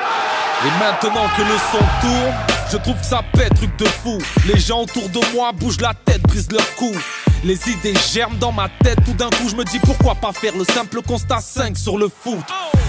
Et maintenant que le son tourne, je trouve que ça pète, truc de fou. Les gens autour de moi bougent la tête, brisent leur cou. Les idées germent dans ma tête, tout d'un coup je me dis pourquoi pas faire le simple constat 5 sur le foot.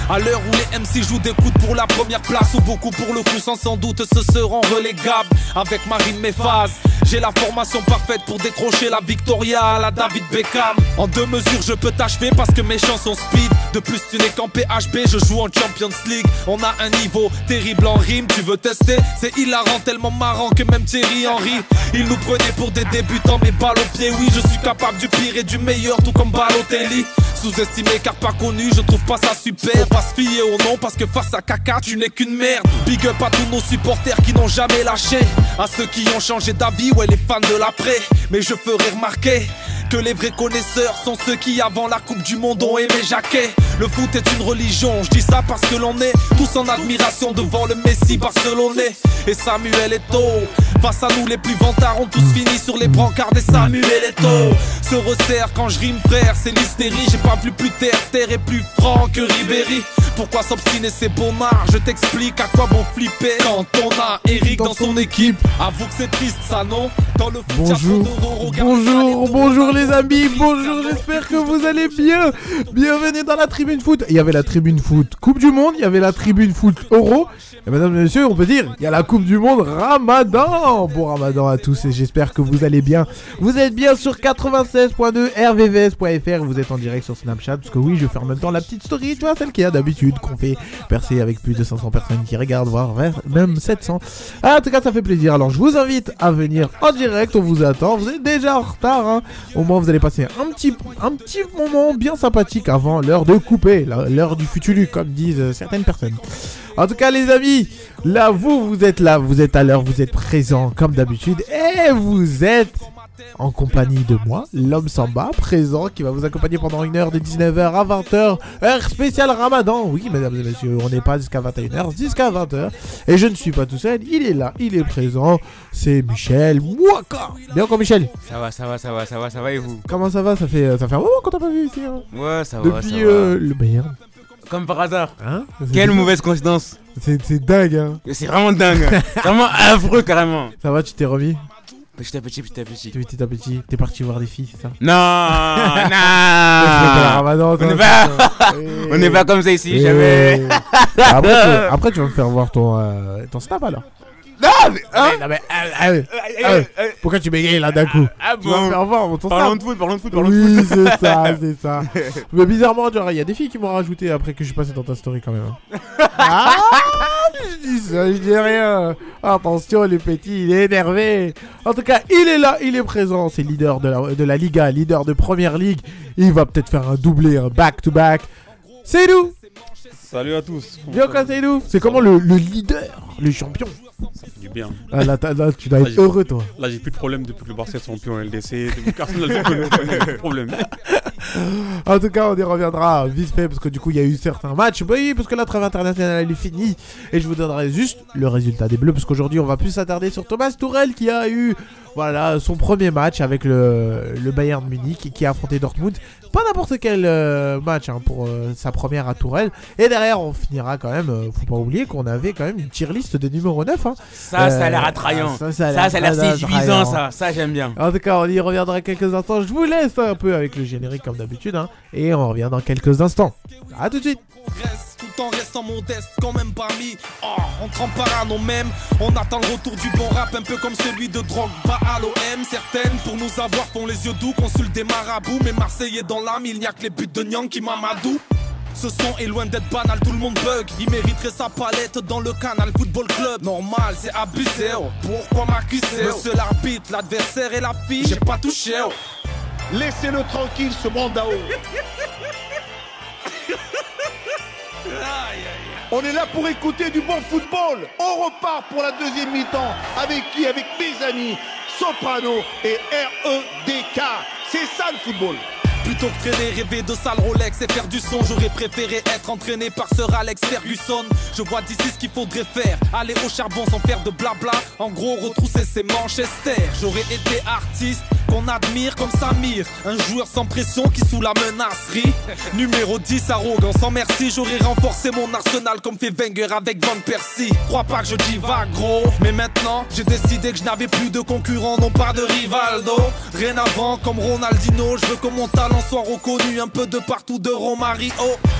À l'heure où les MC jouent des coudes pour la première place, ou beaucoup pour le coup, sans sans doute se seront relégables avec Marine Méphase. J'ai la formation parfaite pour décrocher la Victoria à la David Beckham. En deux mesures, je peux t'achever parce que mes chansons speed. De plus, tu n'es qu'en PHB, je joue en Champions League. On a un niveau terrible en rime, tu veux tester C'est hilarant, tellement marrant que même Thierry Henry. Il nous prenait pour des débutants, mais balle au pied, oui, je suis capable du pire et du meilleur, tout comme Balotelli. Sous-estimé car pas connu, je trouve pas ça super. Faut pas se fier au nom parce que face à caca, tu n'es qu'une merde. Big up à tous nos supporters qui n'ont jamais lâché. À ceux qui ont changé d'avis, ouais, les fans de l'après. Mais je ferai remarquer que les vrais connaisseurs sont ceux qui, avant la Coupe du Monde, ont aimé Jacquet. Le foot est une religion, je dis ça parce que l'on est tous en admiration devant le Messi barcelonais. Et Samuel Eto'o, face à nous les plus vantards ont tous fini sur les brancards des Samuel Eto'o. Se resserre quand je rime frère, c'est l'hystérie, j'ai pas vu plus terre, terre est plus franc que Ribéry. Pourquoi s'obstiner ces bonards Je t'explique à quoi bon flipper quand on a Eric dans son équipe. Avoue que c'est triste ça non Dans le foot, y a Bonjour, trop d'euros, regarde pas les bonjour, taux. bonjour les amis, bonjour, j'espère que vous allez bien. Bienvenue dans la tribune foot. Il y avait la tribune foot Coupe du Monde, il y avait la tribune foot Euro. Et mesdames et messieurs, on peut dire, il y a la Coupe du Monde Ramadan. Bon Ramadan à tous et j'espère que vous allez bien. Vous êtes bien sur 96.2 rvvs.fr, vous êtes en direct sur Snapchat, parce que oui, je fais en même temps la petite story, tu vois, celle qu'il y a d'habitude, qu'on fait percer avec plus de 500 personnes qui regardent, voire vers- même 700. Ah, en tout cas, ça fait plaisir. Alors, je vous invite à venir en direct. On vous attend. Vous êtes déjà en retard. Hein. Au moins, vous allez passer un petit, un petit moment bien sympathique avant l'heure de couper, la- l'heure du futulu, comme disent euh, certaines personnes. En tout cas, les amis, là, vous, vous êtes là, vous êtes à l'heure, vous êtes présents, comme d'habitude, et vous êtes en compagnie de moi, l'homme Samba, présent, qui va vous accompagner pendant une heure de 19h à 20h, heure spéciale Ramadan. Oui, mesdames et messieurs, on n'est pas jusqu'à 21h, jusqu'à 20h. Et je ne suis pas tout seul, il est là, il est présent, c'est Michel Mouaka. Bien encore Michel, Ça va, ça va, ça va, ça va, ça va et vous comment ça va ça fait, euh, ça fait un moment qu'on t'a pas vu ici. hein. Ouais, ça va, ça Depuis va. euh, le Bayern. Comme par hasard. Hein Quelle C'est- mauvaise coïncidence. C'est c'est dingue, hein. C'est vraiment dingue. vraiment affreux carrément. Ça va, tu t'es remis Petit à petit, petit à petit. Petit à petit, t'es parti voir des filles, c'est ça Non, Ramadan, non. Ah. on toi, est pas- putain. Eh. On n'est pas comme ça ici, Eh. jamais. après, tu, après, tu vas me faire voir ton, euh, ton snap alors. Non, mais. Hein Eh, non, mais, ah, ah, oui. Ah Euh, oui. euh, pourquoi tu bégayes là d'un coup Ah Tu vas me bon faire voir mon- ton Parlons snap. de foot, parlons de foot, parlons de Oui, foot. c'est ça, c'est ça. Mais bizarrement, genre, il y a des filles qui m'ont rajouté après que je suis passé dans ta story quand même. hein. Ah, je dis ça, je dis rien. Attention, le petit, il est énervé. En tout cas, il est là, il est présent. C'est leader de la, de la Liga, leader de Première Ligue. Il va peut-être faire un doublé, un back-to-back. C'est nous Salut à tous. Comment Bien ça va quoi, c'est nous C'est comment le, le leader, le champion Du bien. Ah, là, t'as- là, tu dois être heureux, toi. Là, j'ai plus de problème depuis que le Barça est champion en LDC. Depuis qu'Arsenal est champion, j'ai plus de problème. En tout cas, on y reviendra vite fait parce que du coup, il y a eu certains matchs. Bah oui, parce que la trêve internationale elle est finie et je vous donnerai juste le résultat des Bleus parce qu'aujourd'hui, on va plus s'attarder sur Thomas Tourel qui a eu voilà son premier match avec le, le Bayern de Munich et qui a affronté Dortmund. Pas n'importe quel euh, match hein, pour euh, sa première à Tourelle. Et derrière, on finira quand même. euh, faut pas oublier qu'on avait quand même une tier list de numéro 9. hein. Ça, ça a l'air Euh, attrayant. Ça, ça a Ça, ça a l'air très séduisant, attrayant. ça. Ça, j'aime bien. En tout cas, on y reviendra quelques instants. Je vous laisse un peu avec le générique comme d'habitude. hein. et on revient dans quelques instants. A tout de suite. progresse, tout en restant modeste, quand même parmi. Oh, on trempe parano même. On attend le retour du bon rap, un peu comme celui de Drogba à l'OM. Certaines, pour nous avoir, font les yeux doux, consultent des marabouts. Mais Marseillais dans l'âme, il n'y a que les buts de Nyang qui m'amadou. Ce son est loin d'être banal, tout le monde bug. Il mériterait sa palette dans le canal Football Club. Normal, c'est abusé. oh. Pourquoi m'accuser oh Monsieur l'arbitre, l'adversaire et la fille, j'ai pas touché. oh. Laissez-le tranquille, ce Mandao. On est là pour écouter du bon football. On repart pour la deuxième mi-temps. Avec qui Avec mes amis Soprano et REDK. C'est ça le football. Plutôt que traîner, rêver de sale Rolex et faire du son, j'aurais préféré être entraîné par Sir Alex Ferguson. Je vois d'ici ce qu'il faudrait faire, aller au charbon sans faire de blabla. En gros, retrousser ses manches Esther. J'aurais été artiste, qu'on admire comme Samir. Un joueur sans pression qui sous la menacerie. Numéro 10, arrogant sans merci. J'aurais renforcé mon arsenal comme fait Wenger avec Van Persie. Crois pas que je divague gros. Mais maintenant, j'ai décidé que je n'avais plus de concurrent, non pas de Rivaldo. Rien avant, comme Ronaldinho, je veux que mon talent soit reconnu un peu de partout, de Romario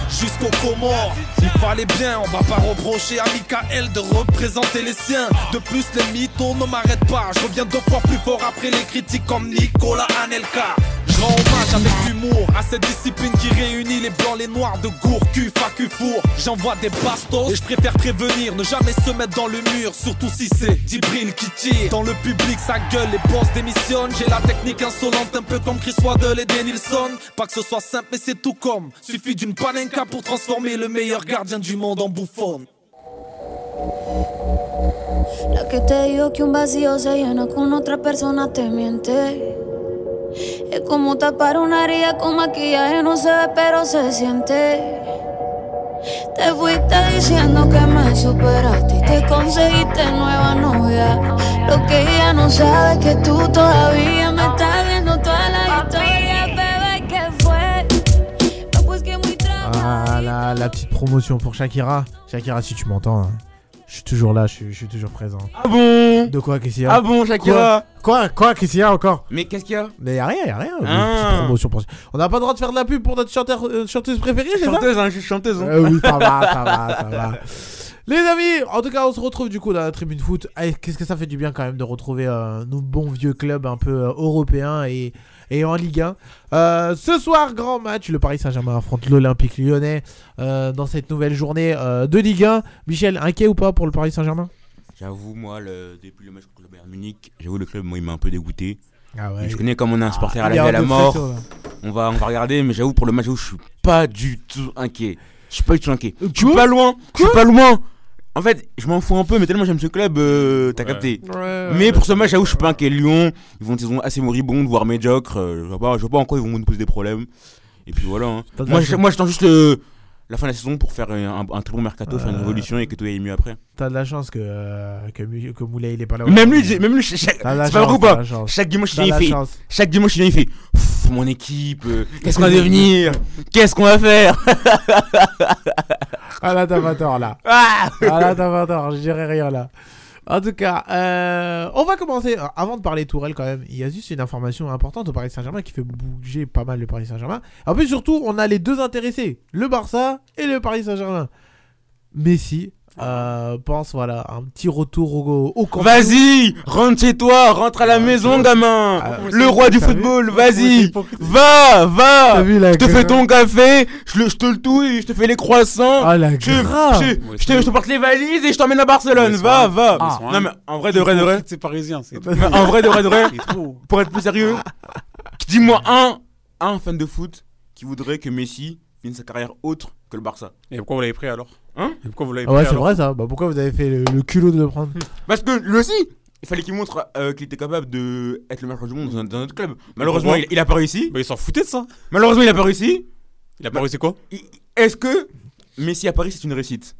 jusqu'aux Comores. Il fallait bien, on va pas reprocher à Michael de représenter les siens. De plus, les mythos ne m'arrêtent pas. Je reviens deux fois plus fort après les critiques comme Nicolas Anelka. Je rends hommage avec humour à cette discipline qui réunit les blancs, les noirs de gour, cul, facu, four. J'envoie des bastos et je préfère prévenir, ne jamais se mettre dans le mur, surtout si c'est Dibril qui tire. Dans le public, sa gueule, les boss démissionnent. J'ai la technique insolente, un peu comme Chris Waddle et Denilson. Pas que ce soit simple, mais c'est tout comme. Suffit d'une panenka pour transformer le meilleur gardien du monde en bouffon. La que te digo que un vacío se llena con otra persona te miente. Es como tapar una herida con maquillaje, no se ve, pero se siente. Te fuiste diciendo que me superaste y te conseguiste nueva novia. Lo que ella no sabe es que tú todavía me estás viendo toda la historia, bebé, que fue. No, pues que muy Ah trabajadita. là, la petite promotion pour Shakira. Shakira, si tu m'entends, hein, je suis toujours là, je suis- je suis toujours présent. Ah bon De quoi, qu'est-ce qu'il y a Ah bon, Shakira Quoi, quoi, qu'est-ce qu'il y a encore Mais qu'est-ce qu'il y a Mais y a rien, y a rien. Une Ah. petite promotion pour- On n'a pas le droit de faire de la pub pour notre chanteur, euh, chanteuse préférée, c'est ça Chanteuse, hein, je suis chanteuse. hein. Euh, Oui, ça va, ça va, ça va. Les amis, en tout cas, on se retrouve du coup dans la tribune foot. Ah, et Qu'est-ce que ça fait du bien quand même de retrouver euh, nos bons vieux clubs un peu euh, européens et, et en Ligue 1. Euh, ce soir, grand match, le Paris Saint-Germain affronte l'Olympique lyonnais euh, dans cette nouvelle journée euh, de Ligue 1. Michel, inquiet ou pas pour le Paris Saint-Germain J'avoue, moi, le- depuis le match contre le Bayern Munich, j'avoue, le club, moi, il m'a un peu dégoûté. Ah Je connais comme on est un supporter à Il la y a vie un à la peu de mort. pression, là. On va, on va regarder, mais j'avoue, pour le match, j'avoue, je suis pas du tout inquiet. Je suis pas du tout inquiet. Je suis Quoi pas loin. Je suis pas loin. En fait, je m'en fous un peu, mais tellement j'aime ce club, euh, t'as Ouais. capté. Ouais, Mais pour ce match, j'avoue, je suis pas inquiet. Lyon, ils vont une saison assez moribonde, voire médiocre. euh, je vois pas, je vois pas en quoi ils vont nous poser des problèmes. Et puis voilà. hein. Pas de Moi, la- je- moi, j'attends juste le- la fin de la saison pour faire un, un très bon mercato, faire Euh. une révolution et que tout aille mieux après. T'as de la chance que, euh, que, Mu- que Moulay il est pas là. Même lui, j'ai- même lui, j'ai- c'est T'as de la pas chance, vrai ou t'as de pas la chance. Chaque dimanche, il T'as de vient, la il fait. chance. Chaque dimanche, il vient, il fait. Pff, Mon équipe, euh, qu'est-ce qu'on va devenir Qu'est-ce qu'on va faire Ah là, t'as pas tort là. Ah Ah là, t'as pas tort, je dirais rien là. En tout cas, euh, on va commencer. Euh, Avant de parler Tourelle, quand même, il y a juste une information importante au Paris Saint-Germain qui fait bouger pas mal le Paris Saint-Germain. En plus, surtout, on a les deux intéressés, le Barça et le Paris Saint-Germain. Messi euh, pense, voilà, un petit retour au, au camp. Ah, Vas-y, rentre chez toi, rentre à la maison, gamin. Ah, le roi du t'as vu football, C'est vas-y. hypocrite. Va, T'as va. vu euh, la Je te gueule fais ton café, je, le- je te le touille, je te fais les croissants. Ah la je, grave je- je te, je te porte les valises et je t'emmène à Barcelone. Mais Va, c'est va. Ah. Non mais en vrai de vrai de vrai. C'est parisien, c'est mais en vrai de vrai de vrai. c'est trop. Pour être plus sérieux, dis-moi un, un fan de foot qui voudrait que Messi finisse sa carrière autre que le Barça. Et pourquoi vous l'avez pris alors Hein Et pourquoi vous l'avez Ah pris ouais, c'est alors vrai ça. Bah, pourquoi vous avez fait le, le culot de le prendre Parce que lui aussi, il fallait qu'il montre euh, qu'il était capable de être le meilleur joueur du monde dans un, dans un autre club. Malheureusement, il, il a pas réussi. Bah, il s'en foutait de ça. Malheureusement, il a pas réussi. Il a Bah, pas réussi quoi Il- Est-ce que Messi à Paris c'est une réussite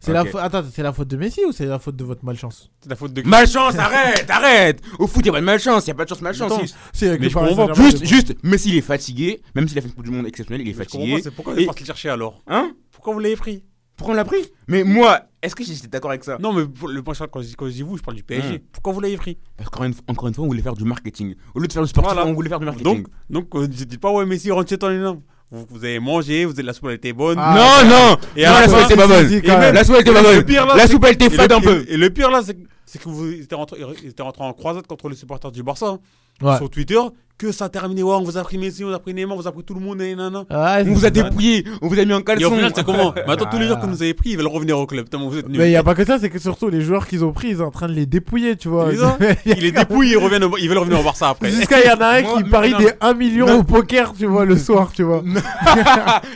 C'est la Ok. fa- Attends, c'est la faute de Messi ou c'est la faute de votre malchance C'est la faute de. Malchance, arrête, arrête. Au foot, y a pas de malchance, y a pas de chance, malchance. Attends, Il- Si, avec Mais le je Paris comprends pas. Saint-Germain, Juste, juste, Messi il est fatigué, même s'il a fait une Coupe du Monde exceptionnelle, il est Mais je comprends fatigué. pas, c'est pourquoi vous êtes Et- parti le chercher alors Hein Pourquoi vous l'avez pris Pourquoi on l'a pris Mais moi, est-ce que j'étais d'accord avec ça Non, mais pour le point sur- quand je dis, quand je dis vous, je parle du PSG. Hmm. Pourquoi vous l'avez pris Encore une, encore une fois, on voulait faire du marketing. Au lieu de faire du sportif, Voilà. on voulait faire du marketing. Donc, donc euh, dites dites pas, ouais, Messi, rentre chez toi, les nains. vous, vous avez mangé, vous avez, la soupe elle était bonne. Ah. non, non Et Non, à la la soupe fin, elle était pas si, bonne. si, quand même. La soupe elle était pas Et le bonne. pire, là, La c'est- soupe elle était Et le fade un pire- peu. Et le pire là, c'est que- c'est que vous ils étaient, rentrés, ils étaient rentrés en croisade contre les supporters du Barça hein, Ouais. sur Twitter. Que ça a terminé, ouais, on vous a pris Messi, on a pris Neymar, on vous a pris tout le monde, et nanana. Ah, On c'est- vous a dépouillé, on vous a mis en Et au caleçon. final, c'est comment Mais attends, tous les Voilà. joueurs que vous avez pris, ils veulent revenir au club. Tellement vous êtes nuls. Mais il n'y a pas que ça, c'est que surtout les joueurs qu'ils ont pris, ils sont en train de les dépouiller, tu vois. Ils ont- Il est dépouillé, ils, reviennent au- ils veulent revenir au Barça après. Jusqu'à il y en a un Moi, qui mais parie non. des 1 million Non. au poker, tu vois, le soir, tu vois.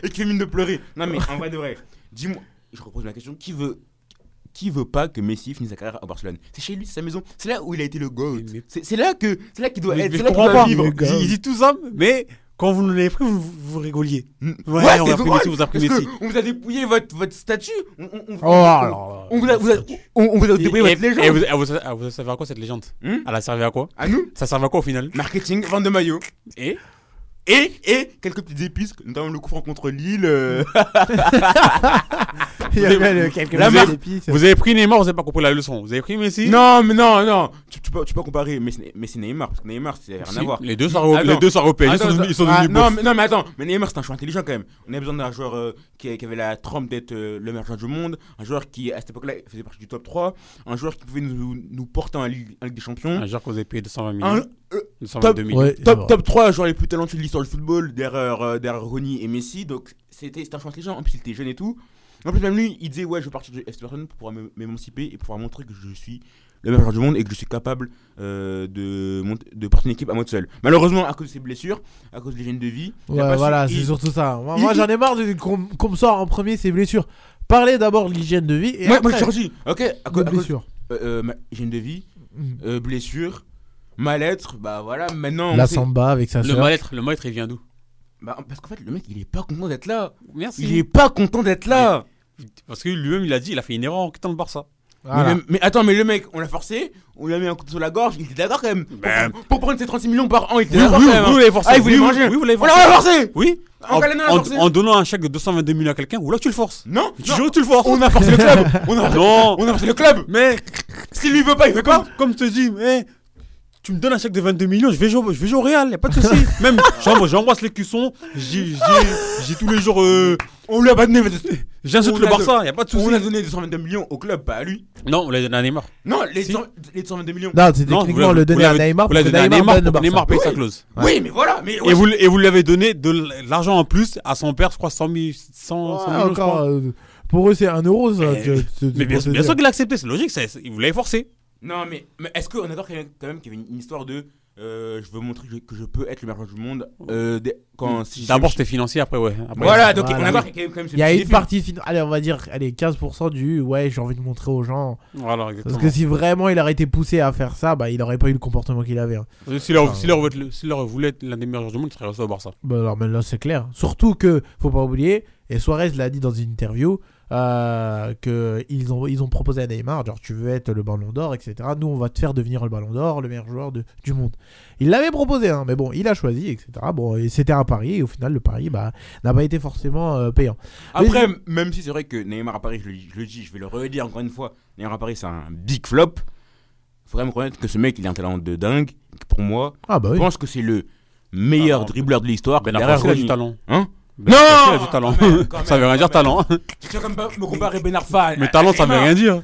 Et qui fait mine de pleurer. Non mais en vrai de vrai. Dis-moi, je repose ma question. Qui veut, qui veut pas que Messi finisse sa carrière à Barcelone C'est chez lui, c'est sa maison. C'est là où il a été le goat. Mais- C'est c'est là que, c'est là qu'il doit Mais- être. C'est mais je là qu'il comprends doit pas. vivre. Ils, ils disent tout ça, mais Quand vous nous l'avez pris, vous, vous rigoliez. Mm. Ouais, Ouais, on c'est a pris drôle, Messi, vous a pris parce que Messi. On vous a dépouillé votre, votre statut. On, on- on- Oh, alors. on vous a, vous a- on, on vous a dépouillé votre légende. Et vous, elle vous, elle vous a servi à quoi cette légende Hmm Elle a servi à quoi À nous Ça servait à quoi au final Marketing, vente de maillots. Et Et, et quelques petites épices, notamment le coup franc contre Lille. euh, Il y avait le- quelques La petites meuf- épices. Vous avez pris Neymar, vous avez pas compris la leçon. Vous avez pris Messi Non, mais non, non. Tu, tu peux, tu peux comparer Messi, Messi Neymar, parce que Neymar, c'est rien Si, à voir. Les deux sont europé- Attends. les deux sont européens. Ils sont Attends, devenus- ils sont ah, devenus non, beaux. mais, non, mais attends, mais Neymar, c'est un joueur intelligent quand même. On a besoin d'un joueur euh, qui, qui avait la trempe d'être euh, le meilleur joueur du monde, un joueur qui, à cette époque-là, faisait partie du top 3, un joueur qui pouvait nous, nous porter en Ligue, en Ligue des Champions. Un joueur que vous avez payé 220 Hmm? Un- millions. euh, 222 millions. Ouais, c'est top, vrai. top 3 joueurs les plus talentueux de l'histoire du football derrière, euh, derrière Ronnie et Messi. Donc c'était c'était un choix intelligent. En plus, il était jeune et tout. En plus, même lui, il disait Ouais, je veux partir de FC Barcelone pour pouvoir m'é- m'émanciper et pouvoir montrer que je suis le meilleur joueur du monde et que je suis capable euh, de, mont- de porter une équipe à moi tout seul. Malheureusement, à cause de ses blessures, à cause des gènes de vie. il a Ouais, pas voilà, su- c'est il- surtout ça. Moi, il- moi, j'en ai marre de- qu'on qu'on me sort en premier ces blessures. Parlez d'abord de l'hygiène de vie et Moi, moi, après, je suis sorti. Ok, à des cause, à cause- blessures. euh, euh, ma- gènes de vie, Mhm. euh, blessure, mal-être. Bah voilà, maintenant. on La sait- samba avec sa Le sœur. mal-être, le mal-être, il vient d'où Bah, parce qu'en fait, le mec, il est pas content d'être là. Merci. Il est pas content d'être là. Parce que lui-même, il a dit, il a fait une erreur en quittant le Barça. Voilà. Mais, le- mais attends, mais le mec, on l'a forcé, on lui a mis un coup sur la gorge, il était d'accord quand même. Pour, pour- pour prendre ses 36 millions par an, il était d'accord quand même. hein. l'avez forcé. Ah, il voulait Ben. Oui, oui, manger. Oui, vous l'avez On forcé. l'a forcé Oui. En En, câlinant, on l'a en- forcé. en donnant un chèque de 222 millions à quelqu'un, ou là tu le forces. Non, Tu non, jures, tu le forces. on a forcé le club. On a, Non. on a forcé le club. Mais S'il lui veut pas, il veut pas. comme, comme je te dis, mais tu me donnes un chèque de 22 millions, je vais jouer, au- je vais jouer au Real, y a pas de souci. Même, j'embrasse, j'embrasse les cuissons, j'ai, j'ai- j'ai tous les jours, euh, On lui a pas donné. j'insulte On le a Barça, y a pas de On souci. a donné 222 millions au club, pas à lui. Non, on l'a donné à Neymar. Non, les, Si. 100 les 222 millions. Non, c'est Non, vous techniquement l'avez- le donner vous à l'avez- Neymar vous l'avez parce que donné à Neymar Neymar donne au Barça. pour que Neymar paye sa clause. Oui, mais voilà. Mais Et vous, et vous l'avez donné de l'argent en plus à son père, je crois, 100 000, 100, 100 Ouais, 000 je encore, crois. euh, pour eux, c'est 1 euro. Ça, tu- Eh, tu- tu- Mais bien, pour te bien dire. sûr qu'il a accepté, c'est logique, ça, il vous l'avez forcé. Non, mais, mais est-ce qu'on est d'accord quand même- quand même qu'il y avait une histoire de. euh, je veux montrer que je, que je peux être le meilleur joueur du monde euh, dès- quand si D'abord c'était financier, après ouais. Après, voilà donc Voilà, on est d'accord oui. qu'il y a quand même ce Il y a petit une défi. partie finale. Allez, on va dire allez, 15% du ouais, j'ai envie de montrer aux gens. Voilà, Parce exactement. que si vraiment il aurait été poussé à faire ça, bah, il aurait pas eu le comportement qu'il avait. hein. Euh, S'il leur, s'il leur voulait être le- s'il leur voulait être l'un des meilleurs joueurs du monde, il serait resté au Barça. Bah, alors, mais là, c'est clair. Surtout que, faut pas oublier, et Suarez l'a dit dans une interview, euh, que ils ont, ils ont proposé à Neymar, genre, tu veux être le ballon d'or, etc. Nous, on va te faire devenir le ballon d'or, le meilleur joueur de- du monde. Il l'avait proposé, hein, mais bon, il a choisi, etc. Bon, et c'était un pari, et au final, le pari bah, n'a pas été forcément euh, payant. Après, même si c'est vrai que Neymar à Paris, je le, je le dis, je vais le redire encore une fois, Neymar à Paris, c'est un big flop. Faut quand même reconnaître que ce mec, il a un talent de dingue. Pour moi, Ah, bah je oui. pense que c'est le meilleur Ah, non. dribbleur de l'histoire. Ben derrière Arfa, il a du Ronny. talent. Hein Ben Non Arfa, il a du talent. Quand même, quand Ça veut même, rien dire quand même. talent. Je suis comme pas me comparer Ben Arfa. Ah Mais talent, ça veut rien dire.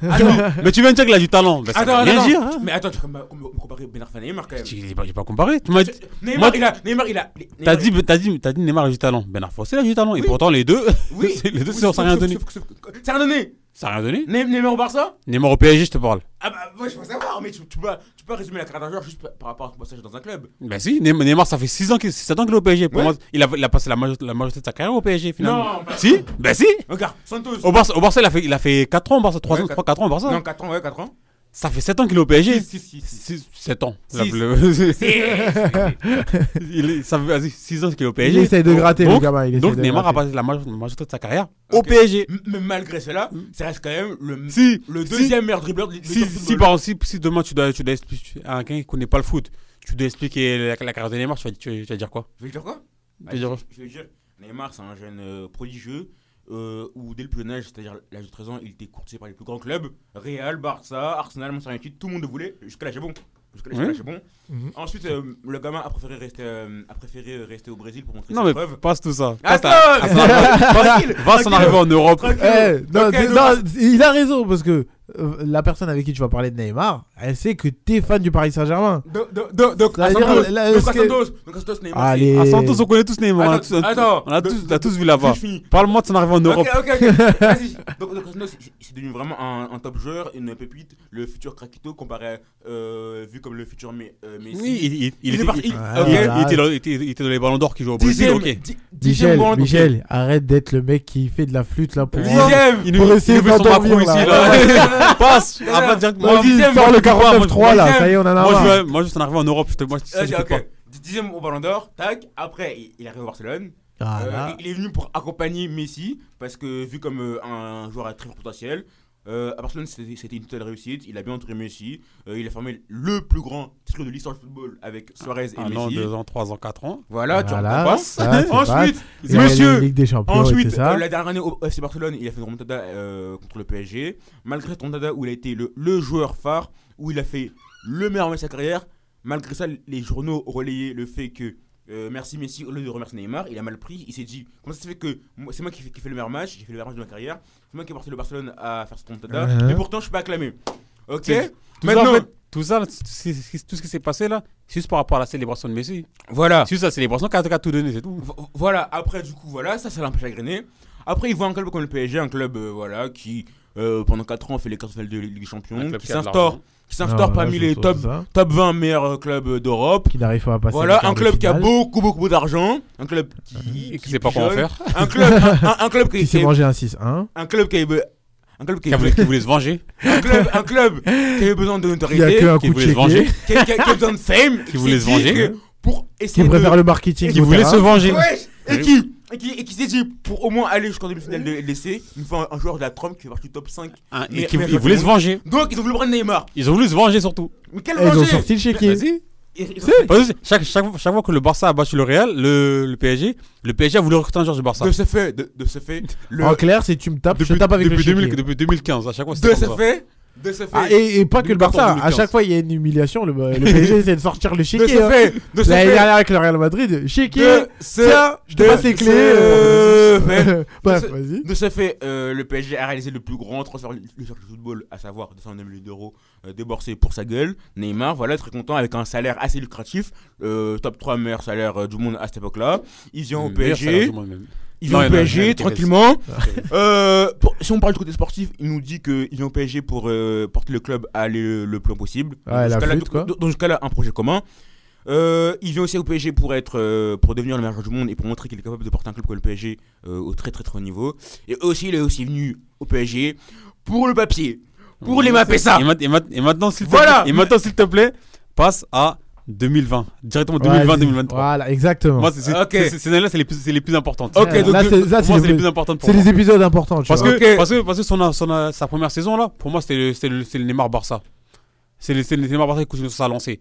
Mais tu viens de dire qu'il a du talent. Ben, ça Attends, veut rien attends, dire. attends. hein. Mais attends, tu vas me me comparer Ben Arfa à Neymar quand même. Tu- J'ai pas, j'ai pas comparé. Tu m'as dit. Neymar, Moi- il a. Neymar, il a. T'as Neymar, dit, t'as dit, t'as dit Neymar a du talent. Ben Arfa aussi il a du talent. Et pourtant les deux, Oui. les deux, oui, ça n'a sauf- rien sauf- donné. sauf- sauf- Ça a rien donné. Ça a rien donné. Ne- Neymar au Barça Neymar au PSG, je te parle. Ah bah, moi je veux savoir, mais tu, tu, peux, tu peux résumer la carrière d'un joueur juste par, par rapport à son passage dans un club. Ben si, Neymar, Neymar, ça fait 6 ans qu'il 7 ans qu'il est au PSG. Pour Ouais. moi, il a, il a passé la majorité, la majorité de sa carrière au PSG finalement. Non, bah- Si Ben si Regarde, Santos. au Barça, au Barça, il a fait, il a fait 4 ans au Barça, 3 Ouais, ans, quatre- 3, 4 ans au Barça. Non, 4 ans, ouais, 4 ans. Ça fait 7 ans qu'il est au PSG. Si, si, si. 7 ans. Six. La- le- il est, ça fait vas-y, 6 ans qu'il est au Il PSG. essaye de gratter, donc, le gamin. Il essaye Donc de Neymar a gratter. passé la maje- majorité de sa carrière au Ok. PSG. M- Mais malgré cela, ça reste quand même le, Si, le si- deuxième meilleur dribbleur de Si, l'histoire. si, par exemple, si, si demain tu dois, tu dois expliquer à quelqu'un qui connaît pas le foot, tu dois expliquer la, la carrière de Neymar, tu vas, tu- tu vas dire quoi Je vais dire quoi Tu vas dire- Je vais dire, Neymar, c'est un jeune euh, prodigieux. Euh, où dès le plus jeune âge, c'est-à-dire l'âge de 13 ans, il était courtisé par les plus grands clubs Real, Barça, Arsenal, Manchester United, tout le monde le voulait. Jusqu'à là, j'ai bon. Jusqu'à là, Oui. j'ai bon. Mhm. Ensuite, euh, le gamin a préféré rester, euh, a préféré rester au Brésil pour montrer Non ses mais preuves. passe tout ça. Ah, Passe à- à son arrivée- Tranquille, passe- Va s'en arriver en Europe. Tranquille. Eh, non, Ok, c'est- donc- non, il a raison parce que euh, la personne avec qui tu vas parler de Neymar, elle sait que t'es fan du Paris Saint-Germain. Donc, donc, donc, donc, Ça veut dire, Santos, là, donc, est-ce à que- Santos, donc, à Santos, Neymar, Ah, Allez. À Santos, Ah, on connaît tous Neymar. on a tous- Attends, attends. On a De- de- tous, on a tous vu là-bas. Je finis. Parle-moi de son arrivée en c'est- Europe. Ok, ok, ok. Vas-y. Donc, donc, Santos, c'est- c'est devenu vraiment un, un top joueur, une pépite, le futur Krakito comparé, à, euh, vu comme le futur Me- euh, Messi. Oui, il, il, il Il est était, parti- il- il- il- ok. il était dans- il était- il était dans les ballons d'or qui jouent au Brésil. Dixième, ok. di- dixième Michel, ballon d'or. Michel, arrête d'être le mec qui fait de la flûte là pour. Dixième. Il Pour nous- essayer il nous met son d'endormir, Macron là. ici. Là. Passe. Ah, pas directement. Vas-y, Dixième, sors le moi, je- 49-3 là, moi, je- ça y est, on en a Moi, marre. je, veux- moi, je suis en arrivé en Europe. Je te, moi, je- ça, Vas-y, je peux ok. pas. dixième au Ballon d'Or, tac. Après, il, il arrive à Barcelone. Ah, Euh, là. il est venu pour accompagner Messi parce que vu comme euh, un joueur à très fort potentiel, euh, à Barcelone c'était c'était une telle réussite. Il a bien entouré Messi. euh, il a formé le plus grand titre de l'histoire du football avec Suarez et Un an, Messi. Ah deux ans, trois ans, quatre ans. Voilà, tu Voilà, vois, tu ça, tu passes. Ensuite, Il y a la monsieur. Ligue des Champions, et Ensuite, tout ça. euh, la dernière année au au FC Barcelone, il a fait une remontada euh, contre le PSG. Malgré cette remontada où il a été le, le joueur phare, où il a fait le meilleur match de sa carrière, malgré ça, les journaux ont relayé le fait que euh, merci Messi, au lieu de remercier Neymar, il a mal pris. Il s'est dit Comment ça se fait que moi- c'est moi qui fais, qui fais le meilleur match, j'ai fait le meilleur match de ma carrière, c'est moi qui ai porté le Barcelone à faire cette remontada, Ouais. et pourtant je suis pas acclamé. Ok C'est- Tout ça, Maintenant, en fait, tout ça, c'est- c'est- c'est- tout ce qui s'est passé là, c'est juste par rapport à la célébration de Messi. voilà. C'est juste la célébration qui a qui a tout donné, c'est tout. Vo- Voilà, après, du coup, voilà, ça, ça l'empêche à grainer. Après, il voit un club comme le PSG, un club euh, voilà, qui, euh, pendant 4 ans, fait les quarts de finale de Ligue des Un Champions, club qui qui a de s'instaure l'argent. qui s'instaure Ah, parmi je les sais top, ça. top 20 meilleurs euh, clubs d'Europe. Qui n'arrive pas à passer. les Voilà, quarts un de club qui a finale, Ah. beaucoup, beaucoup, beaucoup d'argent. Un club qui. Et qui sait pas quoi en pigeonne. faire. Un club, un, un- un club qui, Qui s'est qui- mangé un hein. 6-1. Un club qui avait. Un club qui Qui a voulu- avait, qui voulait se venger, un club, un club qui avait besoin de Il n'y a notoriété, qu'un qui coup de voulait se chéquier. venger, qui, qui- qui avait besoin de fame, et s'est voulait se venger. dit que Pour Qui essayer de. préfère le marketing. qui au voulait terrain. se venger. Ouais, et qui et qui, et qui s'est dit pour au moins aller jusqu'en demi-finale de l'essai, il me faut un, un joueur de la Trump qui fait partie du top 5. Hein, Mais- Et qui mais- ils voulaient se venger. Donc ils ont voulu prendre Neymar. Ils ont voulu se venger surtout. Mais quel Et Ils ont danger sorti le chéquier. Vas-y. Ils- ils ont- Pas de souci. Chaque, chaque, fois- chaque fois que le Barça a battu le Real, le, le PSG, le PSG a voulu recruter un joueur du Barça. De ce fait, de, de ce fait, le, En clair, c'est tu me tapes, je depuis, te tape avec le depuis, chéquier. 2000 depuis 2015, à chaque fois de c'était ce comme ça. fait, de ce fait, Ah, et, et pas que le Barça, à 2014-2015. chaque fois il y a une humiliation, le, le PSG essaie de sortir le de chéquier. ce hein. fait, de ce L'année fait, dernière avec le Real Madrid, chéquier, de ce tiens, je te de passe les ce clés. fait. euh, Bref, De ce- vas-y. De ce fait, euh, le PSG a réalisé le plus grand transfert de l'histoire du football, à savoir 209 millions d'euros euh, déboursés pour sa gueule. Neymar, voilà, très content, avec un salaire assez lucratif, euh, top 3 meilleur salaire euh, du monde à cette époque-là. Il vient au Le meilleur salaire PSG, du monde, même. il vient Non, au non, non, PSG non, tranquillement. Ah, Euh, pour- si on parle du côté sportif, il nous dit qu'il vient au PSG pour euh, porter le club à aller le, le plus loin possible. Ouais, Donc, Ah, la jusqu'à là- flûte, quoi. donc, donc jusqu'à là, un projet commun. Euh, il vient aussi au PSG pour être, euh, pour devenir le meilleur joueur du monde et pour montrer qu'il est capable de porter un club comme le PSG euh, au très très très haut niveau. Et aussi, il est aussi venu au PSG pour le papier, pour Mmh. les mapper ça. Et, mat- et mat- et maintenant, s'il te Voilà. plaît- et maintenant, s'il te plaît, passe à 2020. Directement Ouais, 2020-2023. Voilà, exactement. Moi, c'est- c'est- Ok. c'est- ces années-là, c'est les plus, c'est les plus importantes. Ok, Ouais, donc là, le- c'est- là, Pour moi, c'est c'est les le- plus importantes pour c'est moi. les épisodes importants, tu Parce vois. que, Ok. parce que, parce que son, son- sa première saison là, pour moi c'était le, c'était le, c'est le Neymar Barça. C'est le, c'est le Neymar Barça qui continue sur sa lancée.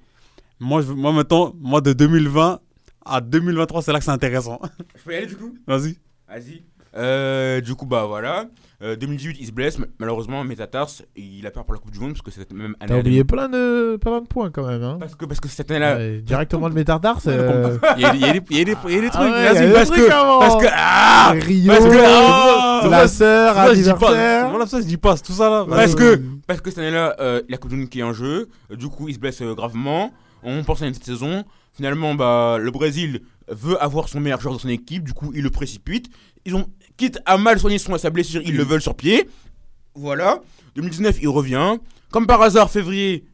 Moi, je, veux- moi maintenant, moi de 2020 à 2023, c'est là que c'est intéressant. Je peux y aller du coup Vas-y. Vas-y. Euh, du coup, bah voilà. Euh, 2018, il se blesse. mais Malheureusement, Metatars, il a peur pour la Coupe du Monde parce que c'est cette même année. T'as oublié plein de, plein de points quand même. Hein. Parce que, parce que cette année-là, Euh, Ouais, directement le métardard, c'est. euh, Il y a il y a des il y a des- il y a des ah ouais, trucs. il y a Vas-y, des parce trucs que. avant. Parce que. Ah Rio, parce que- ah la sœur, Voilà, je dis pas. anniversaire. Voilà, ça, je dis pas. Tout ça là. Parce Ouais. que- Parce que cette année-là, euh, la Coupe du Monde qui est en jeu, euh, du coup, il se blesse euh, gravement. On pense à une petite saison. Finalement, bah, le Brésil veut avoir son meilleur joueur dans son équipe, du coup, il le précipite. Ils ont, quitte à mal soigner son, sa blessure, ils le veulent sur pied. Voilà. 2019, il revient. Comme par hasard, février,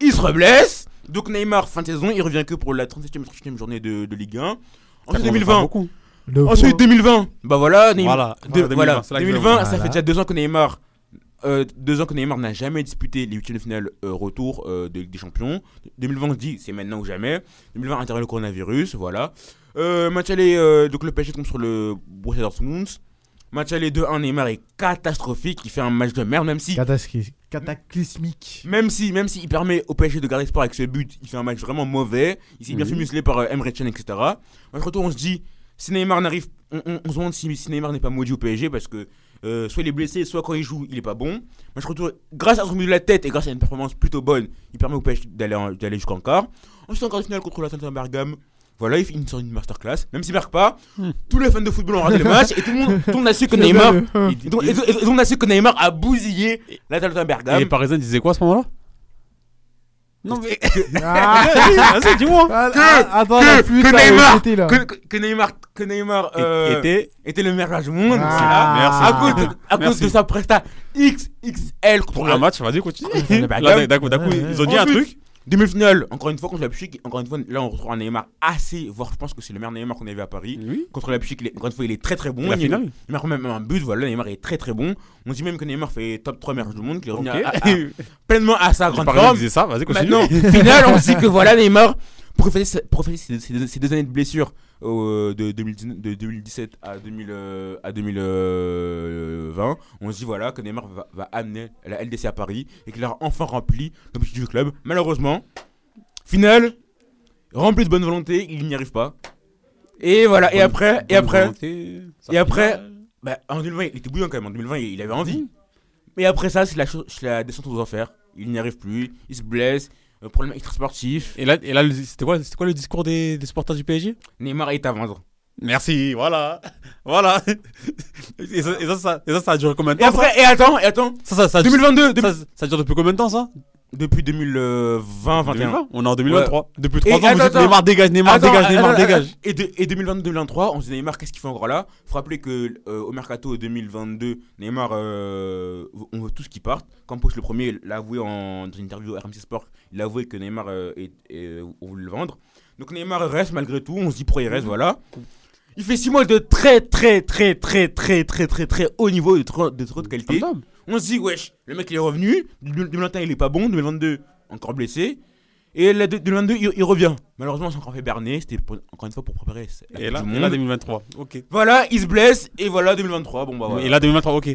il se reblesse. Donc Neymar, fin de saison, il revient que pour la 37e 38e journée de, de Ligue 1. Ça Ensuite, commence à faire 2020. beaucoup. Le Ensuite, 2020. Bah voilà, Neymar. Voilà. De- Voilà, voilà, 2020, c'est là que je 2020, vois. ça Voilà. fait déjà deux ans que Neymar, euh, deux ans que Neymar n'a jamais disputé les huitièmes de finale euh, retour euh, de Ligue des Champions. 2020 on se dit c'est maintenant ou jamais. 2020 intervient le coronavirus, voilà. Euh, match aller, euh, donc le PSG tombe sur le Borussia Dortmund. Match aller 2-1, Neymar est catastrophique, il fait un match de merde même si. Catascri- Cataclysmique. Même si, même si il permet au PSG de garder espoir avec ce but, il fait un match vraiment mauvais. Il s'est bien Oui. fait museler par euh, Emre Can, etc. Match retour, on se dit, si Neymar n'arrive, on, on- on se demande si, si Neymar n'est pas maudit au PSG parce que euh, soit il est blessé, soit quand il joue, il est pas bon. Match retour, grâce à son milieu de la tête et grâce à une performance plutôt bonne, il permet au PSG d'aller, en- d'aller jusqu'en quart. Ensuite, en quart de finale contre l'Atlanta Bergame. Voilà, il fait une sorte de masterclass. Même s'il marque pas, Hmm. tous les fans de football ont regardé le match et tout le monde, tout le monde a su que Le Neymar, fameux, hein. et, donc- et- et- et on a su que Neymar a bousillé l'Atlanta Et les Bergame. Parisiens disaient quoi à ce moment-là Non mais. Ah, Vas-y, dis-moi. ah, ah, attends, la flûte, que là, elle Neymar- était là. que, que- que Neymar, que Neymar euh, était, Était. le meilleur joueur du monde. Ah. à cause, de, à cause Merci. de sa presta XXL contre Pour un la match, vas-y, continue. Ouais, bah, Là, D'un coup, d'un coup, Ouais, ils ont dit un Ensuite, truc. Demi-finale, encore une fois contre la Belgique. Encore une fois, là on retrouve un Neymar assez, voire je pense que c'est le meilleur Neymar qu'on avait à Paris. Oui. Contre la Belgique, il est- encore une fois, il est très très bon. La il, finale. il marque même un but, voilà, Neymar est très très bon. On dit même que Neymar fait top 3 meilleurs joueurs du monde, qu'il est revenu à- à- à- pleinement à sa grande Par exemple, forme. Bah, disait ça, vas-y, continue. Maintenant, finale, on se dit que voilà, Neymar Pour effacer, ça- pour effacer ces, ces- ces deux années de blessure euh, de, 2019 de 2017 à, 2000, euh, à 2020, on se dit voilà que Neymar va, va amener la LDC à Paris et qu'il aura enfin rempli l'objectif du club. Malheureusement, finale, rempli de bonne volonté, il n'y arrive pas. Et voilà, et Bonne- après, et bonne après, volonté, ça et après, finit mal. bah, en 2020, il était bouillant quand même. En 2020, il avait envie. Mais après ça, c'est la, cho- c'est la descente aux enfers. Il n'y arrive plus, il se blesse, euh, problème extra-sportif. Et là, et là le- c'était quoi, c'était quoi le discours des, des supporters du PSG Neymar est à vendre. Merci, voilà. Voilà. Et ça, et ça, ça- et ça, ça a duré combien de Et temps ça après, et attends, et attends, ça, ça, ça, 2022, ça, ça dure depuis combien de temps ça depuis 2020, 2021. 2020. On est en 2023. Depuis Et 3 ans, vous attends, êtes Neymar dégage, Neymar Attends, dégage, Neymar attends, dégage. attends. Et, de- et 2022-2023, on se dit Neymar, qu'est-ce qu'il fait encore là Faut rappeler que euh, au mercato 2022, Neymar, euh, on veut tous qu'il parte. Campos le premier l'a avoué en, dans une interview à RMC Sport, il a avoué que Neymar euh, est, est- on voulait le vendre. Donc Neymar reste malgré tout. On se dit pourquoi il reste, Mhm. voilà. Il fait 6 mois de très très très très très très très très haut niveau de trop de, trop de qualité. On se dit, wesh, le mec il est revenu. 2021 il est pas bon. 2022 encore blessé. Et la de- 2022 il, il revient. Malheureusement, c'est encore fait berner. C'était pour- encore une fois pour préparer. cette- la Et Coupe là, du et là, Monde. 2023. Ok. Voilà, il se blesse. Et voilà 2023. Bon bah voilà. Et là, 2023, ok.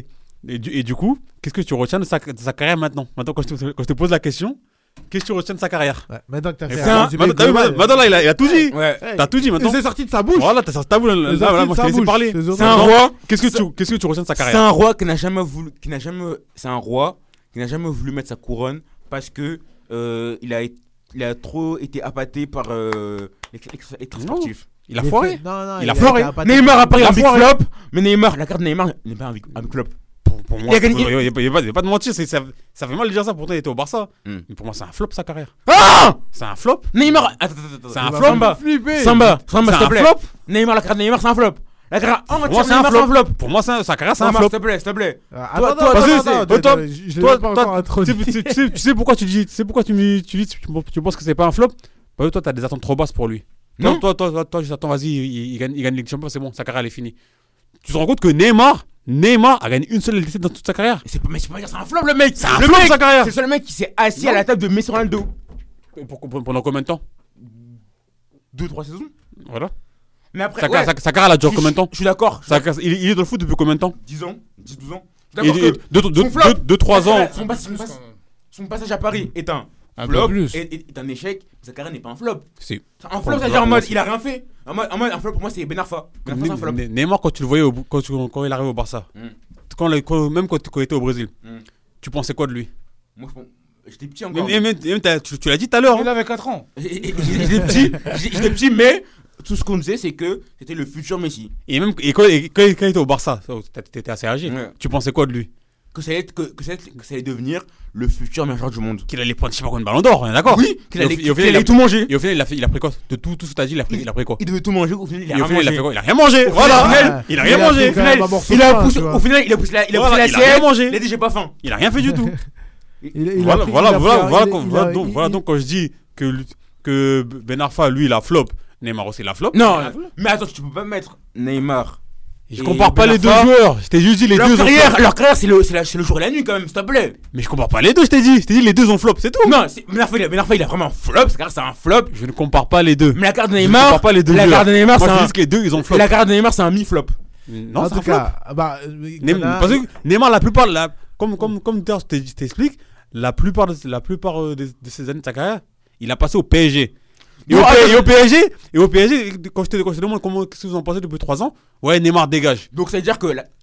Et du, et du coup, qu'est-ce que tu retiens de sa, de sa carrière maintenant Maintenant, quand je, te, quand je te pose la question, qu'est-ce que tu retiens de sa carrière Ouais, Maintenant que t'as Et fait c'est un- résumé Maintenant, t'as vu, global, maintenant- maintenant, là, il a, il a tout dit. Ouais. ouais. T'as tout dit Et maintenant. c'est sorti de sa bouche. Voilà, t'as sorti ta boule. Là, C'est là, sorti voilà, de moi, je sa t'ai laissé bouche. parler. C'est C'est un sorti- roi. Qu'est-ce que tu, qu'est-ce que tu retiens de sa C'est carrière un roi qui n'a jamais voulu, qui n'a jamais, c'est un roi qui n'a jamais voulu mettre sa couronne parce que euh, il a, il a trop été appâté par euh, sportif. Il a foiré. fait- Non, non, Ah, Il a foiré. pas- Neymar a pris Il un a big foiré. flop, mais Neymar, la carte de Neymar n'est pas un big, un big flop. Pour, pour moi, Il a gagné- il n'y a, pas- il y a pas- il y a pas de mentir. c'est- Ça, ça fait mal de dire ça. Pourtant, il était au Barça. Hmm. Mais pour moi, c'est un flop sa carrière. Ah C'est un flop. Neymar, attends, attends, attends, C'est attends. un Il m'a flop. fait Samba, flipper. Samba, Samba, s'il C'est te un plaît. flop. Neymar, la carte de Neymar, c'est un flop. La carte Oh, en Pour moi, entière, Oh, c'est un Neymar, c'est un flop. flop. Pour moi, c'est un- sa carrière, c'est un Neymar, flop. s'il te plaît, s'il te plaît. Ah, Toi- Attends, toi- attends, parce que attends, c'est- attends, toi- je- je l'ai toi- pas toi- encore tu, introduit. sais- tu sais- tu sais pourquoi tu dis, tu sais pourquoi tu, me- tu dis, tu, tu penses que c'est pas un flop Parce que toi, t'as des attentes trop basses pour lui. Non. Non, toi, toi, toi, toi, juste attends, vas-y, il, il gagne, il gagne Ligue des Champions, c'est bon, sa carrière elle est finie. Tu te rends compte que Neymar, Neymar a gagné une seule LDC dans toute sa carrière. C'est pas, mais c'est pas dire, c'est un flop le mec. C'est un le flop mec, sa carrière. c'est le seul mec qui s'est assis à la table de Messi Ronaldo. Pour- pour- pendant combien de temps Deux, trois saisons. Voilà. Mais après, Sa, ouais, sa- sa carrière elle a duré je- combien de temps Je suis d'accord. Sa carrière- il, est- il est dans le foot depuis combien de temps 10 ans, 10, 12 ans. Il D'accord est- que deux- deux- deux- flop. deux- deux, trois ans. Son, pas- son pas- son passage à Paris est un Un peu flop, plus. Est, est- est un échec. mais Sa carrière n'est pas un flop. Si. Un flop, c'est-à-dire en mode, il a rien fait. En mode, en mode, un flop pour moi, c'est Ben Arfa. Ben Arfa, c'est un flop. Ne- Neymar, quand tu le voyais, au bout- quand, tu- quand il arrive au Barça, Mm. quand le- quand- même quand, quand il était au Brésil, Mm. tu pensais quoi de lui Moi, je pense- j'étais petit encore. Même- même- même t'as- tu, tu l'as dit tout à l'heure. hein. Il avait 4 ans. J'étais petit, j'étais petit, mais tout ce qu'on disait, c'est que c'était le futur Messi. Et même et quand, et quand- quand il était au Barça, t'étais- t'étais assez âgé. Ouais. Tu pensais quoi de lui Que ça allait être- que- que ça allait être- que ça allait devenir le futur meilleur joueur du monde. Qu'il allait prendre, je sais pas combien de ballons d'or, on est d'accord Oui, qu'il Et au- allait et au qu'il final, il allait a- tout manger. Et au final, il a, fait, il a pris quoi De tout, tout ce que t'as dit, il a pris, il a pris quoi Il devait tout manger, au final, il Et a au rien final, il a mangé. fait quoi Il a rien mangé au Voilà final, Il a il rien a mangé fait quand même un morceau Il de a pain, poussé- tu vois. au final, il a poussé la, il a Voilà, poussé il a l'assiette. rien mangé. Il a dit j'ai pas faim. Il a rien fait du tout Il- il a Voilà, pris- voilà, il a voilà, pris- voilà, il- qu'on- il voilà a- donc, il- voilà donc quand je dis que, lui- que Ben Arfa, lui, il a flop, Neymar aussi, il a flop. Non, mais attends, tu peux pas mettre Neymar. Je Et compare pas Ben les deux Arfa- joueurs, je t'ai juste dit les Leur deux ont carrière, flop. leur carrière, c'est le, c'est la- c'est le jour et la nuit quand même, s'il te plaît. Mais je compare pas les deux, je t'ai dit, je t'ai dit les deux ont flop, c'est tout. Non, c'est- Ben Arfa, il a- Ben Arfa, il a vraiment un flop, sa carrière, c'est un flop. Je ne compare pas les deux. Mais la carte de Je ne Neymar, compare pas les deux la joueurs. carte de Neymar, Moi, c'est je un- dis que les deux, ils ont flop. la carrière de Neymar, c'est un mi-flop. Non, En c'est un tout flop. cas, bah, euh, Neym- Connard- parce que Neymar, la plupart, la, comme, comme, comme d'ailleurs, je t'ai- je t'explique, la plupart, de, la plupart euh, des- de, ces années de sa carrière, il a passé au PSG. Et, Non, au, P- ah, attends. et au PSG, et au PSG, quand je te, quand je te demande comment qu'est-ce que vous en pensez depuis 3 ans, ouais, Neymar dégage. Donc ça veut dire que la...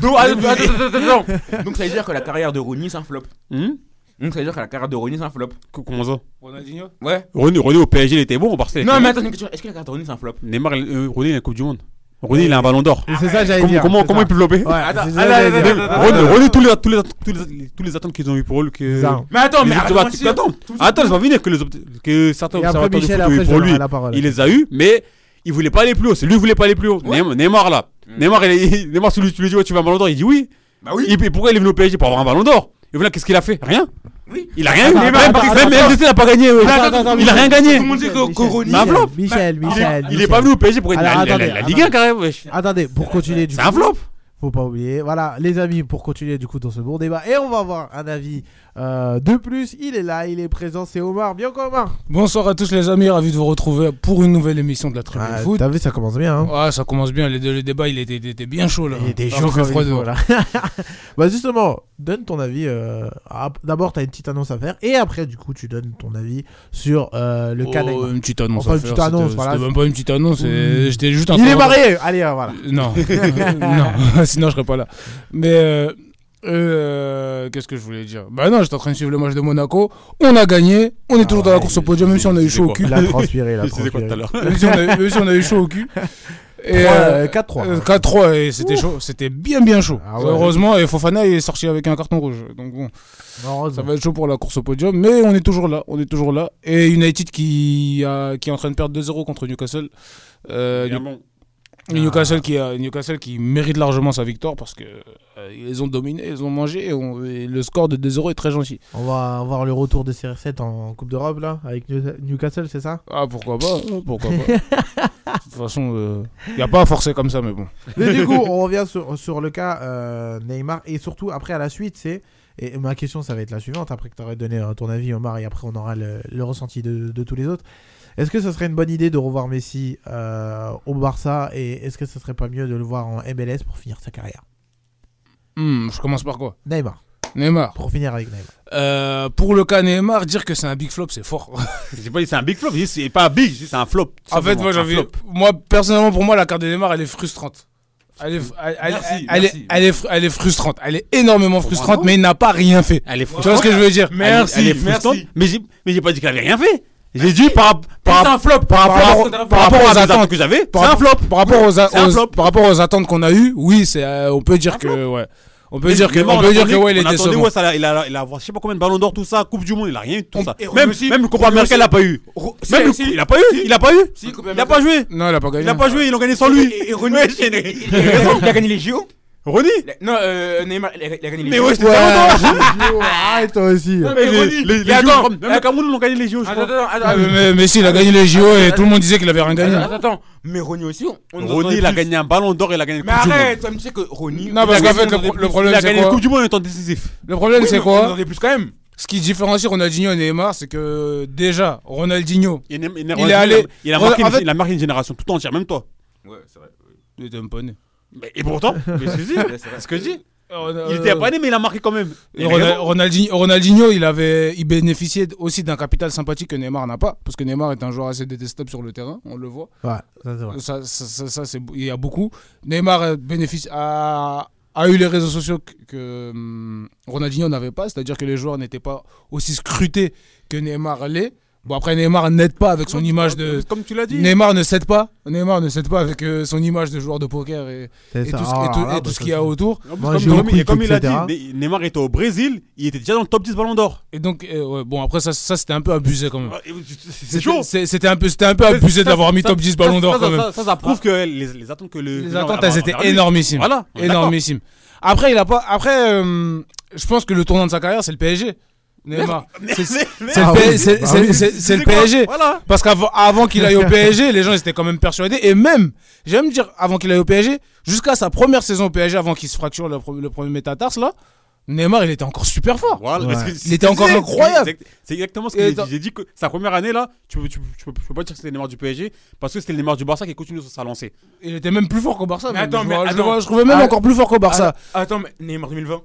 Donc, attends, attends, attends, attends. Donc, ça veut dire que la carrière de Rooney c'est un flop. Hmm Donc ça veut dire que la carrière de Rooney c'est un flop. Qu- Comment ça Ronaldinho Ouais. René, René au PSG, il était bon, au Barça. il était Non bon. mais attends, j'ai une question. Est-ce que la carrière de Rooney c'est un flop Neymar, il- euh, René, il a la Coupe du Monde. René, il a un ballon d'or. Et C'est ça, j'allais Comment, dire. comment, c'est comment ça. il peut flopper Ouais, Attends, c'est ça, attends, j'allais attends, dire. attends, René, René, tous les, tous les, tous les, tous les attentes qu'ils ont eu pour eux, que. Bizarre. Mais attends, Les mais observateurs- arrête-moi si- attends, attends, je vais venir que, les ob- que certains Et après observateurs du Michel, foot ont eu après je pour lui. donnerai la parole. Il les a eu, mais il voulait pas aller plus haut. C'est lui qui voulait pas aller plus haut. Neym- Neymar là. Neymar, il est- il- Neymar, si lui- tu lui dis ouais, tu vas un ballon d'or, il dit oui. Mm. Bah oui. Et, puis, pourquoi il est venu au PSG pour avoir un ballon d'or Et voilà, qu'est-ce qu'il a fait Rien. Oui. Il a rien eu. Attends, Même attends, même- même LDC n'a pas gagné. ouais. attends, attends, Il a rien gagné. Tout le monde dit que que Rooney. C'est un flop. Michel, Michel, Il est Michel. pas venu au PSG pour gagner Alors, la- la- attendez, la la Ligue 1 quand même. wesh. Attendez, pour continuer du C'est un flop. Faut pas oublier. Voilà, les amis, pour continuer du coup dans ce bon débat. Et on va avoir un avis euh, de plus. Il est là, il est présent, c'est Omar. Bien quoi, Omar Bonsoir à tous les amis, ravi de vous retrouver pour une nouvelle émission de la Tribune Ah, Foot. T'as vu, ça commence bien. Hein Ouais, Ah, ça commence bien, le, le débat il était, il était bien chaud là. il était Alors chaud comme que hein. Freud, il faut, ouais. là. oh, bah justement, donne ton avis. euh, ah, D'abord, t'as une petite annonce à faire, et après, du coup, tu donnes ton avis sur euh, le Oh, cas d'Aïman. une petite annonce. Enfin, à une faire, petite annonce, c'était- voilà. C'était même pas une petite annonce, Mmh. euh, j'étais juste en Il train est de- marié. Allez, euh, voilà. Non, non, sinon je serais pas là. Mais euh, euh, qu'est-ce que je voulais dire Bah non, j'étais en train de suivre le match de Monaco. On a gagné, on est toujours dans la Ah ouais, course au podium, même si on a eu chaud au cul. Il a transpiré, il a Je disais quoi transpiré. tout à l'heure Même si on a eu, même si on a eu chaud au cul. Et, Trois, euh, euh, 4-3. euh, 4-3 et c'était chaud, c'était bien bien chaud. Ah ouais. Heureusement, et Fofana est sorti avec un carton rouge. Donc bon, ça Heureusement. va être chaud pour la course au podium, mais on est toujours là, on est toujours là. Et United qui, a, qui est en train de perdre 2-0 contre Newcastle. Euh, Bien bon. et Ah. Newcastle, qui a, Newcastle qui mérite largement sa victoire parce que euh, ils les ont dominés, ils les ont mangé et, on- et le score de 2-0 est très gentil. On va avoir le retour de CR7 en Coupe d'Europe, là, avec New- Newcastle, c'est ça Ah pourquoi pas, hein, pourquoi pas. De toute façon, il n'y a pas à forcer comme ça, mais bon. Mais du coup, on revient sur, sur le cas euh, Neymar, et surtout, après, à la suite, c'est. Et ma question, ça va être la suivante, après que tu aurais donné euh, ton avis, Omar, et après, on aura le, le ressenti de, de tous les autres. Est-ce que ce serait une bonne idée de revoir Messi euh, au Barça, et est-ce que ce serait pas mieux de le voir en MLS pour finir sa carrière Hmm, je commence par quoi Neymar, Neymar. pour finir avec Neymar. Euh, pour le cas Neymar, dire que c'est un big flop, c'est fort. J'ai pas dit c'est un big flop, j'ai dit c'est pas un big, j'ai dit c'est un flop. tout en fait, simplement, moi, un j'avais- flop. moi, personnellement, pour moi, la carte de Neymar, elle est frustrante. Elle est, elle, elle- Merci, elle merci. est, elle est fru- elle est frustrante. Elle est énormément frustrante, mais il n'a pas rien fait. Elle est Tu vois ce que je veux dire Merci, elle est frustrante, mais j'ai mais j'ai pas dit qu'elle avait rien fait. J'ai dit par par C'est un flop par rapport- rapport par rapport aux à mes attentes. que j'avais. C'est Par un rapport- flop. Par rapport aux, a- C'est un aux- flop. par rapport aux attentes qu'on a eues, oui, c'est, euh, on peut dire que, ouais. On peut Mais dire que, Neymar, on peut dire attendait- que, ouais, il est on attendait, décevant. ouais, ça, il a, il a, il a- je sais pas combien de ballons d'or, tout ça, Coupe du Monde, il a rien eu, tout On- ça. et Ronaldo Même, aussi. même le Copa Ronaldo América, il a pas eu. Même le- il a pas eu, il a pas eu. Il a pas joué. Non, il a pas gagné. Il a pas joué, ils l'ont gagné sans lui. Et René, Ouais, il j'ai- il- il a gagné les JO Ronny Il a- Non, euh, Neymar, il a il a gagné les Mais JO. ouais, c'était Ouais, Ah, ça, Ronaldo. arrête, toi aussi. Mais mais les- Ronny, les- mais les JO, attends, je crois, Même le Cameroun, ils l'ont gagné les Jeux, je Attends, crois. attends, attends, Ah, attends. mais, mais si, il a gagné les JO et tout le monde disait qu'il avait rien gagné. Attends, attends. Mais Ronny aussi, on- on nous Ronny, il a attendait gagné un ballon d'or, il a gagné plus. une Mais Coupe du Monde. arrête, toi, mais tu sais que Ronny. Non, parce il a qu'en fait, gagné, le on pro- attendait le plus. problème, Il a c'est gagné la quoi Coupe du Monde en étant décisif. Le problème, Oui, c'est mais On quoi attendait plus quand même. Ce qui différencie Ronaldinho et Neymar, c'est que déjà, Ronaldinho, Il est- il est- Il est allé- il a marqué en une- fait- il a marqué une génération tout entière, même toi. Ouais, c'est vrai. il était même pas né. Mais- Et pourtant, mais c'est si, c'est ce que je dis. Il était pas né, mais il a marqué quand même. Euh, Et Ronal- Ronaldinho, Ronaldinho, il, avait, il bénéficiait aussi d'un capital sympathique que Neymar n'a pas, parce que Neymar est un joueur assez détestable sur le terrain, on le voit. Ouais, ça c'est vrai. Ça, ça, ça- ça, c'est, il y a beaucoup. Neymar euh, bénéficie, a, a eu les réseaux sociaux que, que, hum, Ronaldinho n'avait pas, c'est-à-dire que les joueurs n'étaient pas aussi scrutés que Neymar l'est. Bon, après, Neymar n'aide pas avec son image de. Comme tu l'as dit. Neymar ne cède pas. Neymar ne cède pas avec euh, son image de joueur de poker et, C'est et ça. tout ce, Ah, et tout- là, et bah, tout parce ce que qu'il y a autour. En plus, Moi, j'ai eu comme, comme- le et comme il quick, a dit, etc. Ne- Neymar était au Brésil, il était déjà dans le top 10 ballon d'or. Et donc, euh, ouais, bon, après, ça, ça c'était un peu abusé quand même. Ah, et- C'est C'était- chaud. c'est- C'était un peu, c'était un peu abusé Ça, d'avoir mis ça, top 10 ça, ballon d'or ça, quand ça, même. Ça, ça, ça prouve que les, les attentes que le. Les Neymar attentes, avait elles étaient envers lui. énormissimes. bah, Voilà. on est Énormissimes. Après, il a pas. Après, euh, je pense que le tournant de sa carrière, c'est le PSG. Neymar. d'accord. C'est c'est- Mais- c'est Ah le oui, P- c'est- bah c'est- oui. c'est- c'est le Ah quoi PSG. Voilà. Parce qu'avant avant qu'il aille au PSG, les gens ils étaient quand même persuadés. Et même, j'aime dire, avant qu'il aille au PSG, jusqu'à sa première saison au PSG, avant qu'il se fracture le, pro- le premier métatarse, là, Neymar, il était encore super fort. Voilà, Ouais. parce que Il était encore c'est- incroyable. c'est exact- C'est exactement ce Et que j'ai dans- dit. J'ai dit que sa première année là, tu peux, tu, peux- tu peux, tu peux pas dire que c'était le Neymar du PSG parce que c'était le Neymar du Barça qui continue sur sa lancée. Il était même plus fort qu'au Barça. Mais même. attends, je, mais vois- je attends. vois- je trouvais même Ah, encore plus fort qu'au Barça. Ah, Attends, mais Neymar 2020.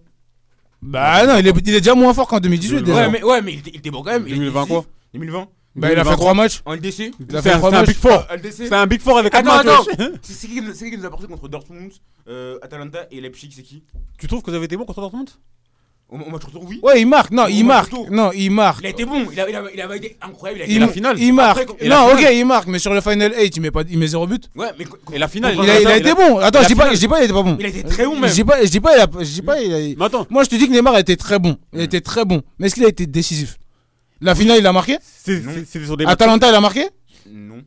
bah non, il est, il est déjà moins fort qu'en 2018. déjà. Ouais, mais, ouais, mais il était, il était bon quand même. il était 2020 quoi décisif. 2020. Bah, il a fait 3 matchs. En LDC. Il C'est a fait un, trois c'est un matchs. big four. En LDC. C'est un big four avec Attends, quatre matchs. C'est c'est qui, nous- c'est qui nous a porté contre Dortmund, euh, Atalanta et Leipzig, c'est qui Tu trouves que vous avez été bon contre Dortmund Au, au match retour, oui. Ouais, il marque. Non, Au il moins marque. plutôt. Non, il marque. Il a été bon, il a, il a, il a été incroyable. Il a Il- été la finale. Il marque. Après, et la non, ok, finale. il marque. Mais sur le Final 8, il met, pas, il met 0 but. Ouais, mais co- Et la finale. Il a, il a été bon. Attends, la je dis pas, finale. je dis pas, Euh, il était pas bon. il a été très bon même. Je dis pas, je dis pas, il a- je dis pas, il a- Mais attends, Moi, je te dis que Neymar a été très bon. Il a été très bon. Mais est-ce qu'il a été décisif La finale, il a marqué c'est- Non. c'est c'est sur des matchs. Atalanta, il a marqué Non.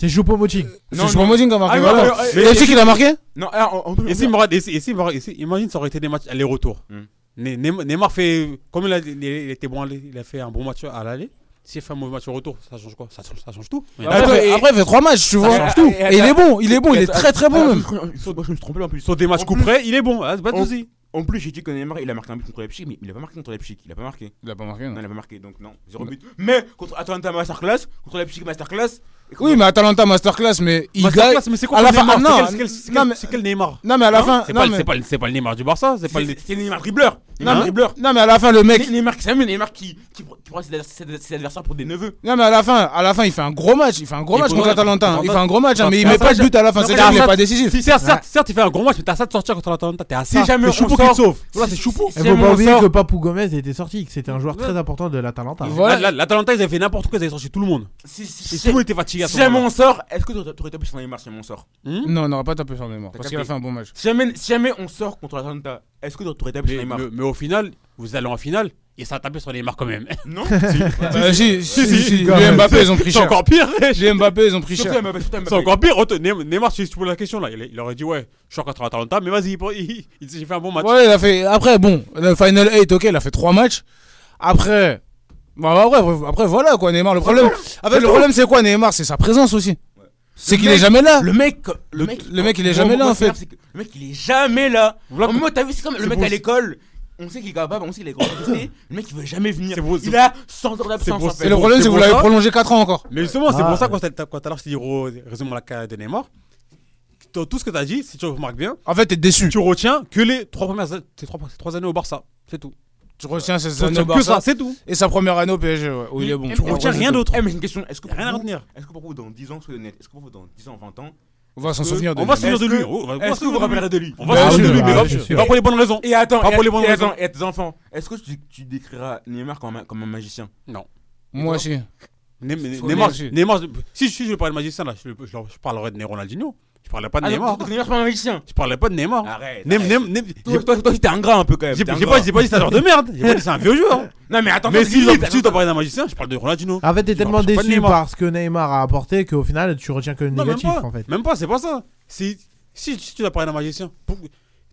C'est Choupo-Moting. Non, C'est Choupo-Moting qui a marqué. Ah, voilà. non, non, Mais non, Leipzig, il a marqué Non, alors, on, on peut. Et si, Morad- et si- et si Morad- et si- imagine, ça aurait été des matchs aller-retour. Hmm. Ne- Neymar Neymar fait. Comme il a, il a- il était bon, à l'aller, il a fait un bon match à l'aller. S'il fait un mauvais match au retour, ça change quoi ça change, ça change tout. Mais Après, après, après, il fait trois matchs, tu vois. change tout. Et il est bon, il est bon, il est très très bon même. Moi je me suis trompé en plus. sur des matchs En coup plus- près, il est bon, hein, c'est pas de On- soucis. En plus, j'ai dit que Neymar il a marqué un but contre Leipzig, mais il a pas marqué contre Leipzig, il a pas marqué. Il a pas marqué. Non, il a pas marqué donc non, zéro but. Mais contre Atalanta Masterclass, contre Leipzig Masterclass. et contre- Oui, mais Atalanta Masterclass, mais il Masterclass, gagne. mais c'est quoi à le la fin- Neymar ah, non, C'est quel- c'est non, quel- mais- C'est quel Neymar Non, mais à la Hein fin. C'est non, pas, le- mais- c'est pas le- c'est pas le Neymar du Barça, c'est pas le. C'est c'est Neymar dribbleur. Neymar mais- dribbleur. Non, mais à la fin, le mec. Neymar qui s'amuse, Neymar qui qui pr- qui prend ses ses- ses adversaires pour des neveux. Non, mais à la fin, à la fin, il fait un gros match. Il fait un gros Il match faut- contre l'Atalanta. hein. Il fait un gros match, hein, mais il Parce met que pas de but à la fin. Non, C'est mais là qu'il ça- est pas décisif. Si, certes, certes, certes, il fait un gros match, mais t'as ça de sortir contre l'Atalanta, t'es à ça. Si jamais C'est Choupo on qui te sort- sauve. Là, Si- c'est si- Choupo. si- Il si faut jamais pas on oublier sort- que Papou Gomez était sorti, que c'était un joueur très important de l'Atalanta. Il Là, Voilà. là, L'Atalanta, ils avaient fait n'importe quoi, ils avaient sorti tout le monde. Si si- Et si- tout le monde était fatigué à ce si jamais moment-là. on sort, est-ce que t'aurais t'aurais tapé sur Neymar si jamais on sort Hmm Non, on n'aurait pas tapé sur Neymar parce qu'il a capté. fait un bon match. Si jamais, si jamais on sort contre l'Atalanta, est-ce que t'aurais tapé sur mais, Neymar mais- mais au final, vous allez en finale et ça a tapé sur Neymar quand même. Non bah, Euh, Si, si, si, si. quand Les même. Mbappé, Ah, ils ont pris C'est cher. encore pire. eh, Les Mbappé, ils ont pris Surtout cher. Mbappé, surtout Mbappé. C'est encore pire. Retenez- Neymar, si tu poses la question là, il, il aurait dit ouais, je suis contre l'Atalanta, mais vas-y, il- il- il- j'ai fait un bon match. Ouais, il a fait. Après, bon, le Final 8, ok, il a fait 3 matchs. Après. Bah, après, après, voilà quoi, Neymar. Le problème, en fait, le problème c'est quoi, Neymar C'est sa présence aussi. C'est qu'il mec- est jamais là. Le mec, le mec, le mec, il est jamais là, en fait. Le mec, il est jamais là. Voilà. moi, t'as vu, c'est comme le C'est mec pour- à l'école. On sait qu'il est capable, on sait qu'il est capable de tester, Le mec, il veut jamais venir. C'est pour- Il a 100 heures d'absence. pour- en fait. Et le problème, c'est c'est que vous pour l'avez ça- prolongé 4 ans encore. Mais justement, c'est Ah. pour ça quand t'as- quand tout à l'heure je t'ai dit re- résume la carrière de Neymar, t- tout ce que t'as dit, si tu remarques bien, En fait, t'es déçu. tu retiens que les trois premières a- tes trois, tes trois années au Barça, c'est tout. Tu retiens ses Tu années retiens au que ça, Barça c'est tout. et sa première année au PSG, ouais, où il est bon. Et- Tu et- retiens et- rien et- d'autre. Eh, mais j'ai une question. Est-ce que Y a pour rien à vous- retenir. Est-ce que pour vous, dans 10 ans, soyez honnête, est-ce que pour vous, dans 10 ans, 20 ans, On va s'en que- souvenir de Euh, On va lui. se souvenir de Est-ce lui. que- on va- on va est-ce se que vous vous souvenir de lui. rappellerez de lui On va Bah, se oui, souvenir de lui, bah, mais oui, pas- bien mais sûr. pas pour les bonnes raisons. Et attends, Pas et, pour les bonnes et raisons. attends, et à tes enfants, est-ce que tu, tu décriras Neymar comme un, comme un magicien Moi aussi. Ne- ne- Faut Neymar, bien sûr. Neymar, si, si je parle de magicien là, je, je- je parlerai de Ronaldinho. Je parlerai pas de Ah, Neymar. donc, donc Neymar, c'est pas un magicien Je parlerai pas de Neymar. Ah, Arrête. Nem, arrête. nem, nem- Toi, toi, toi, t'es ingrat un peu quand même. J'ai j'ai t'es pas, ingrat. j'ai pas dit c'est un genre de merde. J'ai pas dit c'est un vieux jeu. hein. Non, mais attends, Mais attends, si limite, si t'as attends. parlé d'un magicien, je parle de Ronaldinho. En fait, t'es Non, tellement c'est pas déçu Neymar. par ce que Neymar a apporté qu'au final, tu retiens que le Non, même négatif pas. en fait. Même pas, c'est pas ça. Si, si, si tu as parlé d'un magicien, pour-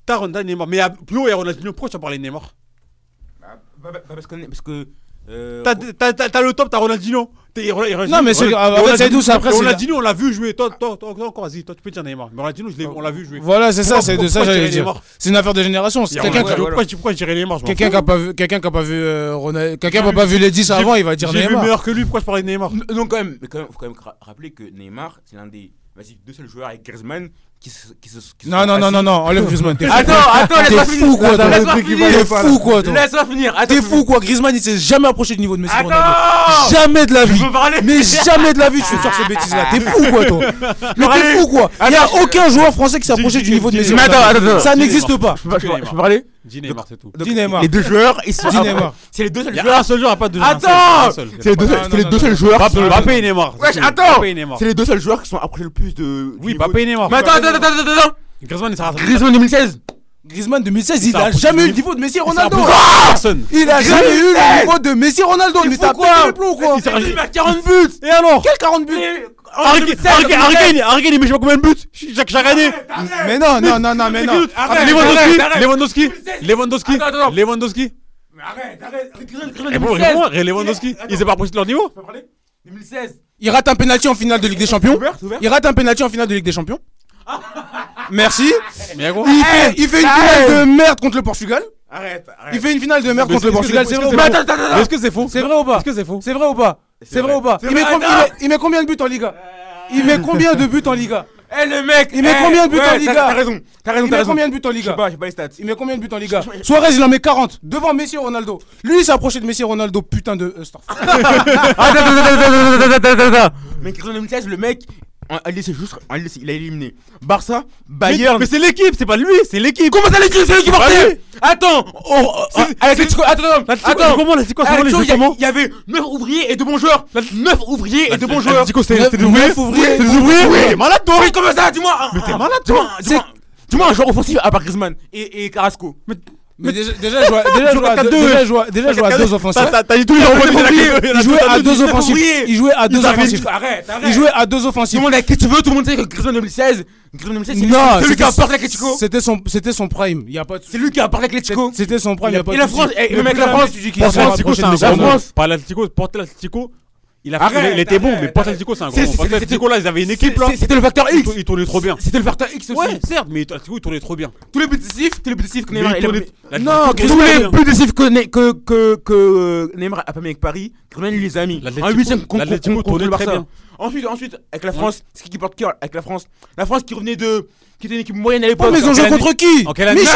t'as Ronaldinho Neymar. Mais à- plus haut, il y a Ronaldinho. Pourquoi tu as parlé de Neymar Bah, bah, bah, parce que. Parce que euh, T'as- T'as t'as- t'as le top, t'as Ronaldinho. T'es- Ron- Ronaldinho- Non, mais c'est- Ron- en fait, c'est Ronaldinho- tout, c'est après, c'est- Ronaldinho, on l'a vu jouer. Toi, toi, toi, toi, encore, vas-y, toi, tu peux dire Neymar. Mais Ronaldinho, je l'ai- on l'a vu jouer. Voilà, c'est ça, Pourquoi- c'est de ça pourquoi que j'allais tirer dire. Neymar C'est une affaire de génération. C'est Il y a quelqu'un qui Ronaldinho. a- Pourquoi tu pourquoi je dirais Neymar je m'en Quelqu'un fous. qui a pas vu, quelqu'un qui a pas vu euh, Ronald- quelqu'un qui a J'ai pas vu les 10 J'ai- avant, il va dire J'ai vu Neymar. meilleur que lui, pourquoi je parlais de Neymar Non, quand même, mais quand même, faut quand même ra- rappeler que Neymar, c'est l'un des vas-y, deux seuls joueurs avec Griezmann qui se. Qui se qui se Non, sont non, non, assis- non, non, enlève Griezmann. T'es fou, Attends, attends, T'es laisse-moi fou, finir. quoi, toi. Laisse-moi T'es finir. fou, quoi, toi. Laisse-moi finir. attends. T'es fou, quoi. Griezmann, il s'est jamais approché du niveau de Messi. Ronaldo. Attends Jamais de la vie. Je veux parler. Mais jamais de la vie, tu sors ces bêtises-là. T'es fou, quoi, toi. Mais t'es fou, quoi. Il y a aucun joueur français qui s'est approché du niveau de Messi. Mais attends, Ronaldo. attends, attends. Ça n'existe pas. Je peux- je peux je peux parler Dis Neymar, c'est tout. Dis Neymar. Les deux joueurs, ils sont. Dis Neymar. C'est les deux seuls Il y a joueurs. un seul joueur, il y a pas deux joueurs. Attends C'est les deux Non, seuls- c'est les non, deux non, seuls non. joueurs. qui sont- Mbappé et Neymar. Wesh, C'est tout. attends Mbappé et Neymar. C'est les deux seuls joueurs qui sont approchés le plus de. Oui, du Mbappé et Neymar. Mais attends, attends, attends, attends, attends. Griezmann, il s'est rattrapé. Griezmann 2016. Griezmann 2016, il s'est a approché jamais du eu le niveau de Messi Il s'est Ronaldo. rapproché de personne. Il a jamais eu le 2016. niveau de Messi Ronaldo. Il Mais faut t'as quoi pété les plombs, quoi. Il s'est Il rajouté- marque 40 buts. Et alors Quel 40 buts Harry Harry- Harry Kane, Harry Kane, il met je sais pas combien de buts chaque, chaque année Mais non, non, non, non, mais non. Arrête, arrête, Lewandowski, arrête. Lewandowski, Lewandowski, Attends, attends, attends. Lewandowski. Mais arrête, arrête. Griezmann Et bon, 2016. réponds, Lewandowski, Attends. ils s'est pas approché de leur niveau Tu peux parler 2016. Il rate un penalty en finale de Ligue des Champions. Ouvert, ouvert. Il rate un penalty en finale de Ligue des Champions. Merci. Mais gros, Il Eh, fait, il fait une finale de merde contre le Portugal. Arrête, arrête. Il fait une finale de merde Mais contre est-ce le que Portugal. C'est c'est- vrai ou est-ce que pas c'est faux attends, Mais est-ce que c'est faux C'est vrai ou pas Est-ce que c'est faux C'est vrai ou pas C'est vrai ou pas Il met com- il met- il met combien de buts en Liga Il met combien de buts en Liga Eh le mec Il met eh, combien de buts ouais, en t'as- Liga T'as raison, t'as raison, Il t'as met raison. combien de buts en Je sais Liga pas, j'ai pas les stats. Il met combien de buts en Liga Suarez, il en met 40 devant Messi et Ronaldo. Lui, il s'est approché de Messi et Ronaldo, putain de euh, star. Attends, attends, attends, attends, attends, attends, attends. Mais Cristiano 2016, le mec, en- allez, c'est juste, allez, c'est- il a éliminé Barça, Bayern. Mais c'est l'équipe, c'est pas lui, c'est l'équipe Bah comment ça l'équipe C'est lui qui partait Allez. Attends, oh, oh, oh, Atletico- attends, attends, Attends, attends. comment c'est quoi c'est Atletico, quoi il y a- il y avait 9 ouvriers et de bons joueurs. 9 ouvriers et de bons joueurs. Atletico, c'était Neuf- c'était des ouvriers neuf ouvriers. C'était des ouvriers Oui, T'es malade toi Oui, comment ça Dis-moi Mais t'es malade, toi Dis-moi un joueur offensif à part Griezmann et et Carrasco. Mais déjà, déjà, je vois- déjà, je vois à T'as deux- deux. déjà, je vois- déjà, je vois à deux offensifs. T'as- t'as- T'as dit tous les gens Neuf ouvriers. Il jouait à deux offensifs. ouvriers. Il jouait à deux Ils avaient- offensifs. Arrête, arrête. Il jouait à deux Tout offensifs. le monde a qui tu veux, tout le monde sait que Griezmann 2016, Griezmann 2016, c'est Non, Ah, lui- c'est lui qui c'était- apporte l'Atletico. C'était son, c'était son prime. Y a pas de C'est lui qui apporte l'Atletico. C'était son prime. Y a pas Et de la souci. France, et eh, Le le mec, plus la France, jamais tu dis qu'il Pour sera l'Atletico, rapproché c'est de un Messi. gros La nom. France- Pas l'Atletico, porter l'Atletico, Il, a Arrête, il, il était bon, arrête, mais Atletico, c'est un gros. C'est- c'est- Atletico, là, ils avaient une équipe, là. C'est- C'était le facteur Ils X. tour- Ils tournaient trop bien. C'était le facteur X aussi. Ouais, certes, mais Atletico, ils tournaient trop bien. Tous les buts décisifs, tous les buts décisifs que Mais Neymar il il a- tournait- Non, l'Atlético tous tournait les bien. buts décisifs que, Ne- que, que, que Neymar a pas mis avec Paris, Griezmann les a mis. L'Atlético- En 8 contre, l'Atlético contre, contre tournait le très Barça. bien. Ensuite, ensuite, avec la France, c'est qui qui porte cœur avec la France. La France qui revenait de. qui était une équipe moyenne à l'époque. mais ils ont joué Quelle contre année- qui En quelle année Michel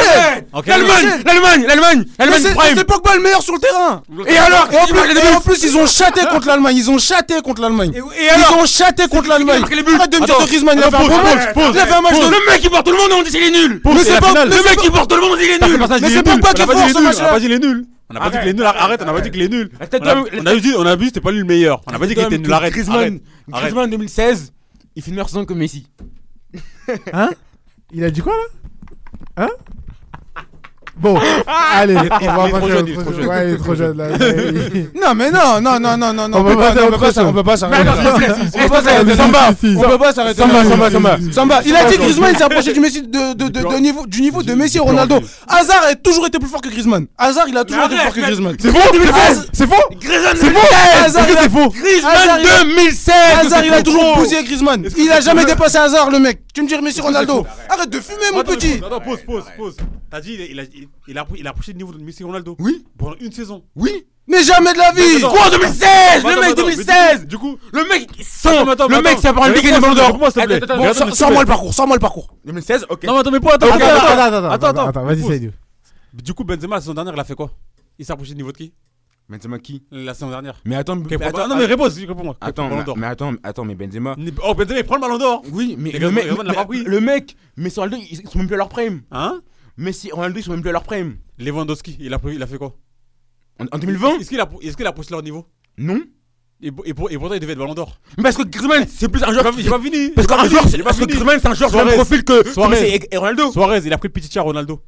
En quelle année L'Allemagne L'Allemagne L'Allemagne Mais L'Allemagne c'est prime c'est Pogba le meilleur sur le terrain Et alors Et en plus, et en plus, ils ont châté contre l'Allemagne, ils ont châté contre l'Allemagne Et Ils alors ont châté contre l'Allemagne marqué les buts. Arrête de me dire Attends, que Griezmann il a fait attends, un bon pause, match pause, Il a fait un match pause. de Le mec qui porte tout le monde, on dit c'est les nuls Pause, Mais la c'est pas finale. mais Le c'est mec pas- qui porte tout le monde, on dit les Parce que nuls Barça, je Mais dis c'est les pas nuls. pas On qui a pas est dit fort, les ce nuls, On match-là. a pas dit les nuls. On a pas dit que les nuls. Arrête, on a pas dit que les nuls. Arrête, On a- arrête. On a dit, on a vu, c'était pas lui le meilleur. Ah, On a pas dit qu'il était nul. Arrête. Griezmann, arrête. Griezmann 2016, il fait une meilleure saison que Messi. Hein Il a dit quoi là Hein Ah. Bon, allez, on va il est trop passer jeune, au il est trop prochain. jeune. Ouais, il est trop jeune là. Il- Non mais non, non, non, non, non, non, On on peut peut pas pas- faire non, on peut pas autre s'arrêter- chose. on peut pas s'arrêter. là. Si, Samba. si, si. On peut pas s'arrêter. Samba, là. Samba, Samba. Samba, il a dit que Griezmann il s'est approché du Messi de, de- de- de niveau, du niveau de Messi et Ronaldo. Hazard a toujours été plus fort que Griezmann. Hazard il a toujours été plus fort que Griezmann. C'est faux C'est faux C'est faux Hazard, Est-ce que il a- c'est faux Hazard, il a- 2016 Hazard il a toujours bousillé Griezmann. Il a jamais dépassé Hazard le mec. Tu me dis Messi Ronaldo. Arrête de fumer mon Attends, petit. attends, Attends, pause, pause, pause. T'as dit, il a- il a, il, il a, il a approché le niveau de Messi Ronaldo Oui. Pendant une saison. Oui Mais jamais de la vie. Attends, Quoi en 2016 Attends, Le mec attends, mais du 2016 coup- Du coup. Le mec Attends, sans mais attends, Le mais mec ça attends. prend une Mais ligue et une réponds, ballon d'or réponds-moi, s'il te plaît. Attends, attends, Mais Bon, attends, attends, sors- mais Sors-moi le parcours, sors-moi le parcours. 2016 ok Non, mais attends, mais pas, attends, Attends, attends, attends. attends, attends, attends, attends, attends, vas-y, pause. c'est nous. Du coup, Benzema, la saison dernière, il a fait quoi Il s'est approché du niveau de qui Benzema qui La saison dernière. Mais attends mais Quel problème- attends Ah non, mais réponds, réponds-moi. Quel Attends Ballon mais- d'or. mais attends mais attends mais Benzema Oh, Benzema, il prend le ballon d'or. Oui mais Les le gars, mec Ronaldo l'a pas pris. mais- le mec Messi Ronaldo ils ils sont même plus à leur prime Hein Messi Ronaldo ils sont même plus à leur prime Lewandowski, il a, pris- il a fait quoi En en 2020 Est-ce qu'il a, est-ce qu'il a approché leur niveau Non et, pour- et, pour- et pourtant, il devait être ballon d'or. Mais parce que Griezmann c'est plus un J'ai pas, joueur qui- j'ai pas fini. Parce j'ai pas qu'un fini, joueur j'ai c'est- pas Parce que fini. Griezmann c'est un joueur qui a le même Suarez. profil que que Suarez. Messi et- et Ronaldo Suarez, il a pris le petit tir à Ronaldo.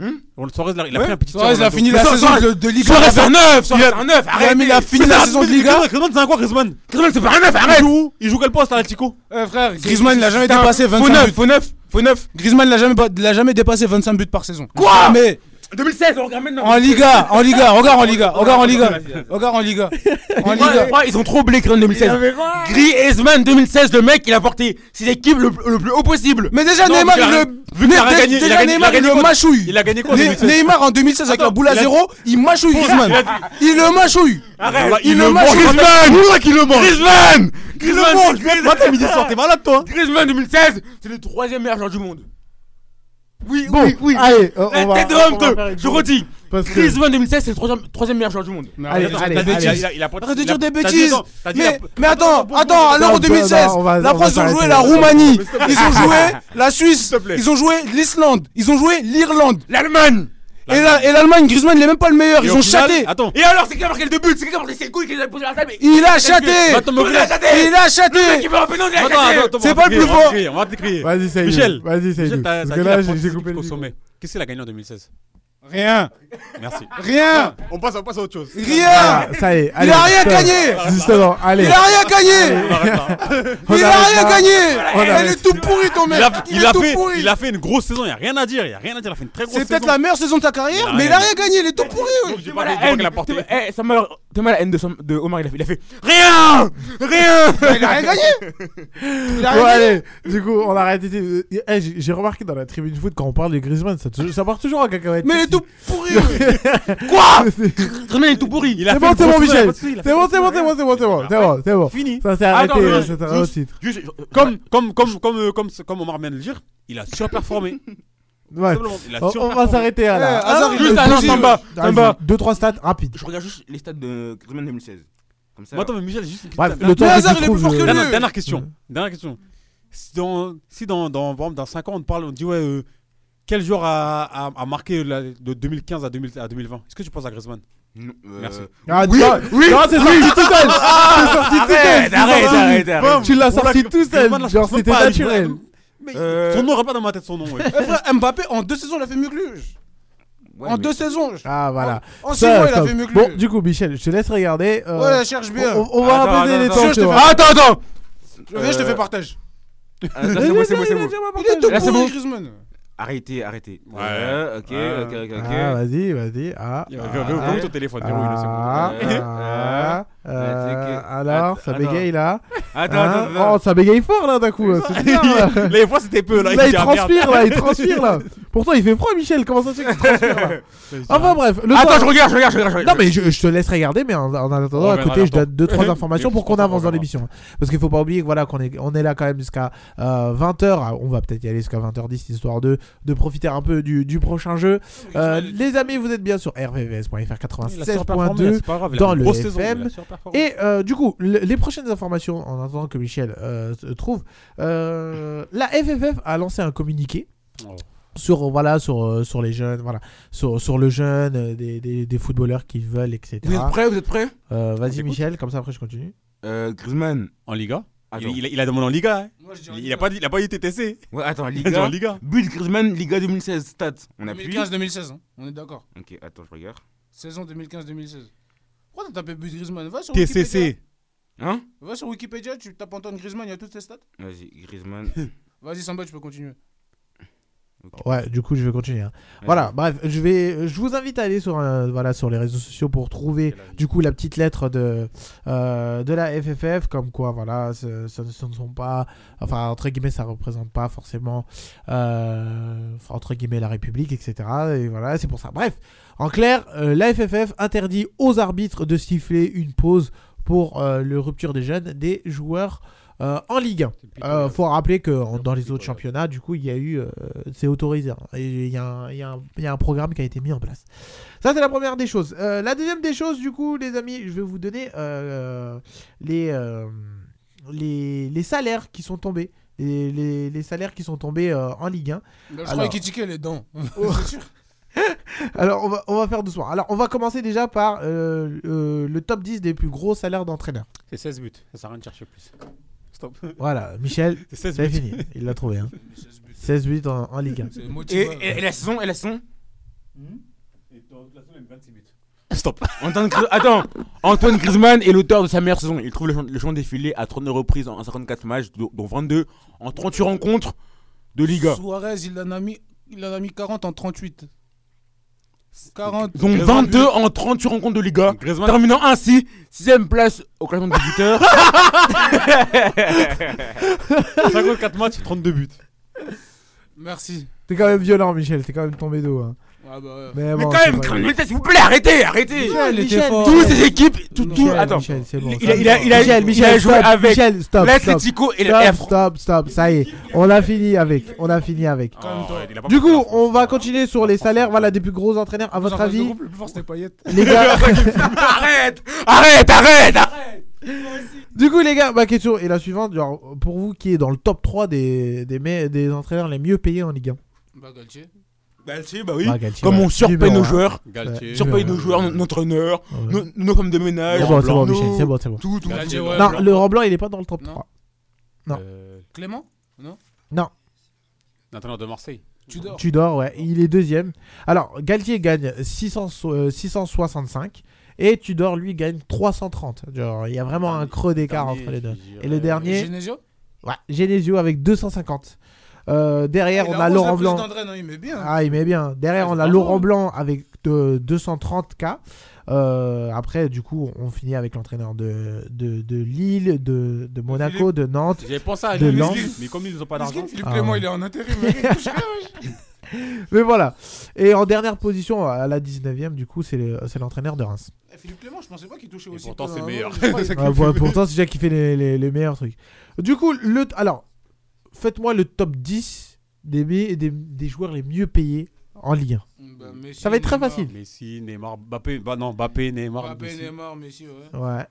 Hum Ron- Suarez, il a, il a Ouais. pris un petit tir à Suarez il a Ronaldo. fini Mais la Suarez- saison de- de Ligue 1. Suarez c'est un 9 Suarez Il a- c'est un 9 Il a Arrête mis la Mais finale de la c'est un- saison de mais Liga. Griezmann, Griezmann, c'est un quoi, Griezmann Griezmann c'est pas un 9 Il Arrête joue où Il joue quel poste à l'Atico Euh, frère, Griezmann il a jamais Putain, dépassé Faux 25 9 buts. Faux 9 Faux 9 Griezmann il a jamais, pas- il a jamais dépassé 25 buts par saison. Quoi Mais 2016 on regarde maintenant en Liga, en Liga, regarde en Liga, regarde en Liga, regarde en Liga, en Ouais, Liga. ouais, ils ont trop oublié Griezmann 2016. hein. Griezmann 2016, le mec, il a porté ses équipes le, le plus haut possible. Mais déjà Non, Neymar vu qu'il il a- le, vu qu'il a Dé- gagné- il a déjà gagné- Neymar il a il gagné le quoi machouille. Il a gagné quoi en Ne- 2016? Neymar en 2016 avec la Attends, boule à il a- zéro, il machouille Griezmann. il a- Il le machouille. Arrête, il le mange. Griezmann C'est qui le mange Griezmann Griezmann Griezmann Moi, t'as mis des sorts, t'es malade, hein. toi Griezmann 2016, c'est le troisième meilleur joueur du monde. Oui, Bon, oui, oui. allez, euh, La on va. tête de on homme va 2, faire une je pause. redis. Parce que. Griezmann 2016, c'est le troisième, troisième meilleur joueur du monde. Allez, Attends, allez, t'as dit- allez. il a- il a pas- Arrête de il a- dire des t'as dit- bêtises. attends, t'as dit- Mais, attends, mais attends, attends, attends, à l'Euro attends, 2016, on va- la on France, ils va ont joué la s'arrêter là. Roumanie, s'il te plaît. ils ont joué la Suisse, te plaît. ils ont joué l'Islande, ils ont joué l'Irlande. L'Allemagne Et la- et l'Allemagne, Griezmann, il est même pas le meilleur, Et ils au ont final- chaté. Attends, Et alors, c'est qui a marqué le deux buts C'est qui a marqué ses couilles qui les a posé à la table et- Il a gueule. chaté. Attends, mais Il a chaté Il a chaté. Qui veut un pénal, il a attends, chaté. attends, attends, C'est on va pas te plus crier, on va te fort. crier, On va te crier Vas-y, c'est Michel. Vas-y, c'est Michel, t'as Parce t'as que dit là, la j'ai France j'ai qui coupé est le au micro. sommet. Qu'est-ce qu'il a gagné en 2016 Rien, Merci. rien, On passe, on passe à autre chose. rien. Voilà, Ah, Ça y est, Il allez. a rien stop. gagné. Justement, allez. Il a rien gagné. On arrête là. on Il a arrête rien là. gagné. On Il arrête. est tout pourri ton Il mec. a, Il il est a tout fait, pourri. il a fait une grosse saison, il n'y a rien à dire, il n'y a rien à dire, il a fait une très grosse C'est saison. peut-être la meilleure saison de sa carrière, mais il a rien gagné, il est tout pourri. Je dis T'es pas mal à la que- je dis pas haine. qu'il a porté. T'es- eh, ça m'a- t'es mal à la haine de, son- de Omar, il a fait, il a fait Rien Rien Il a rien gagné. Il a Bon, rien gagné. allez, du coup, on arrête. ici. Euh, eh, j'ai j'ai remarqué dans la tribune foot, quand on parle de Griezmann, ça, te- ça part toujours en cacahuète. Mais il est tout pourri. Quoi Griezmann est tout pourri Il a C'est fait bon, une c'est bon, grosse saison, il a Michel. pas de souci, il a C'est fait bon, une c'est bon, grosse c'est bon, saison. Ah, c'est bon, c'est bon, c'est bon, c'est bon. Fini. Ça s'est Attends, arrêté, non, euh, ça s'est arrêté au juste- titre. juste- je- Comme, comme, comme, comme, euh, comme, comme Omar vient de le dire, il a surperformé. Ouais. Simplement, il a On, on va surperformé. s'arrêter là. Eh, Hazard, il Juste, est ah non, pourri. Samba, Vas-y, Samba. Deux, trois stats rapides. Je regarde juste les stats de Griezmann 2016. Comme ça. Mais Attends, mais Michel, juste une petite Bref, dernière- le temps Mais que Hazard, tu il est trouves, plus fort que euh, lui. dernière, dernière question. Ouais. Dernière question. Si dans, si dans, dans, par exemple, dans 5 ans, on te parle, on te dit, ouais, euh, quel joueur a, a, a marqué la- de 2015 à, 2000 à 2020 Est-ce que tu penses à Griezmann Non, euh, Merci. Ah, oui, oui, non, c'est sorti tout seul. C'est sorti tout seul. Arrête, arrête, Bam, arrête, arrête. Tu l'as On sorti tout seul. Griezmann, là, je Genre, pense même c'était pas à- naturel. Mais Euh, Son nom n'aura pas dans ma tête son nom. ouais. Euh, Eh, frère, Mbappé en deux saisons il a fait mieux que lui. Ouais, En mais- deux saisons. Ah, voilà. En six Ça, mois il a stop. fait mieux que Bon, lui. du coup, Michel, je te laisse regarder. euh, Ouais, cherche bien. on, on va Attends, apaiser les attends, temps, attends. tu vois. Attends, attends Euh, Viens, je te fais partage. Euh, Là, c'est bon, c'est bon, c'est bon. Il est tout Là, c'est bon. pourri Griezmann. Arrêtez, arrêtez. Ouais. Euh, ok, Ouais. ok, ok, ok. Ah, vas-y, vas-y. Ah. Viens, ah, viens, viens, ah, ouvre ton téléphone, déroule-le, c'est bon. ah, Euh, ah, euh, euh, alors, att- ça attends. bégaye là. Attends, Hein attends, attends. oh, ça bégaye fort là d'un coup. là, C'est bizarre. Là. Les fois, c'était peu, là. Là, il était à merde. transpire là, il transpire là. Pourtant, il fait froid, Michel. Comment ça se fait qu'il transpire là Ah, Enfin bref, le Attends, soir- je regarde, je regarde, je regarde. je regarde. Non mais je, je te laisse regarder mais en, en attendant On à côté je reviendra donne deux trois informations Et pour puis, qu'on on avance dans reviendra. l'émission parce qu'il faut pas oublier que voilà qu'on est on est là quand même jusqu'à euh, 20h Ah, on va peut-être y aller jusqu'à 20h10 histoire de de profiter un peu du, du prochain jeu Euh, les amis vous êtes bien sur rvvs.fr Ah, Il a surperformé, 96.2 c'est pas grave, il a dans une le grosse saison, FM. il a surperformé. et euh, du coup le- les prochaines informations en attendant que Michel euh, se trouve euh, la FFF a lancé un communiqué Oh. sur euh, voilà sur euh, sur les jeunes voilà sur, sur le jeune euh, des, des, des footballeurs qu'ils veulent etc Vous êtes prêts Vous êtes prêts Euh, vas-y t'écoute Michel comme ça après je continue Euh, Griezmann. En Liga il, Attends. il a- il a demandé en Liga. hein. Moi, je dis en Ah, Il, il Ligue a pas dit, il a pas dit TTC. Ouais, attends, Il a dit en Liga. Liga. But Griezmann, Liga 2016, stats. On appuie. 2015-2016, hein, on est d'accord. Ok, attends, je regarde. Saison 2015-2016. Pourquoi t'as tapé but Griezmann Va sur Wikipédia. TCC. Hein Va sur Wikipédia, tu tapes Antoine Griezmann, il y a toutes tes stats. Vas-y, Griezmann. Vas-y. Vas-y, Samba, tu peux continuer. ouais du coup je vais continuer hein. voilà bref je vais je vous invite à aller sur euh, voilà sur les réseaux sociaux pour trouver du coup la petite lettre de euh, de la FFF comme quoi voilà ce, ce- ce ne sont pas enfin entre guillemets ça représente pas forcément euh, enfin, entre guillemets la République etc et voilà c'est pour ça bref en clair euh, la FFF interdit aux arbitres de siffler une pause pour euh, le rupture des jeunes des joueurs euh, en Ligue 1 euh, faut rappeler que en- dans les autres championnats, du coup, il y a eu. euh, c'est autorisé. hein. Et Il y, a un- il y a un- il y a un programme qui a été mis en place. Ça, c'est la première des choses. Euh, la deuxième des choses, du coup, les amis, je vais vous donner euh, les, euh, les, les salaires qui sont tombés. Les, les- les salaires qui sont tombés euh, en Ligue 1. Je Alors. croyais qu'il tiquait les dents. C'est sûr. Alors, on va, on va faire doucement. Alors, on va commencer déjà par euh, euh, le top 10 des plus gros salaires d'entraîneurs. C'est 16 buts. Ça sert à rien de chercher plus. Stop. Voilà, Michel, C'est 16 c'est buts. fini. Il l'a trouvé. hein. 16 buts en, en Ligue 1. C'est Et, motivant. et, et la saison, et la saison euh, Stop. Antoine Gri- Attends, Antoine Griezmann est l'auteur de sa meilleure saison. Il trouve le champ, le champ défilé à 32 reprises en 54 matchs, dont dont 22 en 38 rencontres de Liga. Suarez, il en a mis, il en a mis 40 en 38. 40. Donc 22 en 38 rencontres de Liga. Griezmann. Terminant ainsi, 6ème place au classement des buteurs. 54 matchs, 32 buts. Merci. T'es quand même violent, Michel. T'es quand même tombé d'eau. hein. Ah bah ouais. Mais, Mais bon, quand c'est même, pas- Griezmann, s'il vous plaît, arrêtez, arrêtez Ouais, il était fort. Toutes ces équipes, tout, tout, Michel, attends. Michel, c'est bon. Il- il a- il a- il a- Michel, il a Michel, joué stop, avec Michel, stop, stop, L'Atletico et la stop, F. stop, stop, ça y est, on a fini avec, on a fini avec. Oh, Du coup, on va continuer sur les salaires, voilà, des plus gros entraîneurs, à votre Dans un avis, groupe, le plus fort, c'était Payet. les gars, Arrête Arrête, arrête arrête. du coup, les gars, ma question est la suivante, genre, pour vous, qui est dans le top 3 des, des, me- des entraîneurs les mieux payés en Ligue 1 Bah, Galtier. Bah, si, bah oui. Bah, Galtier, Comme ouais. on surpaye Numéro nos un. joueurs, Galtier. surpaye Numéro nos un. joueurs, notre entraîneur, Ouais. nos, nos femmes de ménage, hein. C'est bon, c'est bon, nos- Michel, c'est bon, c'est bon. tout, tout. Galtier, ouais. Non, Blanc. le Blanc, il est pas dans le top Non. 3. Clément euh, L'entraîneur de Marseille. Tudor. Tudor, ouais, il est deuxième. Alors, Galtier gagne 600, euh, 665 et Tudor, lui, gagne 330. Genre, il y a vraiment un creux d'écart entre les deux. Et le Et dernier, Genesio ouais, Genesio avec 250. Euh, derrière, Il on arrose a la Laurent prise Blanc. d'André, non, il met bien. Ah, il met bien. Derrière, on a Laurent Blanc avec euh, 230K. Euh, après, du coup, on finit avec l'entraîneur de, de, de Lille, de, de Monaco, de Nantes. J'avais pensé à De lui, Lens. mais comme ils n'ont pas Parce que d'argent. Philippe Ah Clément, ouais. il est en intérim. Mais voilà. Et en dernière position, à la 19ème, du coup, c'est le- c'est l'entraîneur de Reims. Eh, Philippe Clément, je pensais pas qu'il touchait Et aussi. pourtant, peu, c'est hein, le meilleur. je sais pas, il- Ah, voilà, pourtant, c'est déjà qui fait les, les- les meilleurs trucs. Du coup, le alors, faites-moi le top 10 des, me- des, des joueurs les mieux payés en Ligue 1. Bah, Messi, Ça va être très Neymar. facile. Messi, Neymar, Mbappé, bah non, Mbappé, Neymar, Mbappé, Messi. Neymar, Messi, ouais. Ouais.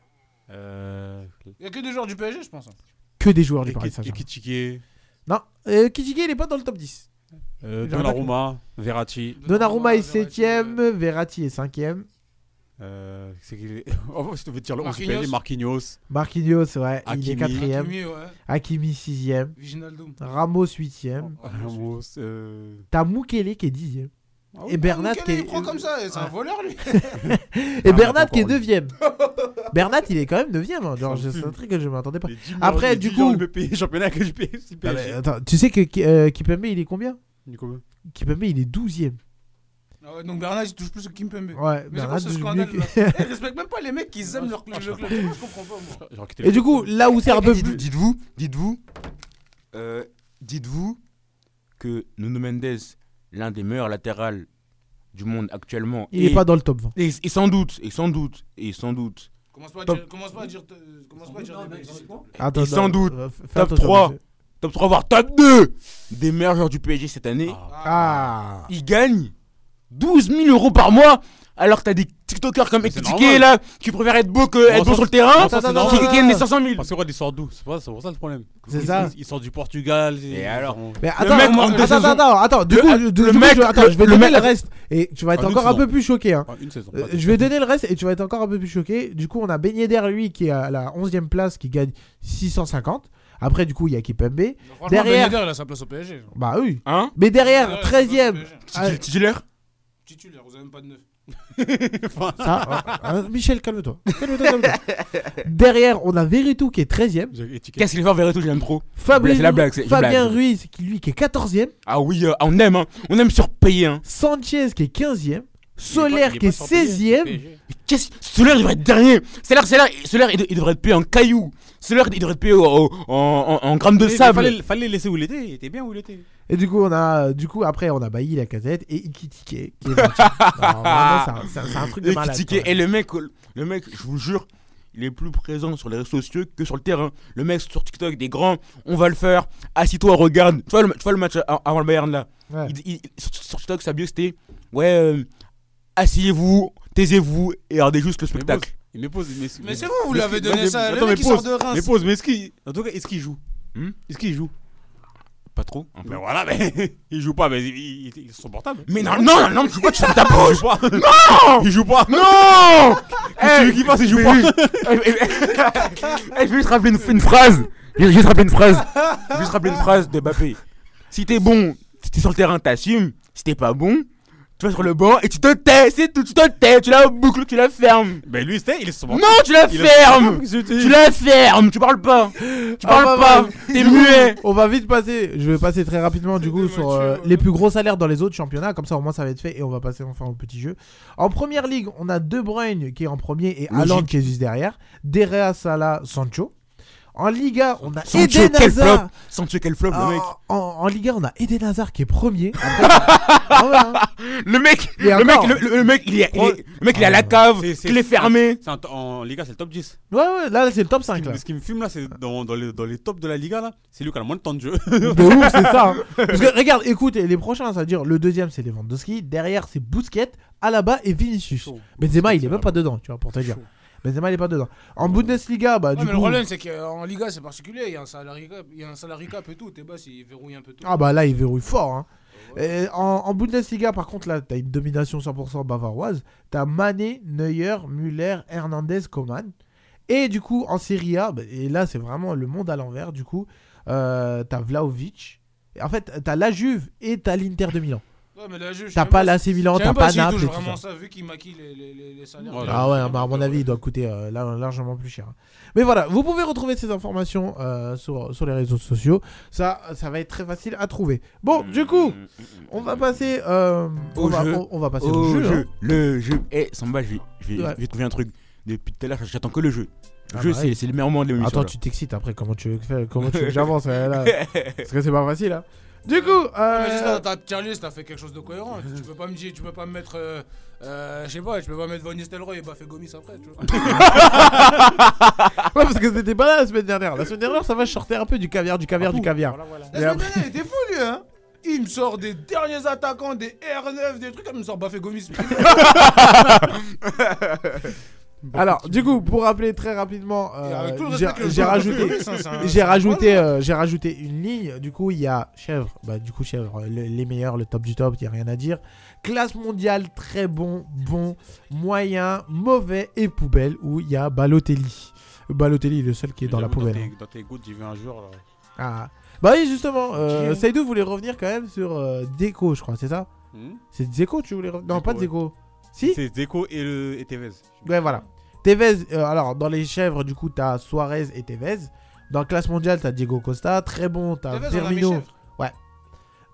Euh, Il y a que deux joueurs du PSG, je pense. hein. Que des joueurs du Paris Saint-Germain. Ekitike, Non, euh, Kijike, il est pas dans le top 10. euh, J'aurais Donnarumma, Verratti. Donnarumma est Verratti, 7ème, Verratti est 5ème, Euh, c'est qui Oh, je te veux dire le 11 Marquinhos. Ah, PSG, Marquinhos. Marquinhos, ouais, il est Hakimi. 4ème, Hakimi, Hakimi, ouais. Ah, 6ème, Viginaldum. Ramos 8ème, Ramos, euh, t'as Mukele qui est 10ème, Ah Et Bernat Mukele, qui est- Ah. Il prend comme ça, c'est un voleur lui. et Ah, Bernat encore qui est une. 9ème. Bernat, il est quand même 9ème, hein, genre, c'est un truc que je m'attendais pas. les 10 Après, les du 10 joueurs coup- du PSG, championnat que du PSG. Ah, mais attends, tu sais que Ki- euh, Kipembe, il est combien Nico. Kimpembe, il est 12ème. Ah ouais, donc Bernard, il touche plus que Kimpembe. Mais Ouais, c'est Bernat pas ce touche scandale, mieux là. que- Eh, respecte même pas les mecs qui aiment leur club. leur club. Je comprends pas, moi. J'ai quitté Et du coup, là où c'est un peu Dites- plus. Dites-vous, dites-vous, euh, dites-vous que Nuno Mendes, l'un des meilleurs latérales du monde actuellement, Il est et- pas dans le top 20. et- et sans doute, et sans doute, et sans doute, Commence pas à Top. dire- commence pas à dire. euh, Commence pas à dire. des bêtises. Attends, Et sans non, doute, euh, fais top attention, 3. monsieur. top 3 voire top 2 des meilleurs joueurs du PSG cette année. Ah Ils gagnent 12 000 euros par mois alors que t'as des TikTokers comme Mais c'est Ekitike normal. là qui préfèrent être beau que Non, être beau ça, sur le terrain non, ça, c'est qui- normal. qui gagnent les 500 000. Parce que Rod, il sort d'où C'est pas- c'est pour ça le problème. C'est Ils- ça. Ils, ils sortent du Portugal. Et ils- alors ils- mais attends, mec, attends, en deux attends, saisons- attends, attends, du Le- coup, je- du le coup, mec- je, attends, le- je vais le donner mec- Ah, le reste et tu vas être En encore une un peu saison. plus choqué. Hein. Enfin, une saison. Euh, pas deux. je vais donner le reste et tu vas être encore un peu plus choqué. Du coup, on a Ben Yedder, lui, qui est à la 11ème place, qui gagne 650. Après, du coup, il y a Kipembe. Franchement, Derrière- Ben Yedder, il a sa place au PSG. genre. Bah oui. Hein Mais derrière, Ouais, 13ème. il a sa place au PSG. Ah, Titulaire Titulaire, vous avez même pas de neuf. ça, ah, ah, Michel, calme-toi. Calme-toi, calme-toi. derrière, on a Veretout qui est 13ème. J'ai étiqueté. Qu'est-ce qu'il va vers tout, je l'aime trop. Fabien, C'est la blague, c'est- c'est Fabien blague. Ruiz, qui lui, qui est 14ème. Ah oui, euh, ah, on aime hein. On aime surpayer hein. Sanchez qui est 15ème. Il est pas- Solaire il est qui pas est sorti, il 16ème. PSG. Mais Qu'est-ce Solaire devrait être dernier. Solaire, Solaire, Solaire il, de- il devrait être payé en caillou. Solaire il devrait être payé au- au- en, en, en gramme de Mais sable. Fallait, fallait laisser où il était. Il était bien où il était. Et du coup, on a, du coup, après, on a Bailly, la casette et Ikitike qui est 20e. Non, vraiment, c'est un- c'est un, c'est un truc de Et malade. critiquer. quoi. Et le mec, le mec, je vous jure, il est plus présent sur les réseaux sociaux que sur le terrain. Le mec sur TikTok, des grands, on va le faire. Assis-toi, regarde. Tu vois le, tu vois le match a- avant le Bayern là. Ouais. Il- il- sur, sur TikTok, sa bio c'était Ouais, euh, asseyez-vous, taisez-vous et regardez juste le Mais spectacle. pose- Il me pose. mais- Mais c'est mais- vous, vous mais- l'avez mais- donné mais- ça. Le attends, mec, mais il sort pose. de Reims. Mais pose, mais est-ce qu'il. En tout cas, est-ce qu'il joue Hmm Est-ce qu'il joue Pas trop. un peu. Ben voilà, mais. Il joue pas, mais il- il- ils sont portables. Mais non, non, non, non, tu vois, tu fermes ta bouche. Il joue pas Non Il joue pas Non Celui qui passe, il joue pas Eh, Je vais juste rappeler une, une phrase. Je vais juste rappeler une phrase. Je vais juste rappeler une phrase de Mbappé. Si t'es bon, si t'es sur le terrain, t'assumes. Si t'es pas bon, tu vas sur le banc et tu te tais. C'est tout, tu te tais. Tu la boucles, tu la fermes. Mais ben, lui, c'était, il est sur Non, tu la Il a- fermes. Tu Tu la fermes. Tu parles pas. Ah, Tu parles bah, pas. bah, T'es muet. On va vite passer, je vais passer très rapidement du coup sur euh, les plus gros salaires dans les autres championnats, comme ça au moins ça va être fait et on va passer enfin au petit jeu. En première ligue, on a De Bruyne qui est en premier et Haaland qui est juste derrière, Derrea Salah Sancho. En Liga, on a Sancho, Eden quel Hazard. Ah, flop. Sans tuer quel flop, le mec. En, en- en Liga, on a Eden Hazard qui est premier. Après, ah ouais, hein. Le mec, Et le mec, encore. le, le- le mec, il est, il est- le mec, il est à la Ah. cave. C'est- c'est- Il est fermé. C'est un to- en Liga, c'est le top 10. Ouais, ouais, là c'est le top Ce 5 qui, là. me- ce qui me fume là, c'est dans, dans les, dans les tops de la Liga là, c'est lui qui a le moins de temps de jeu. De ouf, c'est ça. hein. Parce que regarde, écoute, les prochains, ça veut dire le deuxième c'est Lewandowski, derrière c'est Busquets, Alaba et Vinicius. Benzema, il est même pas dedans, tu vois, pour te dire. Benzema, il est pas dedans. En Bundesliga, bah Ouais, du mais le coup- problème, c'est qu'en Liga, c'est particulier. Il y a un salarié cap, il y a un salary cap et tout. T'es bas, il verrouille un peu tout. Ah bah là, il verrouille fort. hein. Et en, en Bundesliga, par contre, là, t'as une domination 100% bavaroise. T'as Mané, Neuer, Müller, Hernandez, Coman. Et du coup, en Serie A, bah, et là, c'est vraiment le monde à l'envers. Du coup, euh, t'as Vlaovic. Et En fait, t'as la Juve et t'as l'Inter de Milan. Ouais, mais là, je- je sais T'as même pas l'AC Milan, je sais t'as même pas s'il Naples. touche et tout vraiment ça. ça, vu qu'il maquille les, les- les- les salaires. Ouais. Ah ouais, bah, à mon avis, il doit coûter euh, lar- largement plus cher. Mais voilà, vous pouvez retrouver ces informations euh, sur, sur les réseaux sociaux. Ça, ça va être très facile à trouver. Bon, du coup, on va passer, euh, Au on, va, jeu. on, on va passer Oh, au jeu. le jeu, hein. le jeu. Eh, Samba, je vais, je vais, Ouais. je vais trouver un truc. Depuis tout à l'heure, j'attends que le jeu. Le Ah jeu, bah c'est ouais. c'est le meilleur moment de l'émission. Attends, là. tu t'excites après. Comment tu veux que, faire- comment tu veux que j'avance euh, là Parce que c'est pas facile. Hein. Du coup, Mais juste dans euh, ta tier list, t'as fait quelque chose de cohérent. Tu peux pas me dire, tu peux pas me mettre, euh, euh, je sais pas, tu peux pas mettre Van Nistelrooy et Bafé Gomis après, tu vois. ouais, parce que c'était pas là la semaine dernière. La semaine dernière, ça va, je sortais un peu du caviar, du Ah, caviar, du caviar. La semaine dernière, il était fou, lui, hein. Il me sort des derniers attaquants, des R9, des trucs, il me sort Bafé Gomis. Alors, du coup, pour rappeler très rapidement, euh, Et avec tout le j'ai- respect que je j'ai dois à Bafé rajouté. Gomis, hein, c'est un- J'ai rajouté, euh, j'ai rajouté une ligne. Du coup, il y a chèvre. Bah, du coup, chèvre, euh, le- les meilleurs, le top du top, il n'y a rien à dire. Classe mondiale, très bon, bon, moyen, mauvais et poubelle où il y a Balotelli. Balotelli est le seul qui est dans la poubelle. hein. Dans tes, dans tes gouttes, j'ai vu un joueur là. Ah. Bah oui, justement, euh, Saïdou voulait revenir quand même sur euh, Deco, je crois, c'est ça Hmm C'est Deco, tu voulais revenir Non, pas Dzeko, Deco. Si C'est Zeko et, le, et Tevez. Ouais, voilà. Tevez, euh, alors dans les chèvres, du coup, t'as Suarez et Tevez. Dans classe mondiale, t'as Diego Costa. Très bon, t'as Tevez, on a mis Firmino. chèvre. Ouais.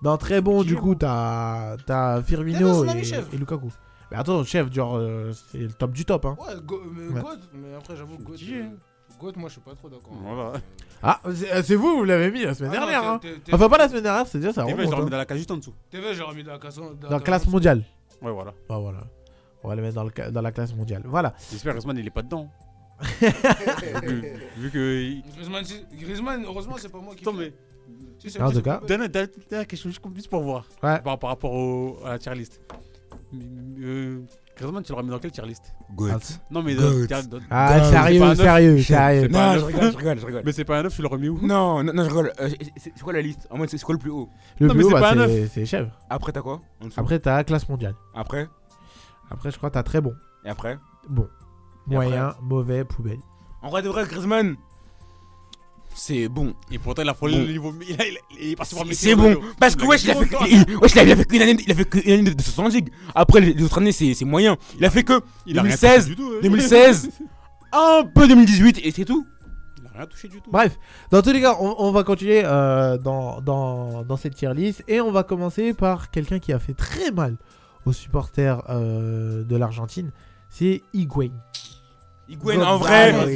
Non, très bon, du coup, t'as t'as Firmino Eh ben, c'est la et, chef. et Lukaku. Mais attends, chef, genre, euh, c'est le top du top. Hein. Ouais, Go- mais Ouais. Goat, mais après j'avoue, Goat, euh, Goat, moi je suis pas trop d'accord. Voilà. Ah, c'est euh, c'est vous, vous l'avez mis la semaine Ah non, dernière. hein. t'es- t'es- Enfin, pas la semaine dernière, c'est déjà ça. Et ben, je remonte, l'ai hein. remis dans la cage juste en dessous. TV, j'aurais mis dans la classe. Dans, Dans la classe mondiale. Ouais, voilà. Bah voilà. On va les mettre dans, le ca- dans la classe mondiale. Voilà. J'espère que Osman il est pas dedans. vu, vu que. il- Griezmann, si- Griezmann, heureusement, c'est pas moi qui. Attends, mais. Si, c'est- En si, tout c'est- cas. Donne donne- donne quelque chose qu'on puisse pour voir. Ouais. Par, par rapport au, à la tier list. Euh, Griezmann, tu l'aurais mis dans quelle tier list Ah, Non, mais. euh, Goat. tier- dans- Ah, Goat. C'est pas un sérieux, neuf. sérieux, C'est- sérieux. pas un Non, je neuf. rigole, je rigole, je rigole. Mais c'est pas un 9, tu l'aurais mis où Non, non, non, je rigole. Euh, c'est- c'est c'est quoi la liste En mode, c'est c'est quoi le plus haut Le Non, plus mais haut, c'est bah, pas un c'est c'est chef. Après, t'as quoi En dessous Après, t'as la classe mondiale. Après Après, je crois, t'as très bon. Et après Bon. Et après Moyen, mauvais, poubelle. En vrai de vrai, Griezmann C'est bon. Et pourtant, il a frôlé Bon. le niveau. Il, a- il a- il est passé par Messi C'est et bon. Ronaldo. Parce que, wesh, il a fait que- il- wesh, il a- il a fait qu'une année, il a fait qu'une année de- de 60 gigs. Après, les les autres années, c'est c'est moyen. Il a fait que Il a rien 2016, touché du tout, hein. 2016, un peu 2018, et c'est tout. Il a rien touché du tout. Bref, dans tous les cas, on, on va continuer euh, dans, dans, dans cette tier list et on va commencer par quelqu'un qui a fait très mal aux supporters euh, de l'Argentine, c'est Higuain. Higuain, en vrai. Gonzalo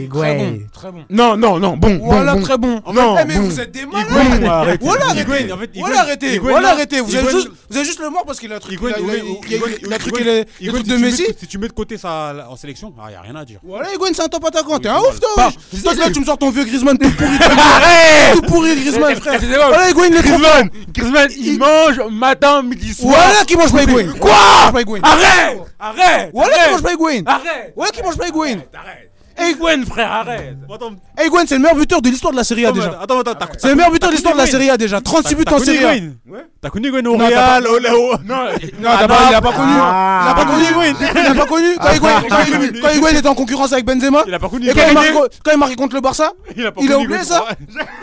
Higuain. Très bon. Non, non, non, bon. Voilà, bon, bon. très bon. Non, Eh, mais bon. vous êtes des malades. Higuain, arrête. Voilà, arrêtez. Higuain, en fait, Higuain- Voilà, arrêtez. Higuain- Voilà, arrêtez. Vous avez Higuain- juste, vous avez juste le mort parce qu'il a truqué. Higuain, il a- Higuain, il a- il a- Higuain, il a truqué Higuain, les les Higuain, trucs si de tu mets- Messi. Si tu mets de côté ça en sélection, ah, y a rien à dire. Voilà, Higuain, c'est un top attaquant. T'es un Oui, ouf, toi. Bah, wesh. Toi, là, tu me sors ton vieux Griezmann tout pourri. Arrête Tout pourri, Griezmann, frère. Excusez-moi. Voilà, Higuain, il est trop Griezmann, Griezmann, il mange matin, midi, soir. Voilà qui mange pas Higuain. Quoi Qui mange pas Higuain. Arrête Arrête Voilà qui mange pas Higuain. Arrête Voilà qui mange pas Higuain. Arrête Higuain, frère, arrête Attends, Higuain, c'est le meilleur buteur de l'histoire de la Serie A déjà. attends, attends, t'as C'est le meilleur buteur de l'histoire de la Serie A déjà. 36 buts en Serie A. Ouais. T'as connu Gwen au Non, t'as Real, pas- au Lao. Non, Non, d'abord, il a pas connu. Il a pas Ah, connu. Il a pas connu. Quand Higuain- quand Higuain- Quand Higuain était en concurrence avec Benzema. Il a pas connu Et quand il, marque, quand il marque contre le Barça, Il a pas il a connu oublié Higuain. ça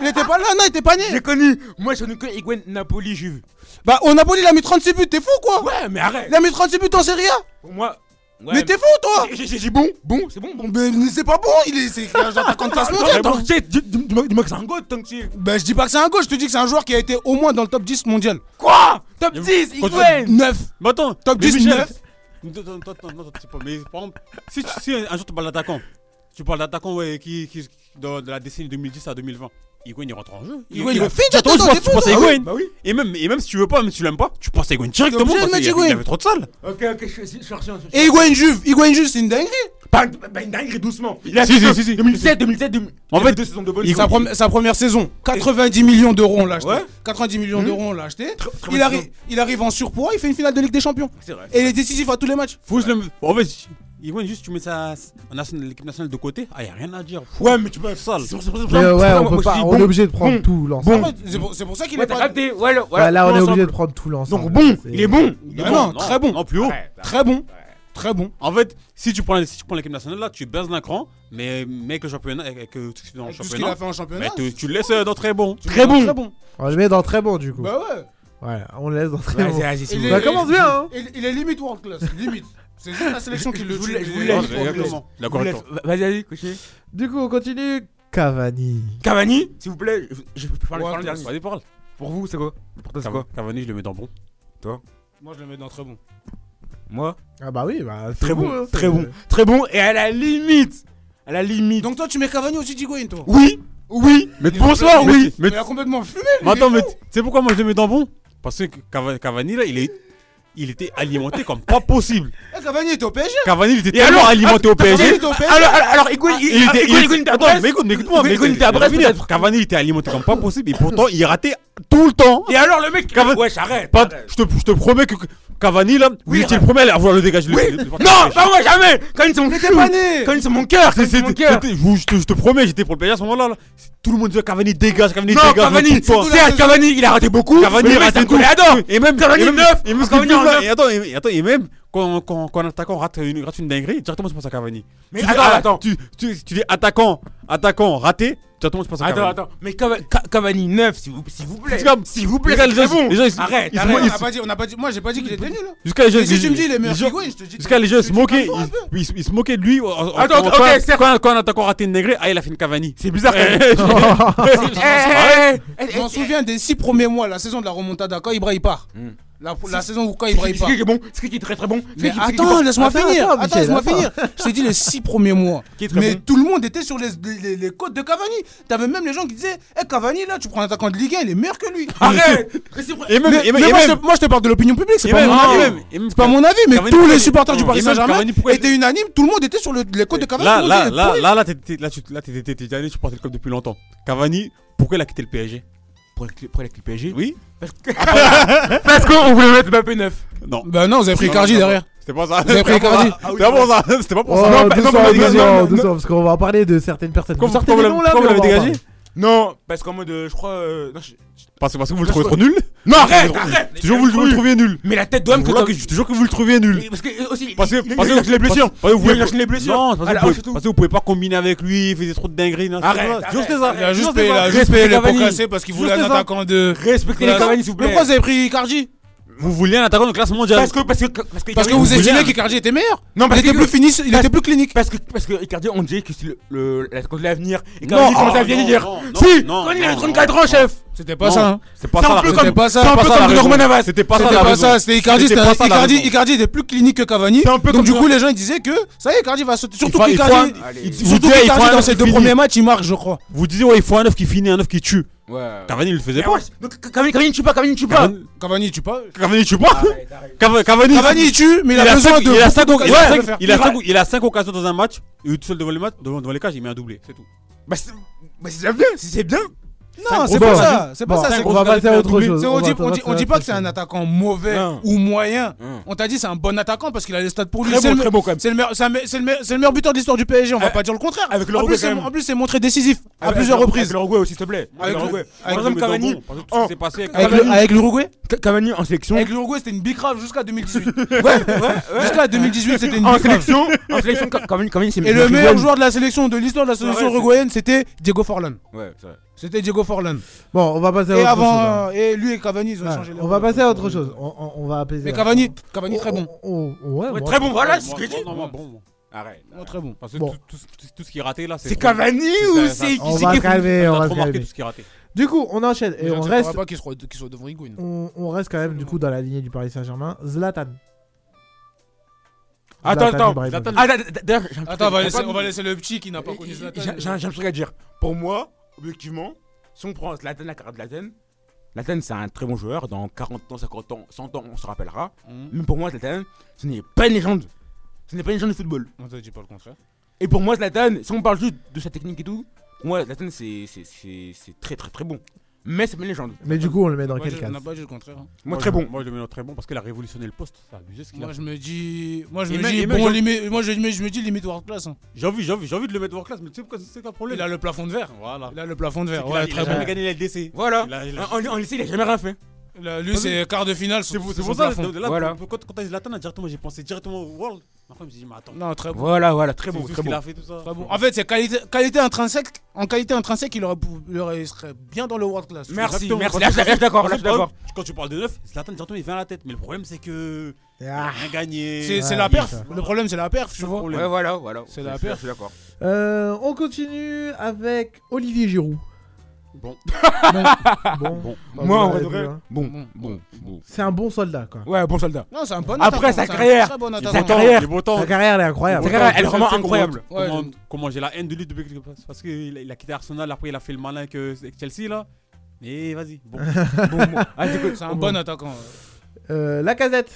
il était pas là, non, il était pas né. j'ai connu. Moi, j'ai connu que Higuain, Napoli, Juve. Bah, au Napoli, il a mis 36 buts, t'es fou quoi Ouais, mais arrête Il a mis 36 buts en Serie A Pour moi. Ouais, Mais t'es fou toi J'ai- J'ai j'ai bon, bon, c'est bon, bon. Mais mais c'est pas bon, il est. C'est un attaquant de classe mondiale, toi. Attends, tu sais, dis- dis- dis-moi dis-moi que c'est un goat, tant que c'est. Bah, je dis pas que c'est un gauche, je te dis que c'est un joueur qui a été au moins dans le top 10 mondial. Quoi Top 10, Quand tu- Higuain 9 Mais attends, Top mais 10, Michel, 9. Non, non, non, non, non, c'est pas- Mais par exemple, si, tu- si un jour tu parles d'attaquant, tu parles d'attaquant ouais, qui, qui de, de la décennie 2010 à 2020, Higuain il rentre en jeu. Higuain, il a fini, J'attends, attends, tu penses- t'es tu fou, penses à toi. Higuain. Bah oui. Et même, et même si tu veux pas, même si tu l'aimes pas, tu penses à Higuain directement obligé de parce qu'il y mettre avait- il y Higuain. avait trop de salles. Ok, ok, je suis- je suis je suis archi- je suis- Et Higuain Juve, Higuain Juve, c'est une dinguerie. Pas bah, une dinguerie doucement. Il Si, si, si, si. 2017, 2017, 2000. En il a fait, deux saisons de bonne. il- Sa, prom- sa première saison, 90 millions d'euros on l'a acheté. Ouais. 90 millions Mhm. d'euros on l'a acheté. très Il, bonne arrive, saison. il arrive en surpoids, il fait une finale de Ligue des Champions. C'est vrai. Et il est décisif à tous les matchs. Ah, Faut juste le. En fait, Higuain juste tu mets ça en national- l'équipe nationale de côté, ah y a rien à dire. Ouais, mais tu peux. Sale. C'est pour- c'est pour- c'est pour- Mais c'est euh, pour ouais, ça, on moi, peut je pas, dis on bon. est obligé de prendre bon, tout l'ensemble. Après, c'est pour, c'est pour ça qu'il Ouais, est t'as pas. capté, ouais, le- Ouais, voilà. Bah, là, on est l'ensemble. obligé de prendre tout l'ensemble. Donc bon, C'est- Il est bon. Il est Ah bon. non, très bon. Non, plus haut. Ouais, bah. Très bon. Très bon. En fait, si tu prends, si tu prends l'équipe nationale, là, tu baisses d'un cran, mais mec, le championnat, avec euh, tout ce qu'il fait dans le Avec Tout ce qu'il championnat, a fait en mais championnat. tu, tu le laisses euh, dans très bon. Très bon. Très bon. On le met dans très bon, du coup. Bah ouais. Ouais, on le laisse dans très Vas-y, bon. vas-y, c'est Il bon. est- Ça commence bien, hein. Il, il est limite world class. Limite. C'est juste la sélection qui le Je vous tue. laisse- je vous Il- laisse- il- je vous laisse- Exactement. D'accord avec toi. Vas-y, vas-y, coucher. Du coup, on continue. Cavani. Cavani, s'il vous plaît, je- je peux parler Ouais, parler attends, dernier. Vas-y, parle. Pour vous, c'est quoi Pour toi, c'est quoi Cavani, je le mets dans bon. Moi je le mets dans très bon. Moi Ah bah oui, bah, c'est Très vous, bon, hein, très c'est- bon, très bon, et à la limite À la limite Donc toi, tu mets Cavani aussi d'Higuain, toi. Oui Oui Mais bonsoir, oui. Mais, Il a complètement fumé. mais attends, mais tu sais pourquoi moi je le mets dans bon Parce que Cava- Cavani là, il est, il était alimenté comme pas possible. Eh, Cavani était au PSG. Cavani, il était tellement alimenté ah, au Cavani PSG. était au PSG. Alors, alors, alors, Higuain, Ah, il, Il était, Higuain, Higuain, il était était, à attends, Brest. mais écoute, mais écoute-moi, Higuain, mais écoute, il était à Brest, laisse-moi peut-être. finir. Cavani, il était alimenté comme pas possible, et pourtant, il ratait tout le temps. Et alors, le mec Cavani- Wesh, arrête Pas- arrête. je, te, je te promets que que Cavani là, vous Oui, étiez le premier à vouloir le dégager. le- Oui le- le- Non, pas moi, jamais Cavani, c'est mon chou pas né. Cavani, c'est mon cœur C'est- Cavani, c'est- c'est mon cœur c'était- Je vous- je te je te promets, j'étais pour le PSG à ce moment-là. là. C'est- Tout le monde disait Cavani dégage, Cavani Non, dégage. Cavani tout le temps. c'est- Certes, Cavani, il a raté beaucoup Cavani, il a raté tout. adore Et même Cavani, et même- neuf. et même ce Cavani, qu'il fout, là, neuf. et attends, et, et attends, et même quand, quand, quand un attaquant rate une, rate une dinguerie, directement tu penses à Cavani. Mais Tu dis, attends, ah, attends. Tu, tu, tu dis attaquant, attaquant raté, Directement, je pense à Attends, Cavani. attends. Mais Cava- Ca- Cavani 9, s'il vous, s'il vous plaît. Jusqu'à- S'il vous plaît, Regarde, les c'est gens- bon. les gens, ils- arrête, ils- arrête. ils- On n'a pas dit- on n'a pas dit- Moi, j'ai pas dit qu'il était nul. hein. Jusqu'à les gens. Mais si ils- tu me dis, les les meilleurs gens- frigos, je te dis. Jusqu'à les gens se moquaient. un ils- ils- Ils se- ils se moquaient de lui. en- en- Attends, en- ok, quand- certes. Quand quand on a encore raté une négrée, ah, il a fait une Cavani. C'est bizarre. quand même. Eh, eh, eh, eh, Je m'en souviens des six premiers mois, la saison de la remontada, quand Ibra il part. La, Hmm. la saison où quand Ibra il C'est part. qui est bon, c'est qui est très très bon. c'est Mais qui- c'est qui est attends, bon. laisse-moi Attends, finir. attends, Attends, Michel, laisse-moi attends. finir. Je te dis les six premiers mois. Qui est très Mais bon. tout le monde était sur les, les, les- les côtes de Cavani. T'avais même les gens qui disaient Eh Cavani, là, tu prends un attaquant de Ligue 1, il est meilleur que lui. Ah, Arrête. Mais c'est vrai. Et même, Mais, et même, mais et moi, je même- te, moi, je te parle de l'opinion publique, c'est et pas même, mon et avis. même, et même- C'est pas mon avis, mais Cavani, tous pourquoi- les supporters du Et Paris même Saint-Germain Cavani, pourquoi- étaient unanimes, tout le monde était sur le- les côtes de Cavani. Là, tout le là, monde disait, là, pourquoi- là, là, t'es- t'es- là, tu, là, t'es, t'es, t'es dernier, tu portais le club depuis longtemps. Cavani, pourquoi il a quitté le PSG Pour le- pour le clip PSG. Oui Parce qu'on voulait mettre Mbappé 9. Non, Bah non, vous avez pris Cardi derrière. c'était pas ça. Vous avez pris Icardi. C'était pas pour ça. C'était pas pour Oh, ça. Non, pas- doucement, non, mais- doucement, non, non, doucement, parce qu'on va parler de certaines personnes. Pourquoi- sortez pourquoi les vous noms, l'avez- là, pourquoi mais vous on l'avez va en dégagé Non, parce qu'en mode, euh, je crois. euh, non, je- Parce, parce que vous le Parce trouvez que- trop nul Non, arrête, arrête. Toujours vous, le- vous le trouviez nul Mais la tête d'homme que Voilà t'as- que je- Toujours que vous le trouviez nul Et Parce que euh, aussi. Parce que il- il- parce il- que- il- les blessures. parce- parce que vous Oui, il pouvez- lâche les blessures. Non, parce À que la vous hache pouvez- et tout. parce que vous pouvez pas combiner avec lui, il faisait trop de dingueries. non, c'est Arrête, pas ça. Juste arrête, ça. arrête. Il a juste Juste payé, il ça. a Juste juste payé les pots Cavani. cassés parce qu'il Juste voulait un ça. attaquant de. Respectez les Cavani, s'il vous Mais plaît. pourquoi vous avez pris Cardi Vous vouliez un attaquant de classe mondiale. Parce que. Parce que. Parce que. Parce que Icardi- vous estimez voulez- qu'Icardi était meilleur Non, Il parce était que. plus fini, il était plus clinique. Parce que, parce que Icardi, on dit que c'est le, le, la- quand l'avenir. Icardi Non, commence ah, à non, vieillir. non, non, Si non, Quand il a non, 34 ans, chef C'était pas Non. ça. hein. C'est pas C'est ça un la peu raison. C'était comme- pas ça. C'est un pas peu ça la comme raison. Norman Navas. C'était pas ça C'était la pas raison. ça, c'était Icardi, C'était pas c'était- ça la Icardi, raison. Icardi était plus clinique que Cavani. C'est un peu Donc comme du ça. coup les gens ils disaient que ça y est Icardi va sauter surtout faut- il faut un- qu'Icardi Allez. Il- surtout vous dites, qu'Icardi il faut un dans neuf ses qui deux finit. premiers matchs il marque je crois. Vous disiez, ouais, il faut un 9 qui finit, un 9 qui tue. Ouais. Cavani, il le faisait Mais pas. ouais, donc Cavani, Cavani, tu pas, Cavani, tu pas. Cavani- Cavani tu pas Cavani, il tue pas Cava- Cavani, Cavani il tue mais il il a a besoin cinq- de il a cinq beaucoup oc- de il occasions a pour le cinq- faire. il a cinq- il a 5 occasions dans un match, il est tout seul devant les, matchs, devant, devant les cages, il met un doublé, c'est tout. Bah c'est bah, c'est déjà bien, si c'est bien. Non, c'est Bon, pas ça, c'est pas Bon, ça, c'est on va passer à autre chose. C'est- on, va- dit, on, va dit, passer on à dit autre pas que c'est chose. un attaquant mauvais Non. ou moyen. Non. On t'a dit c'est un bon attaquant parce qu'il a les stats pour lui. Très C'est bon, le- très bon, quand même. C'est le, meilleur- c'est un me- c'est le meilleur- c'est le meilleur buteur de l'histoire du PSG. On va Avec- pas dire le contraire. avec en l'Uruguay, plus, quand c'est- même. en plus, c'est montré décisif à Avec- plusieurs avec- reprises. Avec l'Uruguay aussi, s'il te plaît. Avec le- l'Uruguay. avec Par exemple, Mais Cavani, bon, parce que tout ce qui en- s'est passé avec Avec Cavani- le- avec l'Uruguay Ca- Cavani en sélection. Avec l'Uruguay, c'était une bicrave jusqu'à 2018. ouais, ouais. Jusqu'à 2018, c'était une En bicrave. sélection, en sélection, Ca- Cavani, Cavani, c'est Et le meilleur joueur de la sélection de l'histoire de la Ouais, sélection c'est- uruguayenne, c'était Diego Forlan. Ouais, c'est vrai. C'était Diego Forlan. Bon, on va passer à Et autre chose. avant, et lui et Cavani, ils ont Ouais, changé. leur- On va passer à autre chose. On, on- on va apaiser. Mais la- Cavani, Cavani Oh, très bon. oh, oh, ouais, Ouais, bon, très bon, voilà, c'est ce Moi, que je dis. moi, moi, bon, moi. Arrête. Non, Très bon. Parce que Bon. tout, tout- tout- tout ce qui est raté là, c'est. C'est trop- Cavani ou c'est- ça- c'est ça- On c'est va qui est- se calmer, ça on a va trop se marqué calmer. tout ce qui est raté. Du coup, on enchaîne et Mais on j'accepterai reste, pas qu'il soit, qu'il soit devant Higuain. on, on reste quand même du coup dans la lignée du Paris Saint-Germain. Zlatan. Attends, Zlatan attends, Ibrahimovic. Ah, d'a- d'a- d'ailleurs, j'ai un Attends, on va, truc- laisser, on va laisser le petit qui n'a pas Et- connu et- Zlatan. J'ai j'ai un j'ai un truc à dire. Pour moi, objectivement, si on prend Zlatan, la carrière de Zlatan, Zlatan c'est un très bon joueur. Dans 40 ans, 50 ans, 100 ans, on se rappellera. Hum. Mais pour moi, Zlatan, ce n'est pas une légende. Ce n'est pas une légende de football. On t'a dit pas le contraire. Et pour moi, Zlatan, si on parle juste de sa technique et tout, pour moi, Zlatan c'est c'est- c'est- c'est très très très bon. Mais c'est pas une légende. Mais du coup, on le met dans Moi, quel je- cas on n'a pas dit le contraire. hein. Moi, très je- bon. Moi, je le mets dans très bon parce qu'il a révolutionné le poste. C'est abusé ce qu'il a. Moi, je me dis. Moi, je Et me même- dis. et même, Bon, je- limite- moi, je me je me dis limite world class. hein. J'ai envie, j'ai envie, j'ai envie de le mettre hors classe, mais tu sais pourquoi c'est c'est quoi le problème Il a le plafond de verre. Voilà. Il a le plafond de verre. Il a- Ouais, il a très jamais bon. gagné la LDC. Voilà. Il a- il a- En, en, en lycée, il a jamais rien fait. Là, Lui, c'est quart de finale. Ah, C'est sur- pour, c'est sur pour son ça, plafond. de- là, Voilà. pour- quand, quand t'as dit Zlatan, là, directement, j'ai pensé directement au World. Ma femme, j'ai dit, mais attends, Non, très bon. Voilà, voilà, très c'est bon, tout très ce qu'il bon. a fait, tout ça. Très bon. En fait, c'est qualité, qualité intrinsèque. En qualité intrinsèque, il aurait, pou- il aurait- il serait bien dans le world class. Merci, Exactement. merci. Quand Là, tu- je là, je suis d'accord, là, Parce Ah, que je suis d'accord. par exemple, Quand tu parles de 9, Zlatan, directement, il vient à la tête. Mais le problème, c'est que. il a Ah. Rien gagné. C'est c'est Ouais, la perf. putain. Le problème, c'est la perf, tu vois. problème. Ouais, voilà, voilà. C'est la Je suis- paire. Je suis d'accord. Euh, On continue avec Olivier Giroud. Bon. bon. Bah, Moi, vous en vrai, l'avez de vrai, vu, hein. bon, bon, bon. C'est un bon soldat quoi. Ouais, bon soldat. Non, c'est un bon Après, attaquant, sa c'est un carrière, très bon sa attaquant. carrière, Derrière. Et pourtant. Sa carrière elle est incroyable. Sa carrière, Bah, elle est vraiment Comment- incroyable. Comment, Ouais. comment j'ai la haine de lui depuis que- parce qu'il il a quitté Arsenal, après il a fait le malin que avec Chelsea là. Mais vas-y, bon. Ah, C'est un bon attaquant. ouais. Euh, la casette.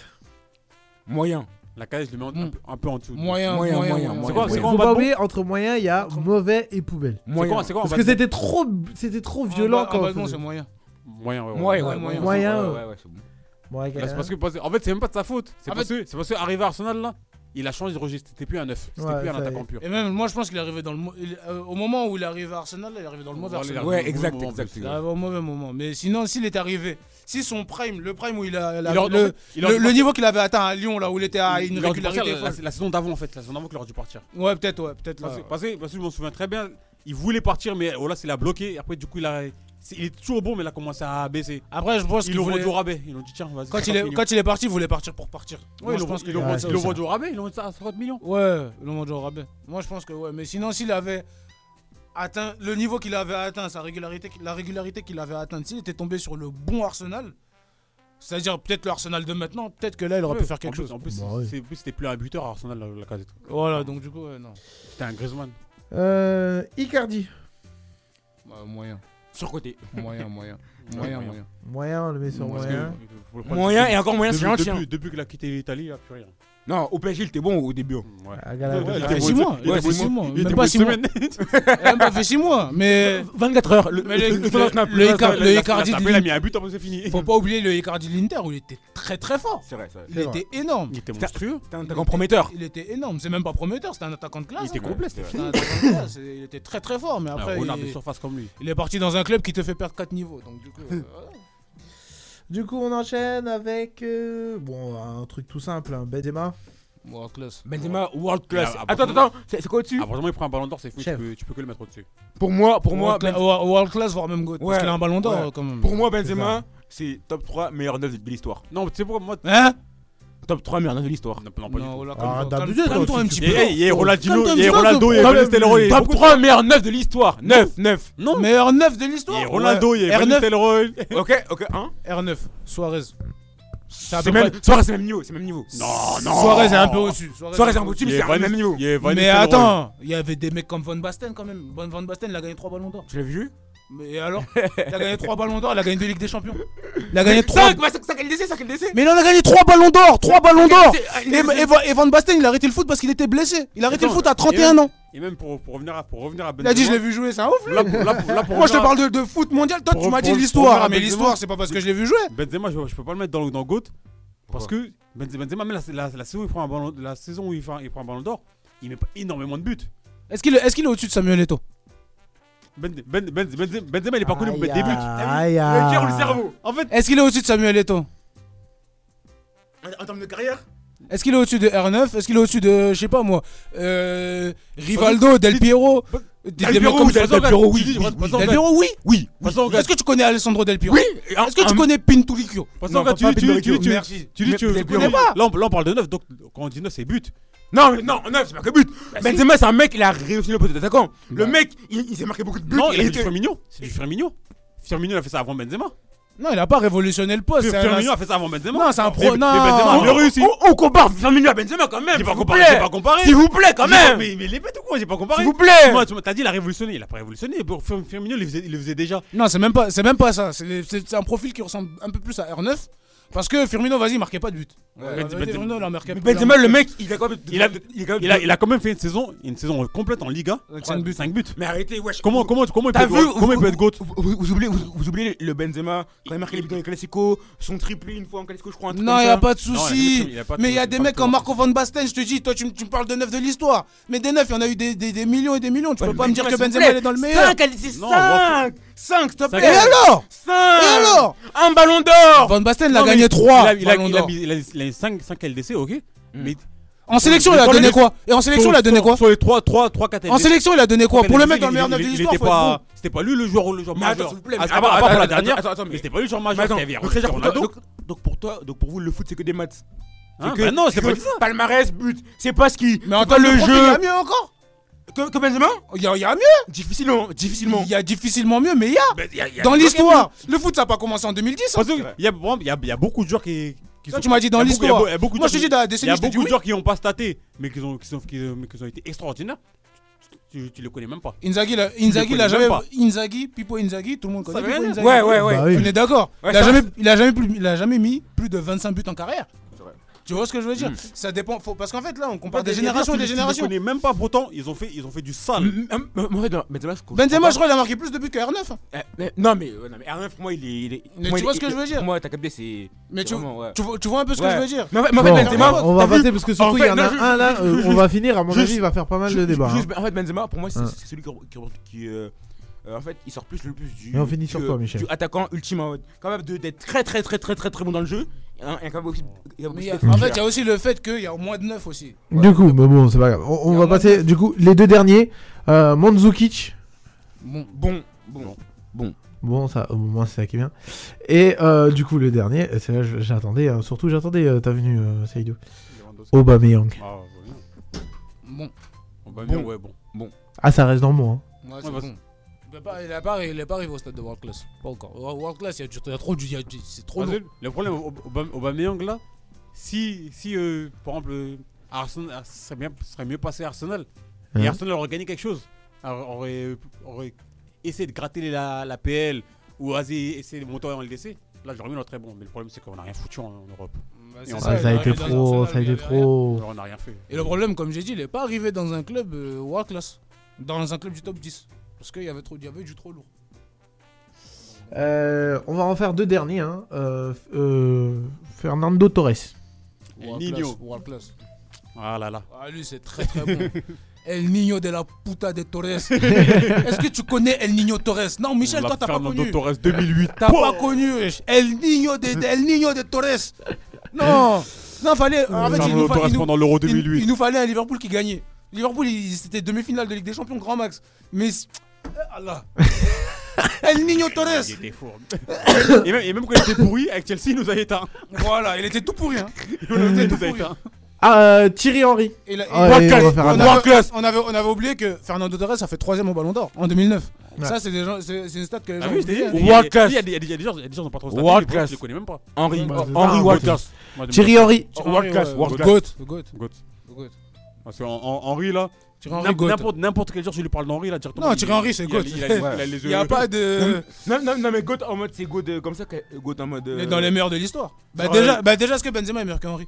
Moyen. La cage, je le mets un, Mm. peu- un peu en dessous. Moyen, Moyen, moyen, moyen, moyen. moyen. C'est quoi, c'est Faut quoi en pas bas de bon oublier entre moyens il y a mauvais et poubelle. C'est Moyen. quoi, c'est quoi en Parce bas que de c'était trop, c'était trop Ah, violent bah, quand. ah, on bah, non, faisait. c'est moyen. bon Moyen, ouais. ouais. Moyen, ouais, Ouais, moyen. moyen, Ouais, ouais. ouais, ouais, c'est bon. Bon, la Là, c'est carrière. parce que, parce que- en fait, c'est même pas de sa faute. C'est En parce que, c'est parce que arrivé à Arsenal là, il a changé de registre. C'était plus un 9, c'était Ouais, plus un ça y est. attaquant pur. Et même, moi, je pense qu'il est arrivé dans le. mo- il- euh, au moment où il est arrivé à Arsenal, il est arrivé dans le mauvais Voilà, il est Arsenal. arrivé Ouais, au mauvais exact, moment, exact, monsieur. Il est arrivé au mauvais moment. Mais sinon, s'il est arrivé, si son prime, le prime où il a. la- Il aurait- le, il aurait dû le- le partir- niveau qu'il avait atteint à Lyon, là, où il était à une il aurait dû partir régularité. la, folle. la- la saison d'avant en fait, la saison d'avant qu'il aurait dû partir. Ouais, peut-être, ouais, peut-être. là. Parce, que- parce que, parce que je m'en souviens très bien, Il voulait partir, mais Olas, il a bloqué. Et après, du coup, il a. c'est- Il est toujours bon, mais il a commencé à baisser. Après, je pense Ils qu'il l'ont voulait... vendu au rabais. Ils ont dit, tiens, vas-y. quand, 50 il est, millions. quand il est parti, il voulait partir pour partir. Ouais, Moi, ils je l'ont- pense ils qu'il l'ont aurait vendu dit ils l'ont ça. vendu au rabais. Ils l'ont vendu ça à 50 millions. Ouais, le monde au rabais. Moi, je pense que ouais. Mais sinon, s'il avait atteint le niveau qu'il avait atteint, sa régularité, la régularité qu'il avait atteinte, s'il était tombé sur le bon Arsenal, c'est-à-dire peut-être le Arsenal de maintenant, peut-être que là, il aurait Ouais, pu faire en quelque plus- chose. En plus, Bah ouais. c'est- en plus, c'était plus un buteur à Arsenal, la, la casette. Voilà, donc du coup, ouais, non. C'était un Griezmann. Euh, Icardi. Bah, moyen, Surcoté. moyen, moyen, moyen, moyen. Moyen, le met sur Parce moyen. que, euh, faut le prendre- Moyen et encore moyen, depuis, c'est gentil. hein. depuis, depuis qu'il a quitté l'Italie, il a plus rien. Non, au PSG, il était bon au début. hein. Ouais. Ah, Galabru. Ouais, il Il était fait bon 6 une- Bah, mois, il il a était fait bon 6 une- mois, il était même bon pas une 6 mois. semaine. Il a même pas fait 6 mois, mais 24 heures. Le, Mais le- le- le- temps d'un snap. le Icardi- le Icardi Après, il de a Lille. mis un but, après, c'est fini. faut pas oublier le Icardi de l'Inter où il était très très fort. C'est vrai, c'est vrai. Il C'est vrai. était énorme. Il était monstrueux. C'était un attaquant prometteur. Il était énorme, c'est même pas prometteur, c'était un attaquant de classe. Il était hein. complet, Ah, c'était Ouais. fini. C'était un attaquant de classe, et Il était très très fort, mais Un après. renard de il... surface comme lui. il est parti dans un club qui te fait perdre 4 niveaux. Donc du coup. euh, voilà. Du coup, on enchaîne avec. euh, bon, un truc tout simple, hein, Benzema. Bon, classe. Benzema, world class. Mais, ah, Attends, pourquoi- attends, c'est c'est quoi au-dessus Ah, franchement, il prend un ballon d'or, c'est fou. Tu Chef. peux, tu peux que le mettre au-dessus. Pour moi, pour Pour moi, moi, cla- Ben- wa- world class, voire même GOAT. Ouais. Parce qu'il a un ballon d'or Ouais. euh, quand même. pour moi Benzema, c'est top 3 meilleur neuf de l'histoire. Non, mais tu sais pourquoi moi. Hein Top 3 meilleur neuf de l'histoire. Non, non, pas Non, du voilà, Arrête calme- d'abuser, calme- toi, calme-toi tu- un tout. petit Et peu. hey, il y a Calme-toi Ronaldinho, un il y petit a peu, Ronaldo, il y a Claude. Van Nistelrooy. il y a Top beaucoup de- 3 meilleur neuf de l'histoire. 9, 9. Non, meilleur 9 de l'histoire. Il y a Ronaldo, il y a Van R9, Nistelrooy. Ok, ok, 1. R9, Suarez. à C'est peu même, près- Suarez, c'est même niveau, c'est même niveau. Non, non. Suarez est un peu au-dessus. Suarez est un peu au-dessus, Il mais y a c'est Van- au même niveau. il y a Van Mais Nistelrooy. attends, il y avait des mecs comme Van Basten quand même. Van Van Basten, il a gagné 3 ballons d'or. Tu l'as vu Mais et alors Il a gagné 3 ballons d'or, il a gagné 2 Ligues des Champions. Il a gagné 3. 5, 5, 5 LDC, 5 LDC. Mais il en a gagné 3 ballons d'or 3 ballons d'or et, mais- et Van- et Van Basten, il a arrêté le foot parce qu'il était blessé. Il a arrêté Attends, le foot à et 31 même- ans. Et même pour, pour, revenir à, pour revenir à Il Benzema. a dit Je l'ai vu jouer, c'est un ouf lui. Là, pour, là, pour, là, pour Moi je te revenir à- parle de, de foot mondial, toi Pour- tu m'as pour- dit pour- l'histoire. pour- Ah, mais pour- l'histoire, c'est pas parce que je l'ai vu jouer. Benzema, je, je peux pas le mettre dans le, dans le GOAT. Parce que Benzema, Benzema, même la, la, la saison où il prend un ballon, la saison où il prend, il prend un ballon d'or, il met pas énormément de buts. Est-ce qu'il est, est-ce qu'il est au-dessus de Samuel Eto'o Ben, Ben- Ben- Benzema, Benzema, il est pas connu pour mettre des buts. T'as vu Aïe, Le cœur ou le aïe. cerveau En fait, Est-ce qu'il est au-dessus de Samuel Eto'o En- En termes de carrière Est-ce qu'il est au-dessus de R9 Est-ce qu'il est au-dessus de, je sais pas moi, euh, Rivaldo, Del Bah, Piero des- des mecs Piero, comme oui, ça. Del Piero, oui, oui, Parce Del Piero, oui Oui. Est-ce que tu connais Alessandro Del Piero Oui Est-ce Ah, que tu connais Pintulicchio qu'en fait, tu dis, tu dis, tu dis, tu dis, Merci. tu dis, Mais- tu mais- connais mais- pas. Là, on, là, on parle de 9, donc quand on dit 9, c'est but. Non, mais non, non, c'est pas que but. Bah, Benzema, c'est un mec, il a réussi le poste d'attaquant. Le mec, il, il s'est marqué beaucoup de buts. Non, il a fait du était- Firmino. C'est du Firmino. Firmino, il a fait ça avant Benzema. Non, il a pas révolutionné le poste. c'est un- Firmino a fait ça avant Benzema. Non, c'est un Mais- pro. mais Non, Oh, Benzema, il a non, réussi. On, on compare Firmino à Benzema quand même. J'ai s'il pas vous comparé, plaît. j'ai pas comparé. S'il vous plaît, quand J'ai pas- même. Mais mais il est bête ou quoi J'ai pas comparé. S'il vous plaît. Moi, tu m'as- t'as dit, il a révolutionné. Il a pas révolutionné. Bon, Fir- Firmino, il le faisait- il le faisait déjà. non, c'est même pas, c'est même pas ça. C'est c'est- c'est un profil qui ressemble un peu plus à R9 parce que Firmino, vas-y, il marquait pas de but. Ouais, Benzema- Firmino, il en marquait Mais plus. Benzema, le mec, il a quand même. Il a- il a quand même- Il a, il a quand même fait une saison, une saison complète en Liga. Avec cinq buts. 5 buts. Mais arrêtez, wesh. Comment, comment, comment, il, peut T'as être, vu comment il peut être GOAT Vous, vous- vous oubliez, vous, vous oubliez le Benzema quand il a marqué les buts dans les Classico, son triplé une fois en Classico, je crois. Un truc Non, comme il a ça. pas de Non, souci. il a pas de- mais il y il a a pas des de mecs tour. comme Marco Van Basten, je te dis, toi tu, me- tu me parles de neuf de l'histoire. Mais des neuf, il y en a eu des, des, des millions et des millions. Tu Ouais, peux pas mais me dire que s'il vous Benzema plaît, il est dans le meilleur. 5 c'est Non, 5 5 s'il te Et plaît alors 5 Et alors Un ballon d'or Van Basten Non, l'a mais gagné 3 Il a, il a, il a, mis- il a, 5, LDC, ok. Mais En sélection, il a Dans donné les- quoi Et en Hmm. sélection, il a donné sur- quoi Sur les 3, 3, 3, 4 LDC. En sélection, il a donné quoi Sur Pour le LDC, mettre dans le il- meilleur il- neuf de il l'histoire, était faut être pas- bon. C'était pas lui le joueur le joueur Mais attends, majeur. Ah, s'il vous plaît, À mais part- à attends, part la attends, dernière. attends, attends, mais- Mais c'était pas lui le joueur Mais majeur. attends, Il y avait donc, c'est-à-dire pour toi- Ronaldo. donc- donc pour toi, donc pour vous le foot c'est que des maths. Hein, que- Bah non, c'est que pas dit ça. Palmarès, but, c'est pas ce qui. Mais en c'est pas termes de le profil, Il y a jeu. mieux encore Que, que Benzema Il y a, il y a mieux Difficilement, difficilement. Il y a difficilement mieux, mais il y a Ben, il y a- il y a- Dans l'histoire Le foot, ça n'a pas commencé en 2010. hein. Parce que il y a- par exemple, il y a- il y a beaucoup de joueurs qui. qui Toi, sont- tu m'as dit dans il y a beaucoup- il y a l'histoire. beau- il y a beaucoup de Moi, je te joueurs- dis dans la Il y décennie, a je te dis beaucoup de oui. joueurs qui n'ont pas staté, mais qui ont, qui sont, qui, mais qui ont été extraordinaires. Tu, tu, tu les connais même pas. Inzaghi, il a- Tu Inzaghi, les il a connais jamais. même Inzaghi, Pipo Inzaghi, tout le monde Ça connaît veut Pipo rien dire. Inzaghi. Ouais, ouais, ouais. Bah On oui. est d'accord. Ouais, il, a ça- jamais, il, a jamais plus- il a jamais mis plus de 25 buts en carrière. Tu vois ce que je veux dire Ça dépend. faut- parce qu'en fait, là, on compare des générations et des générations. Je connais même pas, pourtant, ils ont fait, ils ont fait du sale. M- m- m- en fait, non, Benzema, je comprends Benzema, pas. je crois, il a marqué plus de buts que R9. hein. Eh, mais- Non, mais ouais, non, mais R9, pour moi, il est. il est- pour Mais moi, tu il vois est- ce que je veux dire Pour moi, t'as capté, c'est. Mais tu, Vraiment, ouais. tu, vois, tu vois un peu ce Ouais. que je veux dire Mais en fait, mais en fait, Bon, Benzema. on va t'as vu passer parce que En surtout il fait, y en non, a je- un là, je- euh, je- on va finir, à mon je- avis il va faire pas mal de Ju- débats. ju- hein. juste, En fait, Benzema, pour moi, c'est Ouais. c'est celui qui, re- qui re- qui, euh, euh, en fait, il sort plus le plus du. Et on finit sur du, toi, euh, Michel. Du attaquant ultime, en mode, capable de- d'être très, très, très, très, très, très bon dans le jeu. Et un- et capable aussi. et capable aussi Mais il y a- d'être En un fait, il y tueur. a aussi le fait qu'il y a au moins de 9 aussi. Du coup, mais bon, c'est pas grave. On, on Il y a va moins de passer, du coup, les deux derniers. Euh, Mandzukic, Bon, bon, bon. Bon, ça, au moins, c'est ça qui est bien. Et euh, du coup, le dernier, c'est là je- j'attendais, hein, surtout j'attendais euh, ta venue, euh, Saïdou. Aubameyang. Ah, ouais, Bon. bon. Bah, bien, Bon. ouais, bon. Ah, ça reste dans moi. hein. Ouais, Ouais, c'est bah, bon. Il est pas- il est pas il est pas arrivé au stade de World Class. Pas encore. World World Class, il y a du- il y a trop du. il y a du- C'est trop long. Parce que Le problème au- au- Aubame- Aubameyang là, si, si euh, par exemple euh, Arsenal Ars- serait, bien, serait mieux passé à Arsenal, Hein et Arsenal aurait gagné quelque chose, Alors, aurait, euh, aurait essayé de gratter la, la PL ou essayer essayer de monter en LDC, là j'aurais mis notre très bon. Mais le problème c'est qu'on n'a rien foutu en, en Europe. Bah, Et c'est on- Ah, Ouais, ça a il été est arrivé dans trop, Arsenal, ça a il été avait rien. trop. Alors, on n'a rien fait. Et le problème, comme j'ai dit, il est pas arrivé dans un club euh, World Class. Dans un club du top 10. Parce qu'il y avait trop- il y avait du trop lourd. Euh, on va en faire deux derniers. hein. Euh, f- euh, Fernando Torres. El World Niño. Class, World Class. Ah là là. Ah, lui, c'est très très bon. El Niño de la puta de Torres. Est-ce que tu connais El Niño Torres Non, Michel, La toi, t'as pas Fernando connu. Torres 2008. T'as pas connu wesh. El Niño de, de- El Niño de Torres. Non, non, fallait. En fait, il Fernando nous, fa- Torres il nous- pendant l'Euro il- 2008. il nous fallait un Liverpool qui gagnait. Liverpool, il- c'était demi-finale de Ligue des Champions, grand max. Mais c- Eh, Allah. El Niño Torres. Il était fourbe. et, même, et même quand il était pourri, avec Chelsea, il nous a éteint. Voilà, il était tout pourri. Hein. Il nous était tout a pourri. éteint. Ah, euh, Thierry Henry. Il a- Ah, il- allez, on va faire on, un- avait, on, avait, on avait oublié que Fernando Torres a fait troisième au Ballon d'Or en 2009. Ouais. Ça, c'est des gens- c'est c'est une stat que les gens. Ah oui, je t'ai dit, oublient. il y a- World class. Il y a des- il y a des- il y a des gens qui n'ont pas trop statué, World mais class. Je les connais même pas. Ah, Henri, Bah, c'est Henri ça, Waters. Moi, de Thierry Henry. Thierry World Henry, class, ouais, world ouais. class. Goat, Goat, Goat. Goat. Parce qu'en en- Henri là, Thierry Henry, n'im- Goat. n'importe n'importe quel jour je lui parle d'Henri là directement. Non, il- Thierry Henry, c'est il a- goat. Il a- il a- il a les Il n'y a yeux- pas de. Non, non, non, mais Goat en mode, c'est Goat euh, comme ça, que- Goat en mode. Il euh, est dans les meilleurs de l'histoire. Bah, Genre, déjà, euh, bah déjà, est-ce que Benzema est meilleur qu'Henri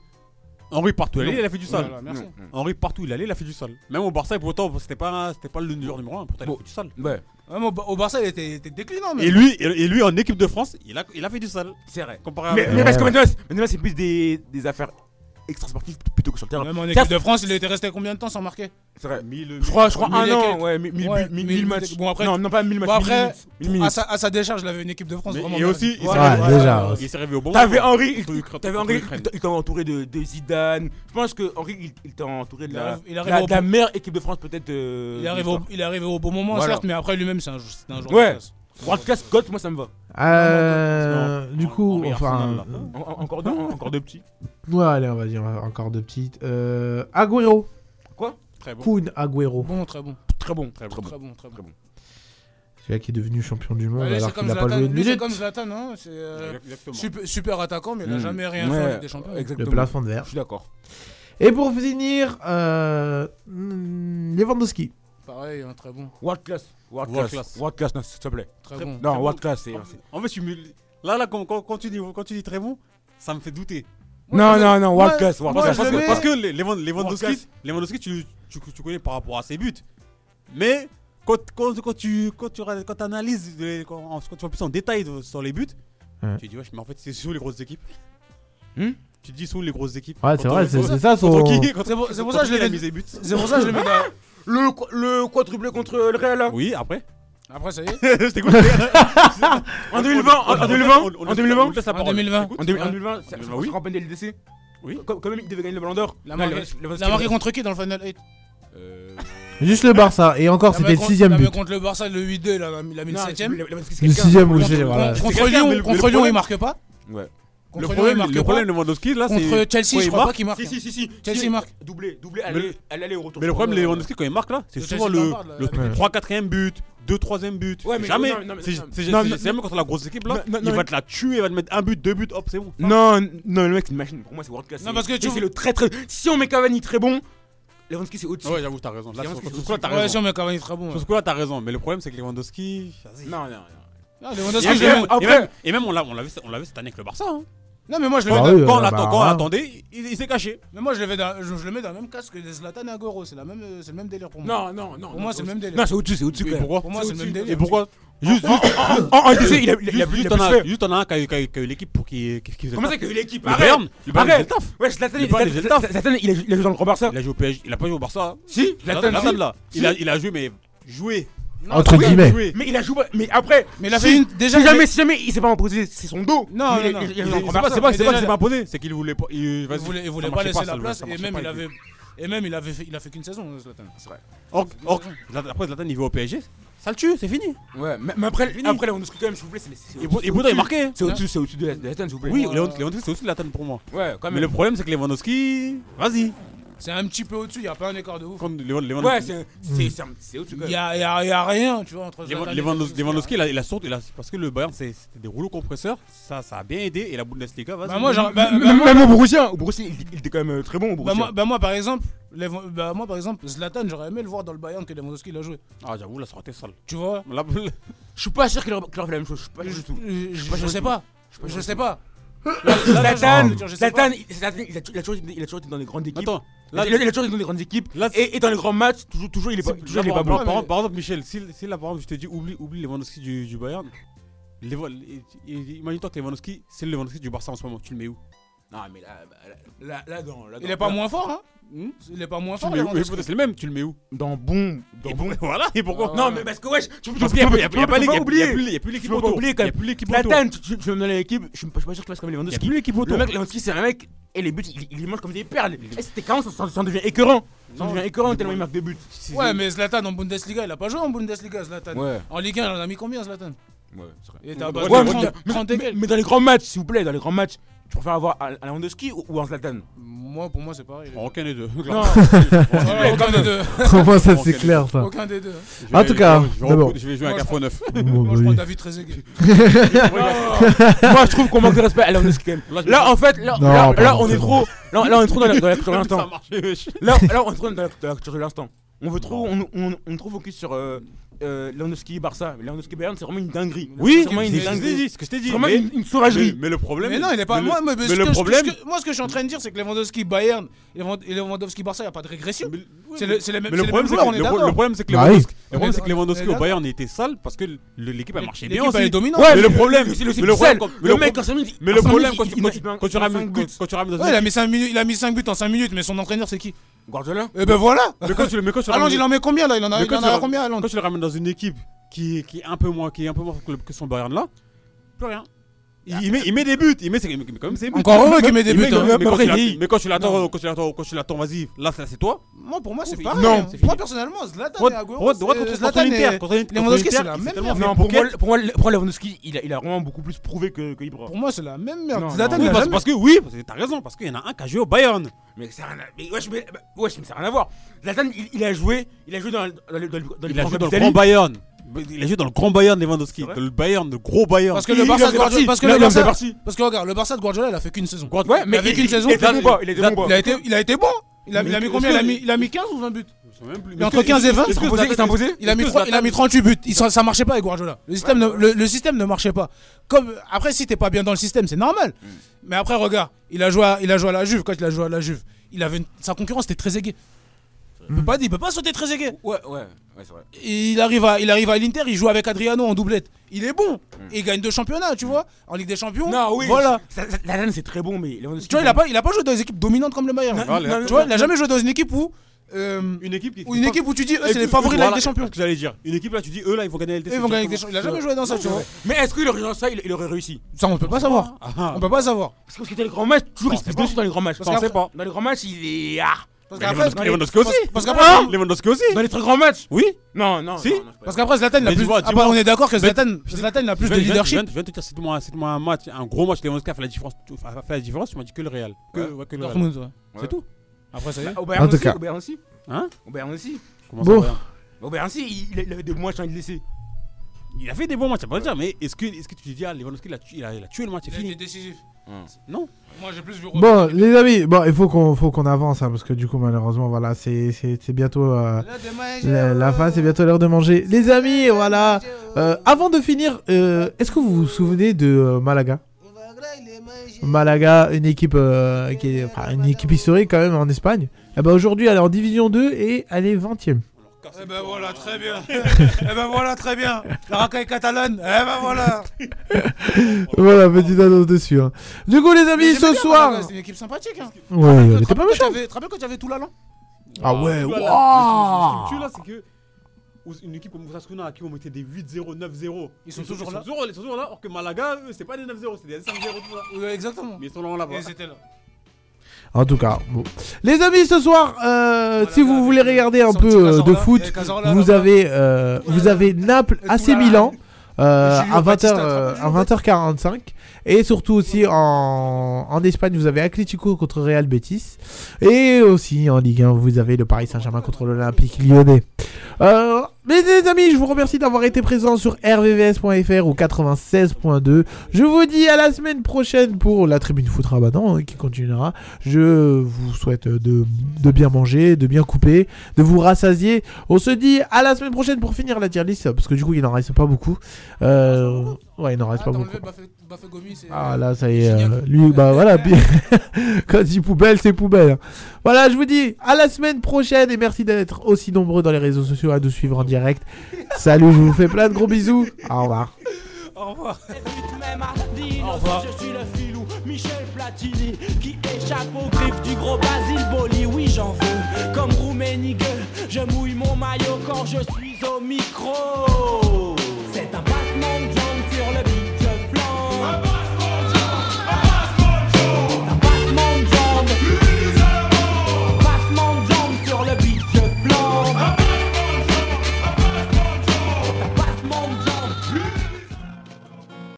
Henri partout il allait, il a fait du sale. Voilà, merci. Non, non. Henri partout il allait, il a fait du sale. Même au Barça, pourtant c'était pas c'était pas le joueur numéro 1, pourtant il a fait du sale. Ouais, Même au, Ba- au Barça, il était, il était déclinant. Même. Et lui, et et lui en équipe de France, il a, il a fait du sale. c'est vrai. Comparé à. Mais, mais ouais. parce que Mendes, Mendes, c'est plus des, des affaires extra-sportives plutôt que sur le terrain. Même en Ça, équipe de France, il était resté combien de temps sans marquer C'est vrai. Mille- Je crois, je crois Mille et un an, quelques. ouais, mi- mille Ouais, buts, mi- mille mille buts. matchs. Bon, après- non, non, pas mille matchs. Bon, mille après, minutes. Mille minutes. à sa, à sa décharge, il avait une équipe de France Mais- vraiment. et bien. aussi, il Ouais, s'est- Ouais, voilà. déjà, ouais. Il s'est réveillé au bon Oh, T'avais moment. Henri, Contre l'Ucra- il- t'avais contre Henri, l'Ukraine. il t'a- il t'a entouré de, de Zidane. Je pense que Henri, il, il t'a entouré de Il la, arrive- il arrive la- au de la bon- meilleure équipe de France peut-être. euh, Il de est arrivé au, l'histoire. il est arrivé au bon moment, Voilà. certes, mais après lui-même, c'est un, jou- c'était un joueur. Ouais. de classe. World Class Goat, moi ça me va. Euh, Non, du en- coup, Henri enfin. Arsenal, là. En- en- encore deux, en- encore deux petits. euh, Ouais, allez, on va dire encore deux petites. Euh, Agüero. Très bon. Kun Agüero. Bon, très bon. Très bon, très Très bon, très bon. Très bon. Celui-là qui est devenu champion du monde Allez, alors c'est qu'il comme n'a pas Zlatan. joué une Lui, c'est minute. comme Zlatan, hein. C'est euh, Exactement. super, super attaquant, mais il n'a Mm. jamais rien fait Ouais, en Ligue des Champions. Le Exactement. plafond de verre. Je suis d'accord. Et pour finir, euh, hmm, Lewandowski. Pareil, hein, très bon. World Class. World World Class. class. World Class, non, s'il te plaît. Très Très bon. Non, bon. World Class, c'est. En fait- En fait, je suis. mu- Là, là, quand, quand- quand tu dis, quand tu dis très bon, ça me fait douter. Non, non, non, World moi- Class, World moi, Class. je Parce le que- mets- parce Parce que- que les- Lewan- Lewandowski, World-class. Lewandowski tu, tu, tu connais par rapport à ses buts. Mais quand, quand, quand tu quand tu regardes- quand analyses, quand, quand tu vois plus en détail de- sur les buts, Ouais. tu te dis, wesh, mais en fait, c'est sous les grosses équipes. Hmm tu te dis sous les grosses équipes. Ouais, c'est Quand vrai, on- c'est quand- c'est ça quand son. on- quand- C'est pour- c'est quand pour ça que on je l'ai a mis- mis les buts. C'est pour ça que je le mets dans. Le qu- le quadruplé contre le Real. hein. Oui, après. Après, ça y est. Je t'écoute. En 2020, en- en 2020, en 2020. laisse la En parole. 2020. Écoute. En 2000- en 2020, ça- ça- ça Oui. sera en peine d'LDC Oui. Quand quand même, il devait gagner le ballon d'or. bah La Non, marqué- Lew- Lewandowski- Il a marqué contre qui dans le Final 8 Euh, Juste le Barça. Et Ah, encore, c'était le sixième but. contre le Barça, le 8-2, il a mis il a mis le non, 7ème. Lewandowski, c'est Le quelqu'un. sixième Contre, objet, voilà. contre- contre C'est quelqu'un, mais Lyon, le- contre le Lyon, il problème- marque pas. Ouais. Contre Le Lyon, problème, il marque le problème pas. de Lewandowski là, c'est Contre Chelsea, quand je il crois pas marque- qu'il marque. Si, si, si, si. Chelsea Si, marque. Doublé, doublé, Mais le- allez, allez, au retour. Euh, Mais le problème de Ouais, Lewandowski quand il marque là, c'est Le souvent Chelsea le, Lampard, là, le avec- 3-4ème but, 2-3ème but. Ouais, mais jamais. non, non, mais- C'est non, c'est- non, c'est- non, c'est même quand c'est la grosse équipe là, Non, non, il va mais- te la tuer, il va te mettre un but, deux buts, hop, c'est bon. Non, non, le mec, c'est une machine. Pour moi, c'est World Class. Non, C'est- parce que tu C'est vois- le très très. Si on met Cavani très bon, Lewandowski, c'est au-dessus. Ouais, j'avoue, t'as raison. Là, C'est sur vraiment ce sur que ce coup-là, je t'as Ouais, raison. sûr, mais Cavani est très bon. Sur ouais. ce coup-là, t'as raison. Mais le problème, c'est que Lewandowski. vas-y. Non, non, non. Non, Et Lewandowski, même- je le mets- et même- Et même, on l'a on l'a vu, on l'a vu cette année avec le Barça. hein. Non, mais moi, je le Ah mets oui, dans- euh, Quand bah, on l'attend- quand on voilà. l'attendait, il il s'est caché. mais moi, je le mets dans- je- je le mets dans le même casque que Zlatan et Agüero. C'est la même, euh, c'est le même délire pour Non, moi. non, non. Pour moi, c'est le même délire. Non, c'est au-dessus, c'est au-dessus. Oh, Et quand même. pourquoi Pour moi, c'est le même Et délire. pourquoi Juste, juste, En LDC, il a il a- il a juste, plus juste, de t'en as- fait. juste, t'en as un qui a eu- qui a eu qui a eu l'équipe pour qui qui- qui faisait le Comment ça taf. qu'il y a eu l'équipe Le Arrête Bayern, le Bayern, Arrête il faisait le taf. Ouais, Zlatan, Il est pas allé, Zlatan, c'est le taf. Zlatan, il a il a joué dans le grand Barça. Il a joué au PSG, il a pas joué au Barça. Si, Zlatan, Zlatan, si. là. Il a- il a joué, mais joué. Entre oui, guillemets. Joué. Mais il a joué. Mais après. Mais il a si- fait une. Déjà, Si il a- jamais, si jamais, il s'est pas imposé, c'est son dos. Non, Mais il non, a- non. il a Il- joué dans le C'est grand pas, Barça. c'est pas, c'est mais pas déjà, que c'est là- pas imposé, c'est qu'il voulait pas. Il, il vas-y, voulait, il ça voulait pas marchait laisser ça, la le- place. ça Et marchait même, pas, il était- avait. Et même, il avait fait, il a fait qu'une saison, hein, Zlatan. Or- or- Zlatan- après Zlatan il va au PSG, Ça le tue, c'est fini. Ouais, mais, mais après, Fini. après, Lewandowski, quand même, s'il vous plaît, c'est. c'est- Et pour- et pourtant, il est marqué. hein. C'est au-dessus, c'est au-dessus de la, de la scène, s'il vous plaît. Oui, Léon- Lewandowski, c'est aussi de la tête pour moi. Ah, Ouais, quand Mais même. le problème, c'est que Lewandowski. Vas-y. C'est un petit peu au-dessus, il n'y a pas un écart de ouf. Quand Lewan- Lewan- Ouais, c'est, c'est, c'est, un- c'est au-dessus quand même. Il n'y a, y a, y a rien, tu vois, entre Lewan- Zlatan Lewandos- et Lewandowski. Lewandowski, il a, il a sorti- il a- parce que le Bayern, c'est- c'était des rouleaux compresseurs. Ça, ça a bien aidé. Et la Bundesliga, vas-y. Bah, moi, j'en- bah, bah, Même, moi- même au Borussia, au Borussia, il, il était quand même euh, très bon au bah, Borussia. moi, bah, moi, par exemple, Levan- bah, moi, par exemple, Zlatan, j'aurais aimé le voir dans le Bayern que Lewandowski l'a joué. Ah, j'avoue, là, ça aurait été sale. Tu vois Là, je suis pas sûr qu'il leur, qu'il leur fait la même chose, je suis pas sûr du tout. Je, je- pas je sûr sais du pas. Je sais pas. Zlatan, je- je sais Zlatan, pas. il- Zlatan, il a il a toujours été il a toujours été dans les grandes équipes. Attends. Là, Là, il a il a toujours été dans les grandes équipes. Là, et, et dans les grands matchs, toujours, toujours il est pas, C'est- toujours, il est par, pas par- bon. par- par exemple, Michel, si, si là, par exemple, je te dis oublie, oublie Lewandowski du, du Bayern, Lewa- et- et- imagine-toi que Lewandowski, c'est le Lewandowski du Barça en ce moment, tu le mets où Non, mais là, bah, là, là, là, dans, là, Il dans- est pas là- moins fort, hein Hmm Il est pas moins Tu fort, le mets où Oh, Lewandowski. C'est le même, tu le mets où Dans bon. Dans bon. Voilà, et pourquoi Ah, Non, mais parce que wesh, tu peux Parce qu'il y a- il y a- il y a pas les- il y a- oublier. il y a plus Tu l'équipe peux pas autour. oublier Il quand y a même. plus l'équipe autour. Zlatan, tu, tu, tu veux me donner l'équipe, je suis pas je suis pas sûr que tu fasses comme Il y a Lewandowski. plus l'équipe Le autour. mec, Lewandowski, c'est un mec, et les buts, il, il les mange comme des perles. Et c'était 40, ça, ça, ça en devient écœurant. Ça en devient écœurant tellement il marque des buts. Ouais, mais Zlatan en Bundesliga, il a pas joué en Bundesliga, Zlatan. En Ligue 1, il en a mis combien, Zlatan ouais, c'est vrai. Il était à Ouais, base mais, de mais- 30 mais- 30 mais- et quelques. mais dans les grands matchs, s'il vous plaît, dans les grands matchs, tu préfères avoir un un Lewandowski ou, ou un Zlatan Moi, pour moi, c'est pareil. Prends aucun des deux. Non, bah, Ouais, aucun des deux. Enfin, ça, Ok, c'est mais- clair, ça. Aucun des deux. Je En vais- tout cas, je vais- d'abord. je vais jouer un Moi, je- carrefour neuf. Moi, je prends David Trezeguet. moi je trouve qu'on manque de respect à Lewandowski quand même. Là en fait, là, Non, là, pardon, là, on c'est est trop, là, là, on est trop dans la, dans la culture de Ça a l'instant. marché, wesh. Là, là on est trop dans la, dans la culture de l'instant. On veut trop, on, on, on est trop focus sur euh, euh, Lewandowski Barça. Mais Lewandowski Bayern c'est vraiment une dinguerie. Oui, c'est vraiment c'est une ce que je t'ai dinguerie. dit, ce que je t'ai C'est dit. vraiment mais- une, une sauvagerie. mais- Mais le problème. Mais non, il est pas. mais le- moi, mais- mais mais ce le que- ce problème- que- moi, ce que je suis en train de dire, c'est que Lewandowski Bayern et Lewand- et Lewandowski Barça, il n'y a pas de régression. mais- C'est le, c'est les mêmes- Mais le c'est les problème, mêmes c'est joueurs, on que est le pro- d'accord. le problème, c'est que Bah Lewandowski- oui. le problème, c'est On que est Lewandowski au d'accord. Bayern était sale parce que le- l'équipe a marché bien L'équipe, elle est aussi. dominante. Ouais, mais le problème, c'est le, mais le problème, quand- mais le mec, pro- quand ça nous dit- Mais le quand ça problème, nous quand dit, tu il- quand il- tu- il- quand tu il- ramènes but. quand- quand tu ramènes dans Ouais, il une- a mis 5 minutes, il a mis 5 buts en 5 minutes, mais son entraîneur c'est qui Guardiola Eh ben voilà mais quand tu le mais quand tu le Allende, ramènes- il en met combien là Il en a, Mais il quand en tu a le- combien Allende Quand tu le ramènes dans une équipe qui est, qui est un peu moins, qui est un peu moins que, le- que son Bayern là, plus rien. Il, il met, il met des buts, il met, ses- mais quand même ses buts. Ah. Encore heureux qu'il met des Il buts. met- hein. mais, quand après, tu l'as- il- mais quand tu l'attends, quand tu l'attends, quand tu l'attends, vas-y, là ça, c'est toi. Moi pour moi c'est Ouf, pareil. non, hein. c'est fini. Moi personnellement, Zlatan et Droite, Agüero. droite, c'est- droite contre, contre Zlatan l'Inter, et- contre l'Inter, Lewandowski, contre c'est l'Inter, la il s'est même tellement merde. fait Non, pour moi, pocket. pour moi, le- pour moi, Lewandowski, il a, il a vraiment beaucoup plus prouvé que, que Ibra. Pour moi c'est la même merde. Non, Zlatan Oui, il a parce, Ah, jamais. parce que oui, parce que t'as raison, parce qu'il y en a un qui a joué au Bayern. Mais ça a rien à, mais wesh, mais, bah, wesh, mais ça a rien à voir. Zlatan, il, il a joué, il a joué dans, dans, le- dans, le- dans, Il a joué dans le d'Italie. grand Bayern. Il a joué dans le grand Bayern Lewandowski, C'est vrai dans le Bayern, le gros Bayern. Parce que Il- le il en Barça de fait partie. Guardiola. Parce que Là, le il en fait Barça. partie. Parce que regarde, le Barça de Guardiola il a fait qu'une saison. Ouais, mais Il a fait il- qu'une il- saison. Il était bon, pas, il était bon, Il a été- il a été bon. Il a, Mais il a mis est-ce combien il a que- mis, il a mis 15 ou 20 buts Mais Mais entre 15 et 20, il s'est imposé, il s'est imposé. Il a, mis trois- il a mis 38 buts. Il, s'en- ça marchait pas avec Guardiola. Le système, ne, le, le système ne marchait pas. Comme, après, si t'es pas bien dans le système, c'est normal. Mm. Mais après, regarde, il a, joué à, il a joué à la Juve. Quand il a joué à la Juve, il avait une- sa concurrence était très aiguë. Il Mm. peut pas dire, il peut pas sauter très aiguë. Ouais, ouais, ouais, c'est vrai. Il arrive à, il arrive à l'Inter, il joue avec Adriano en doublette. Il est bon. Et il gagne deux championnats, tu vois, en Ligue des Champions. Mm. Non, oui. Voilà. Ça- ça- Zlatan, c'est très bon, mais Lewandowski. Tu vois, il a pas, il a pas joué dans des équipes dominantes comme le Bayern. non, non, tu vois, il a jamais joué dans une équipe où, euh, une équipe qui où une équipe où tu dis, eux, c'est les favoris de la Ligue des Champions. Ce que j'allais dire. Une équipe là, tu dis eux là, ils vont gagner la Ligue Eux, Ils vont gagner avec des champions. Il a jamais joué dans ça, tu vois. Mais est-ce qu'il aurait, ça, il, il aurait réussi Ça, on peut pas savoir. Ah, On peut pas savoir. Parce que c'était les grands matchs, toujours il se pisse dessus dans les grands matchs. Parce qu'après- pas. Dans les grands matchs, il est. Ah Parce Mais qu'après, Lewandowski Lewandowski aussi. parce- parce Ah, qu'après- Lewandowski aussi. Dans les très grands matchs Oui. Non, non. Si. non, non, je sais pas. parce qu'après, Zlatan, il a Mais plus. dis-moi, Après, dis-moi. on est d'accord que Mais- Zlatan, Zlatan, il a plus de Je viens- je viens- leadership. Je viens de te dire, c'est moi c'est moi un match, un gros match. Lewandowski a fait la différence. a fait la différence. Tu m'as dit que le Real. Que, ouais, que le Real. Dortmund, ouais. C'est tout. Après, ça y est. Au Bayern En tout aussi, cas. au Bayern aussi. Hein Au Bayern aussi. Comment Bon. ça, Bayern Au Bayern aussi, il, il avait des mois, je suis en train de laisser. Il a fait des bons matchs, ça pas dire. Mais est-ce que est-ce que tu te dis ah Lewandowski il a tué- il a il a tué le match, c'est fini. décisif. Non. Moi, j'ai plus vu. Bon, les amis, bon, il faut qu'on faut qu'on avance, hein, parce que du coup, malheureusement, voilà, c'est c'est- c'est bientôt. euh, la, la fin, c'est bientôt l'heure de manger. Les amis, voilà. Euh, avant de finir, euh, est-ce que vous vous souvenez de euh, Malaga Malaga, une équipe, euh, qui est, enfin, une équipe historique quand même en Espagne. Eh ben, Aujourd'hui, elle est en division 2 et elle est 20ème. Eh ben voilà, très bien. Eh ben voilà, très bien. La racaille catalane. Eh ben voilà. Voilà, petite annonce dessus. hein. Du coup, les amis, ce soir. C'est une équipe sympathique. Hein. Ouais, elle Tu était te pas rappelles méchante. quand t'avais- tu te rappelles quand t'avais tout l'allant Ah ouais, Voilà. waouh. Mais ce qui me tue, là, c'est que aux- une équipe comme Osasuna à qui on mettait des 8-0, 9-0. Ils sont toujours là. Ils sont toujours, ils sont toujours là, alors que Malaga, eux, c'est pas des 9-0, c'est des 5-0, tout ça. Exactement. Mais ils sont là, là-bas. Et c'était là. En tout cas, bon. Les amis, ce soir, euh, si vous voulez regarder un Sorti peu euh, de Cazorla. foot, Eh, Cazorla, vous là-bas. avez, euh, vous avez Naples Et AC Toulala. Milan euh, Julio à, 20h, Batista, euh, Julio à 20h45. Et surtout aussi en, en Espagne, vous avez Atlético contre Real Betis. Et aussi en Ligue 1, vous avez le Paris Saint-Germain contre l'Olympique lyonnais. Euh, mais les amis, je vous remercie d'avoir été présents sur rvvs.fr ou 96.2. Je vous dis à la semaine prochaine pour la tribune foot rabadan hein, qui continuera. Je vous souhaite de, de bien manger, de bien couper, de vous rassasier. On se dit à la semaine prochaine pour finir la tier list parce que du coup il n'en reste pas beaucoup. Euh, ouais, il n'en reste pas beaucoup. Ah là, ça y est, euh, lui, bah voilà, puis- quand il dit poubelle, c'est poubelle. hein. Voilà, je vous dis à la semaine prochaine et merci d'être aussi nombreux dans les réseaux sociaux à nous suivre en direct. Salut, je vous fais plein de gros bisous. Au revoir. Au revoir. Je suis le filou Michel Platini qui échappe aux griffes du gros Basile Boli. Oui, j'en veux. Comme Rummenigge, je mouille mon maillot quand je suis au micro.